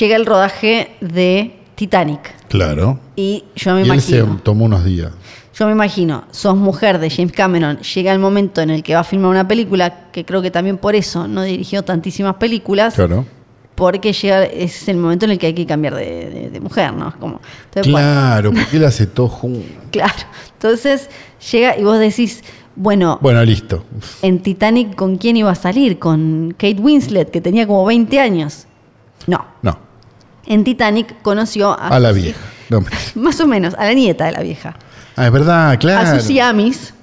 Speaker 3: llega el rodaje de Titanic
Speaker 2: Claro.
Speaker 3: y yo me
Speaker 2: Y él se
Speaker 3: imagino...
Speaker 2: tomó unos días.
Speaker 3: Yo me imagino, sos mujer de James Cameron, llega el momento en el que va a filmar una película, que creo que también por eso no dirigió tantísimas películas,
Speaker 2: Claro.
Speaker 3: porque llega, es el momento en el que hay que cambiar de, de- de mujer, ¿no? Es Como, entonces, bueno,
Speaker 2: Claro, porque él hace todo junto.
Speaker 3: Claro. Entonces llega y vos decís, bueno,
Speaker 2: Bueno, listo.
Speaker 3: en Titanic, ¿con quién iba a salir? Con Kate Winslet, que tenía como 20 años. No.
Speaker 2: No,
Speaker 3: En Titanic conoció a,
Speaker 2: a la vieja. No, me-
Speaker 3: Más o menos, a la nieta de la vieja.
Speaker 2: ah, es verdad, claro.
Speaker 3: A Susie Amis,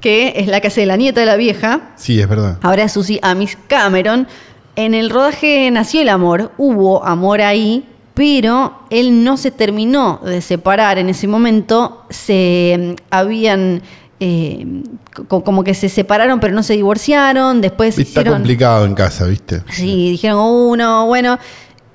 Speaker 3: que es la que hace de la nieta de la vieja.
Speaker 2: Sí, es verdad.
Speaker 3: Ahora Susie Amis Cameron. En el rodaje nació el amor, hubo amor ahí, pero él no se terminó de separar en ese momento. Se mm, habían. eh, co- como que se separaron, pero no se divorciaron. Después
Speaker 2: Está
Speaker 3: hicieron.
Speaker 2: complicado en casa, ¿viste?
Speaker 3: Sí, dijeron uno, bueno,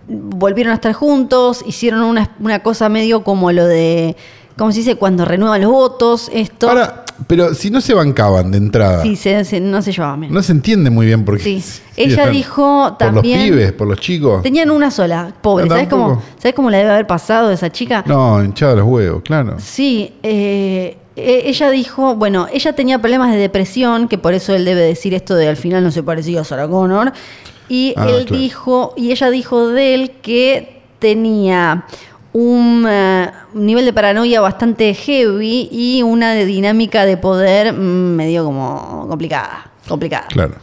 Speaker 3: volvieron a estar juntos, hicieron una, una cosa medio como lo de. ¿Cómo se dice? Cuando renuevan los votos, esto.
Speaker 2: Ahora, pero si no se bancaban de entrada,
Speaker 3: sí, se- se- no se llevaban bien.
Speaker 2: no se entiende muy bien por qué.
Speaker 3: Sí.
Speaker 2: Sí,
Speaker 3: Ella
Speaker 2: están-
Speaker 3: dijo también-
Speaker 2: Por los pibes, por los chicos.
Speaker 3: Tenían una sola, pobre.
Speaker 2: No,
Speaker 3: ¿Sabes cómo,
Speaker 2: tampoco.
Speaker 3: ¿Sabes cómo la debe haber pasado esa chica?
Speaker 2: No, hinchada los huevos, claro.
Speaker 3: Sí, eh, e- ella dijo, bueno, ella tenía problemas de depresión, que por eso él debe decir esto de al final no se parecía a Sarah Connor. Y
Speaker 2: Ah,
Speaker 3: él
Speaker 2: claro.
Speaker 3: dijo, y ella dijo de él que tenía un eh, nivel de paranoia bastante heavy y una de dinámica de poder mm, medio como complicada. Complicada.
Speaker 2: Claro.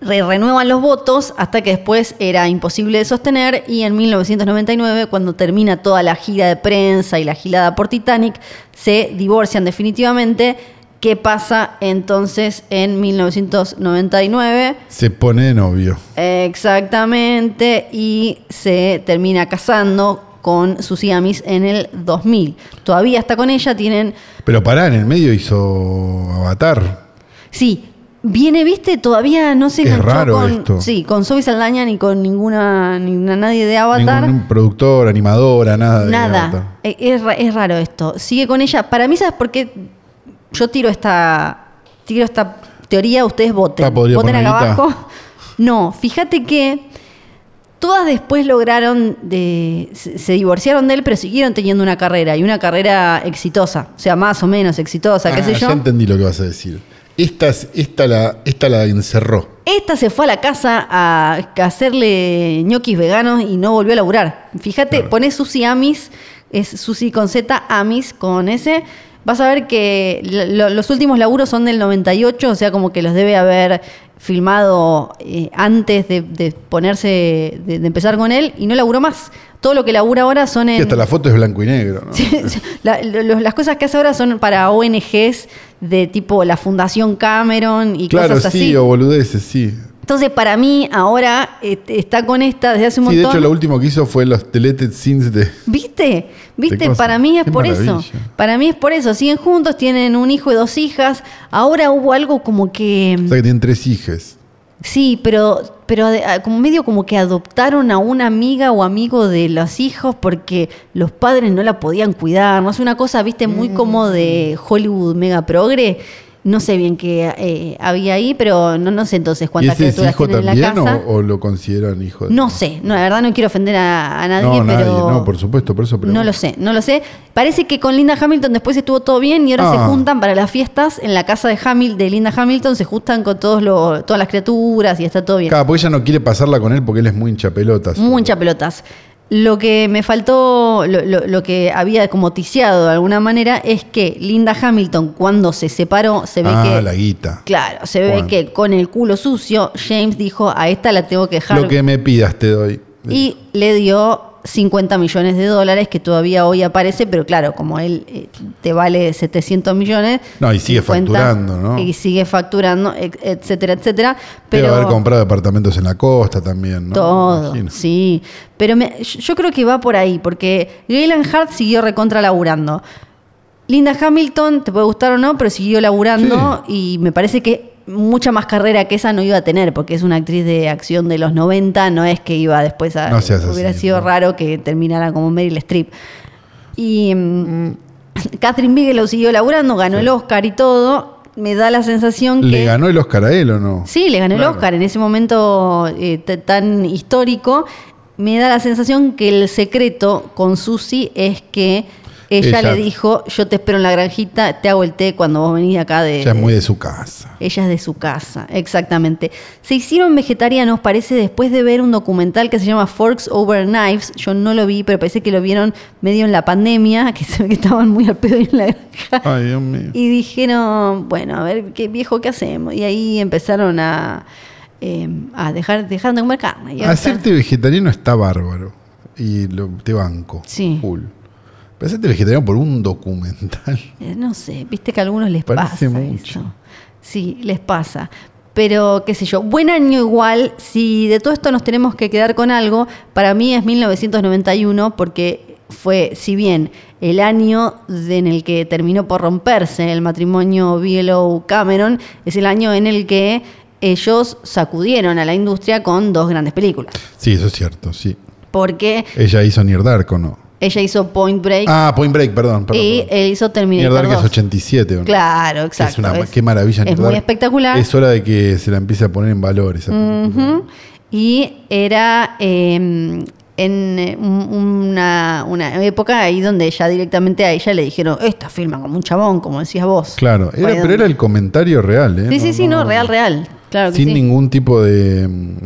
Speaker 3: Re- renuevan los votos hasta que después era imposible de sostener y en 1999, cuando termina toda la gira de prensa y la gilada por Titanic, se divorcian definitivamente. ¿Qué pasa entonces en 1999?
Speaker 2: Se pone de novio.
Speaker 3: Exactamente, y se termina casando con Susie Amis en el 2000. Todavía está con ella, tienen
Speaker 2: Pero pará, en el medio hizo Avatar.
Speaker 3: Sí, viene, viste, todavía no se
Speaker 2: Es
Speaker 3: enganchó
Speaker 2: raro
Speaker 3: con,
Speaker 2: esto.
Speaker 3: Sí, con Zoe Saldaña ni con ninguna, ni na- nadie de Avatar.
Speaker 2: Ningún productor, animadora, nada. de
Speaker 3: nada.
Speaker 2: Avatar.
Speaker 3: Eh, Es, ra- es raro esto. Sigue con ella. Para mí, ¿sabes por qué yo tiro esta, tiro esta teoría? Ustedes voten.
Speaker 2: Ah, podría
Speaker 3: voten
Speaker 2: poner
Speaker 3: acá
Speaker 2: guita.
Speaker 3: abajo. No, fíjate que todas después lograron de. se se divorciaron de él, pero siguieron teniendo una carrera, y una carrera exitosa. O sea, más o menos exitosa, qué
Speaker 2: Ah,
Speaker 3: sé yo.
Speaker 2: Ya entendí lo que vas a decir. Esta, es- esta, la, esta la encerró.
Speaker 3: Esta se fue a la casa a hacerle ñoquis veganos y no volvió a laburar. Fíjate, ponés Susi Amis, es Susi con Z, Amis con S. Vas a ver que lo- los últimos laburos son del 98, o sea, como que los debe haber filmado eh, antes de, de ponerse, de, de empezar con él, y no laburó más. Todo lo que labura ahora son en...
Speaker 2: Y hasta la foto es blanco y negro, ¿no?
Speaker 3: Sí, sí. La- lo- los- las cosas que hace ahora son para ONGs de tipo la Fundación Cameron y
Speaker 2: Claro,
Speaker 3: cosas
Speaker 2: sí,
Speaker 3: así.
Speaker 2: o boludeces, sí.
Speaker 3: Entonces, para mí, ahora este, está con esta desde hace un
Speaker 2: Sí, de
Speaker 3: montón.
Speaker 2: hecho, lo último que hizo fue los Deleted Scenes de.
Speaker 3: ¿Viste?
Speaker 2: Qué
Speaker 3: ¿Viste?
Speaker 2: cosa.
Speaker 3: Para mí es
Speaker 2: Qué
Speaker 3: por eso.
Speaker 2: maravilla.
Speaker 3: Para mí es por eso. Siguen juntos, tienen un hijo y dos hijas. Ahora hubo algo como que.
Speaker 2: O sea, que tienen tres hijas.
Speaker 3: Sí, pero, pero de- a- como medio como que adoptaron a una amiga o amigo de los hijos porque los padres no la podían cuidar. No es una cosa, viste, muy como de Hollywood mega progre. No sé bien qué eh, había ahí, pero no, no sé entonces
Speaker 2: ¿Y
Speaker 3: cuántas
Speaker 2: ese es
Speaker 3: criaturas
Speaker 2: hijo
Speaker 3: tienen en la
Speaker 2: también
Speaker 3: casa.
Speaker 2: o, o lo consideran hijo? de-
Speaker 3: No sé, no, la verdad no quiero ofender a, a nadie,
Speaker 2: no,
Speaker 3: pero.
Speaker 2: nadie, no, por supuesto, por eso pregunto.
Speaker 3: No lo sé, no lo sé. Parece que con Linda Hamilton después estuvo todo bien y ahora se
Speaker 2: Ah.
Speaker 3: juntan para las fiestas en la casa de Hamil, de Linda Hamilton, se juntan con todos los, todas las criaturas y está todo bien.
Speaker 2: Claro, porque ella no quiere pasarla con él porque él es muy hinchapelotas.
Speaker 3: Muchas pelotas. Lo que me faltó, lo, lo- lo que había como ticiado de alguna manera, es que Linda Hamilton, cuando se separó, se ve
Speaker 2: Ah,
Speaker 3: que.
Speaker 2: la guita.
Speaker 3: Claro, se ve
Speaker 2: Bueno.
Speaker 3: que con el culo sucio, James dijo: A esta la tengo que dejar.
Speaker 2: Lo que me pidas te doy.
Speaker 3: Y le dio 50 millones de dólares que todavía hoy aparece, pero claro, como él eh, te vale 700 millones.
Speaker 2: No, y sigue facturando, ¿no?
Speaker 3: Y sigue facturando, et- etcétera, etcétera.
Speaker 2: Debe
Speaker 3: Pero
Speaker 2: haber comprado departamentos en la costa también, ¿no?
Speaker 3: todo,
Speaker 2: Me imagino.
Speaker 3: sí. Pero me- yo yo creo que va por ahí, porque Galen Hart siguió recontra laburando. Linda Hamilton, te puede gustar o no, pero siguió laburando y me parece que mucha más carrera que esa no iba a tener, porque es una actriz de acción de los 90, no es que iba después a...
Speaker 2: No seas así,
Speaker 3: hubiera sido
Speaker 2: ¿no?
Speaker 3: raro que terminara como Meryl Streep. Y mm, Catherine Bigelow siguió laburando, ganó el Oscar y todo. Me da la sensación que...
Speaker 2: ¿Le ganó el Oscar a él o no?
Speaker 3: Sí, le ganó
Speaker 2: Claro.
Speaker 3: el Oscar en ese momento eh, t- tan histórico. Me da la sensación que el secreto con Susi es que ella,
Speaker 2: Ella-
Speaker 3: le dijo, yo te espero en la granjita, te hago el té cuando vos venís acá de...
Speaker 2: Ya es muy de su casa.
Speaker 3: Ella es de su casa, exactamente. Se hicieron vegetarianos, parece, después de ver un documental que se llama Forks Over Knives. Yo no lo vi, pero parece que lo vieron medio en la pandemia, que se ve que estaban muy al pedo ahí en la granja.
Speaker 2: Ay, Dios mío.
Speaker 3: Y dijeron, bueno, a ver, qué viejo, ¿qué hacemos? Y ahí empezaron a, eh, a dejar, dejar de comer carne. Y ahora
Speaker 2: Hacerte vegetariano está bárbaro. Y lo- te banco.
Speaker 3: Sí.
Speaker 2: Full. Pero hacerte vegetariano por un documental.
Speaker 3: está- eh, no sé, viste que a algunos les
Speaker 2: Parece
Speaker 3: pasa
Speaker 2: mucho.
Speaker 3: eso. Sí, les pasa. Pero qué sé yo, buen año igual, si de todo esto nos tenemos que quedar con algo, para mí es 1991 porque fue, si bien el año de- en el que terminó por romperse el matrimonio Bigelow-Cameron, es el año en el que ellos sacudieron a la industria con dos grandes películas.
Speaker 2: Sí, eso es cierto, sí.
Speaker 3: Porque
Speaker 2: Ella hizo Near Dark, ¿o no?
Speaker 3: ella hizo Point Break
Speaker 2: Ah, Point Break, perdón. perdón,
Speaker 3: y
Speaker 2: perdón.
Speaker 3: él hizo
Speaker 2: Near
Speaker 3: Terminator
Speaker 2: Dark es
Speaker 3: 2.
Speaker 2: 87, ¿o no?
Speaker 3: eh, Claro,
Speaker 2: Es
Speaker 3: exacto.
Speaker 2: una-
Speaker 3: Es-
Speaker 2: qué maravilla.
Speaker 3: Es
Speaker 2: Near
Speaker 3: muy
Speaker 2: Dark.
Speaker 3: espectacular. Mm.
Speaker 2: Es hora de que se la empiece a poner en valor esa película.
Speaker 3: Ujú. Y era eh, en eh, un- una, una época ahí donde ya directamente a ella le dijeron, esta filma como un chabón, como decías vos.
Speaker 2: Claro, era-
Speaker 3: Fue
Speaker 2: pero era el comentario real, ¿eh?
Speaker 3: Sí,
Speaker 2: No-
Speaker 3: sí, sí, no, real, real. Claro que
Speaker 2: sin
Speaker 3: sí.
Speaker 2: ningún tipo de, mm,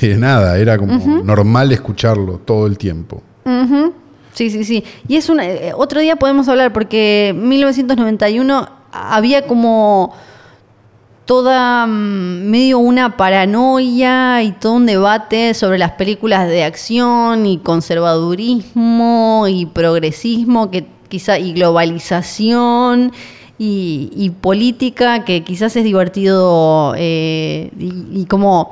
Speaker 2: de nada. Era como normal escucharlo todo el tiempo.
Speaker 3: Ujú. Sí, sí, sí. Y es una. eh, otro día podemos hablar, porque 1991 había como toda mm, medio una paranoia y todo un debate sobre las películas de acción y conservadurismo y progresismo que quizá y globalización y, y política que quizás es divertido eh, y- y como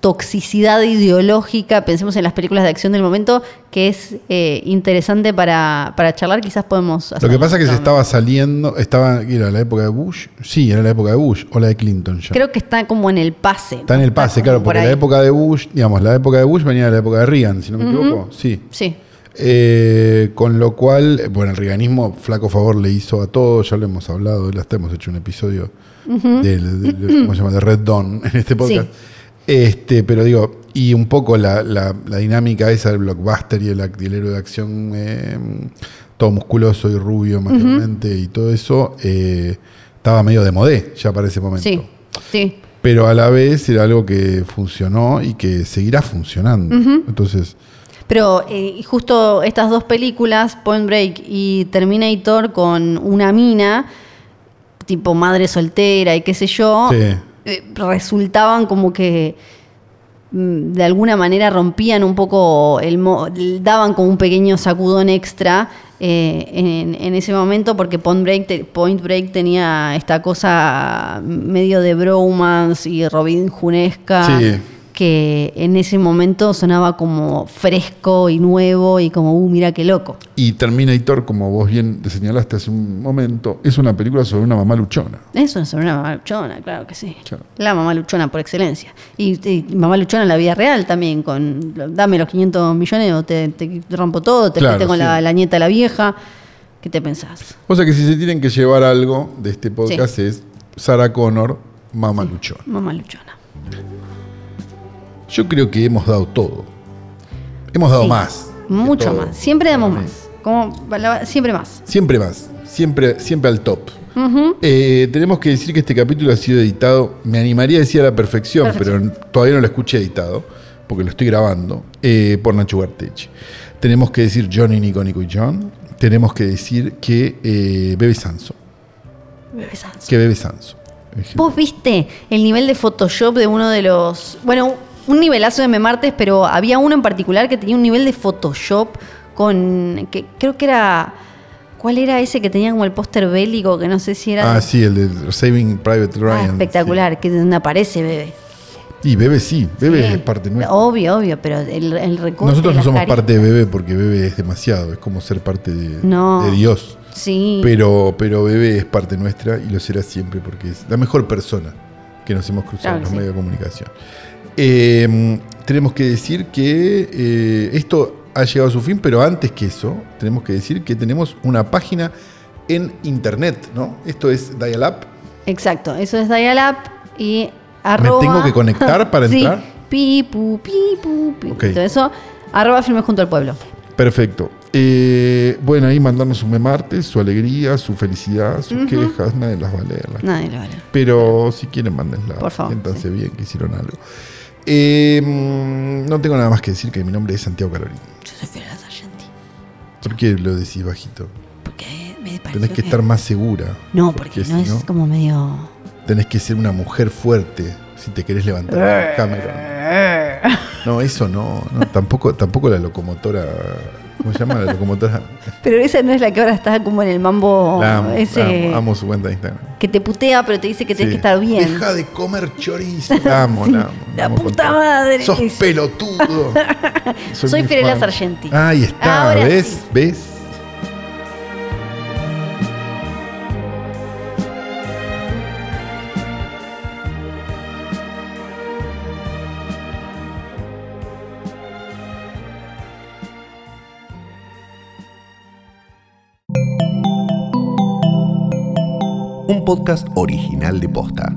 Speaker 3: toxicidad ideológica, pensemos en las películas de acción del momento, que es eh, interesante para, para charlar, quizás podemos
Speaker 2: Lo
Speaker 3: hacerlo.
Speaker 2: que pasa es que se
Speaker 3: No,
Speaker 2: estaba saliendo, estaba, era la época de Bush, sí, era la época de Bush, o la de Clinton ya.
Speaker 3: Creo que está como en el pase.
Speaker 2: Está en el pase,
Speaker 3: como
Speaker 2: claro,
Speaker 3: por
Speaker 2: porque la
Speaker 3: ahí.
Speaker 2: época de Bush, digamos, la época de Bush venía de la época de Reagan, si no me equivoco, sí.
Speaker 3: Sí.
Speaker 2: Eh, con lo cual, eh, bueno, el reganismo flaco favor le hizo a todo, ya lo hemos hablado, hasta hemos hecho un episodio del- del- del- ¿cómo se llama? de Red Dawn en este podcast.
Speaker 3: Sí.
Speaker 2: Este, pero digo, y un poco la, la- la dinámica esa del blockbuster y el, ac- y el héroe de acción eh, todo musculoso y rubio mayormente y todo eso, eh, estaba medio de modé ya para ese momento.
Speaker 3: Sí. Sí.
Speaker 2: Pero a la vez era algo que funcionó y que seguirá funcionando. Entonces,
Speaker 3: Pero eh, justo estas dos películas, Point Break y Terminator, con una mina, tipo madre soltera y qué sé yo,
Speaker 2: Sí.
Speaker 3: eh, resultaban como que mm, de alguna manera rompían un poco el mo- daban como un pequeño sacudón extra eh, en, en ese momento porque Point Break, te- Point Break tenía esta cosa medio de bromance y Robin Junesca
Speaker 2: Sí.
Speaker 3: que en ese momento sonaba como fresco y nuevo y como, uh, mira qué loco.
Speaker 2: Y Terminator, como vos bien te señalaste hace un momento, es una película sobre una mamá luchona.
Speaker 3: Eso es una mamá luchona, claro que sí.
Speaker 2: Claro.
Speaker 3: La mamá luchona por excelencia. Y, y mamá luchona en la vida real también, con lo- dame los 500 millones o te, te rompo todo, te
Speaker 2: Claro,
Speaker 3: fuiste con
Speaker 2: sí.
Speaker 3: la, la nieta, la vieja. ¿Qué te pensás?
Speaker 2: O sea que si se tienen que llevar algo de este podcast es Sarah Connor, mamá luchona.
Speaker 3: Mamá luchona.
Speaker 2: Yo creo que hemos dado todo. Hemos dado
Speaker 3: Sí.
Speaker 2: más. que
Speaker 3: Mucho
Speaker 2: todo.
Speaker 3: más. Siempre damos más. Como, la- siempre más.
Speaker 2: Siempre más. Siempre, siempre al top. Eh, tenemos que decir que este capítulo ha sido editado, me animaría a decir a la perfección, pero todavía no lo escuché editado, porque lo estoy grabando, eh, por Nacho Gartechi. Tenemos que decir Johnny, Nico, Nico y John. Tenemos que decir que eh, Bebe Sanso.
Speaker 3: Bebé Sanso.
Speaker 2: Que Bebe Sanso.
Speaker 3: ¿Vos viste el nivel de Photoshop de uno de los. Bueno, un nivelazo de memartes, pero había uno en particular que tenía un nivel de Photoshop con. que creo que era. ¿Cuál era ese que tenía como el póster bélico? Que no sé si era.
Speaker 2: Ah, sí, el de Saving Private
Speaker 3: Ah,
Speaker 2: Ryan.
Speaker 3: espectacular, que es donde aparece bebé.
Speaker 2: sí. Y Bebe sí, Bebe
Speaker 3: Sí.
Speaker 2: es parte nuestra.
Speaker 3: Obvio, obvio, pero el, el recorte.
Speaker 2: Nosotros
Speaker 3: de
Speaker 2: no
Speaker 3: las
Speaker 2: somos
Speaker 3: cari-
Speaker 2: parte de Bebe porque Bebe es demasiado, es como ser parte de,
Speaker 3: No.
Speaker 2: de Dios.
Speaker 3: Sí.
Speaker 2: Pero, pero Bebe es parte nuestra y lo será siempre porque es la mejor persona que nos hemos cruzado
Speaker 3: Claro
Speaker 2: en
Speaker 3: que
Speaker 2: los
Speaker 3: sí.
Speaker 2: medios de comunicación. Eh, tenemos que decir que eh, esto ha llegado a su fin, pero antes que eso, tenemos que decir que tenemos una página en internet, ¿no? Esto es Dial Up.
Speaker 3: Exacto, eso es Dial Up y arroba.
Speaker 2: tengo que conectar para
Speaker 3: Sí,
Speaker 2: entrar?
Speaker 3: Pi, pu, pi, pu, pi.
Speaker 2: Ok.
Speaker 3: Todo eso, arroba filmes junto al pueblo.
Speaker 2: Perfecto. Eh, bueno, ahí mandarnos un memarte, su alegría, su felicidad, sus quejas, nadie las va a leer. las
Speaker 3: Nadie lo vale.
Speaker 2: Pero si quieren, mándenla.
Speaker 3: Por favor,
Speaker 2: Siéntanse bien que hicieron algo. Eh, mm, no tengo nada más que decir que mi nombre es Santiago Calorín.
Speaker 3: Yo soy Fiola Sargenti.
Speaker 2: ¿Por qué lo decís bajito?
Speaker 3: Porque me pareció
Speaker 2: Tenés que estar más segura.
Speaker 3: No, porque, no
Speaker 2: si
Speaker 3: es como medio.
Speaker 2: Tenés que ser una mujer fuerte si te querés levantar de
Speaker 3: Eh.
Speaker 2: la cámara. No, eso no. no, tampoco, tampoco la locomotora. ¿Cómo se llama la locomotora?
Speaker 3: Pero esa no es la que ahora está como en el mambo
Speaker 2: La amo,
Speaker 3: Oh, ese
Speaker 2: amo, amo su cuenta de Instagram.
Speaker 3: que te putea, pero te dice que tienes
Speaker 2: Sí.
Speaker 3: que estar bien.
Speaker 2: Deja de comer chorizo. La amo, la amo.
Speaker 3: la
Speaker 2: amo
Speaker 3: puta
Speaker 2: con todo.
Speaker 3: madre.
Speaker 2: Sos pelotudo.
Speaker 3: Soy
Speaker 2: muy
Speaker 3: Fiorella
Speaker 2: fan.
Speaker 3: Sargenti.
Speaker 2: Ahí está,
Speaker 3: Ahora
Speaker 2: ¿ves?
Speaker 3: sí.
Speaker 2: ¿Ves?
Speaker 1: Un podcast original de Posta.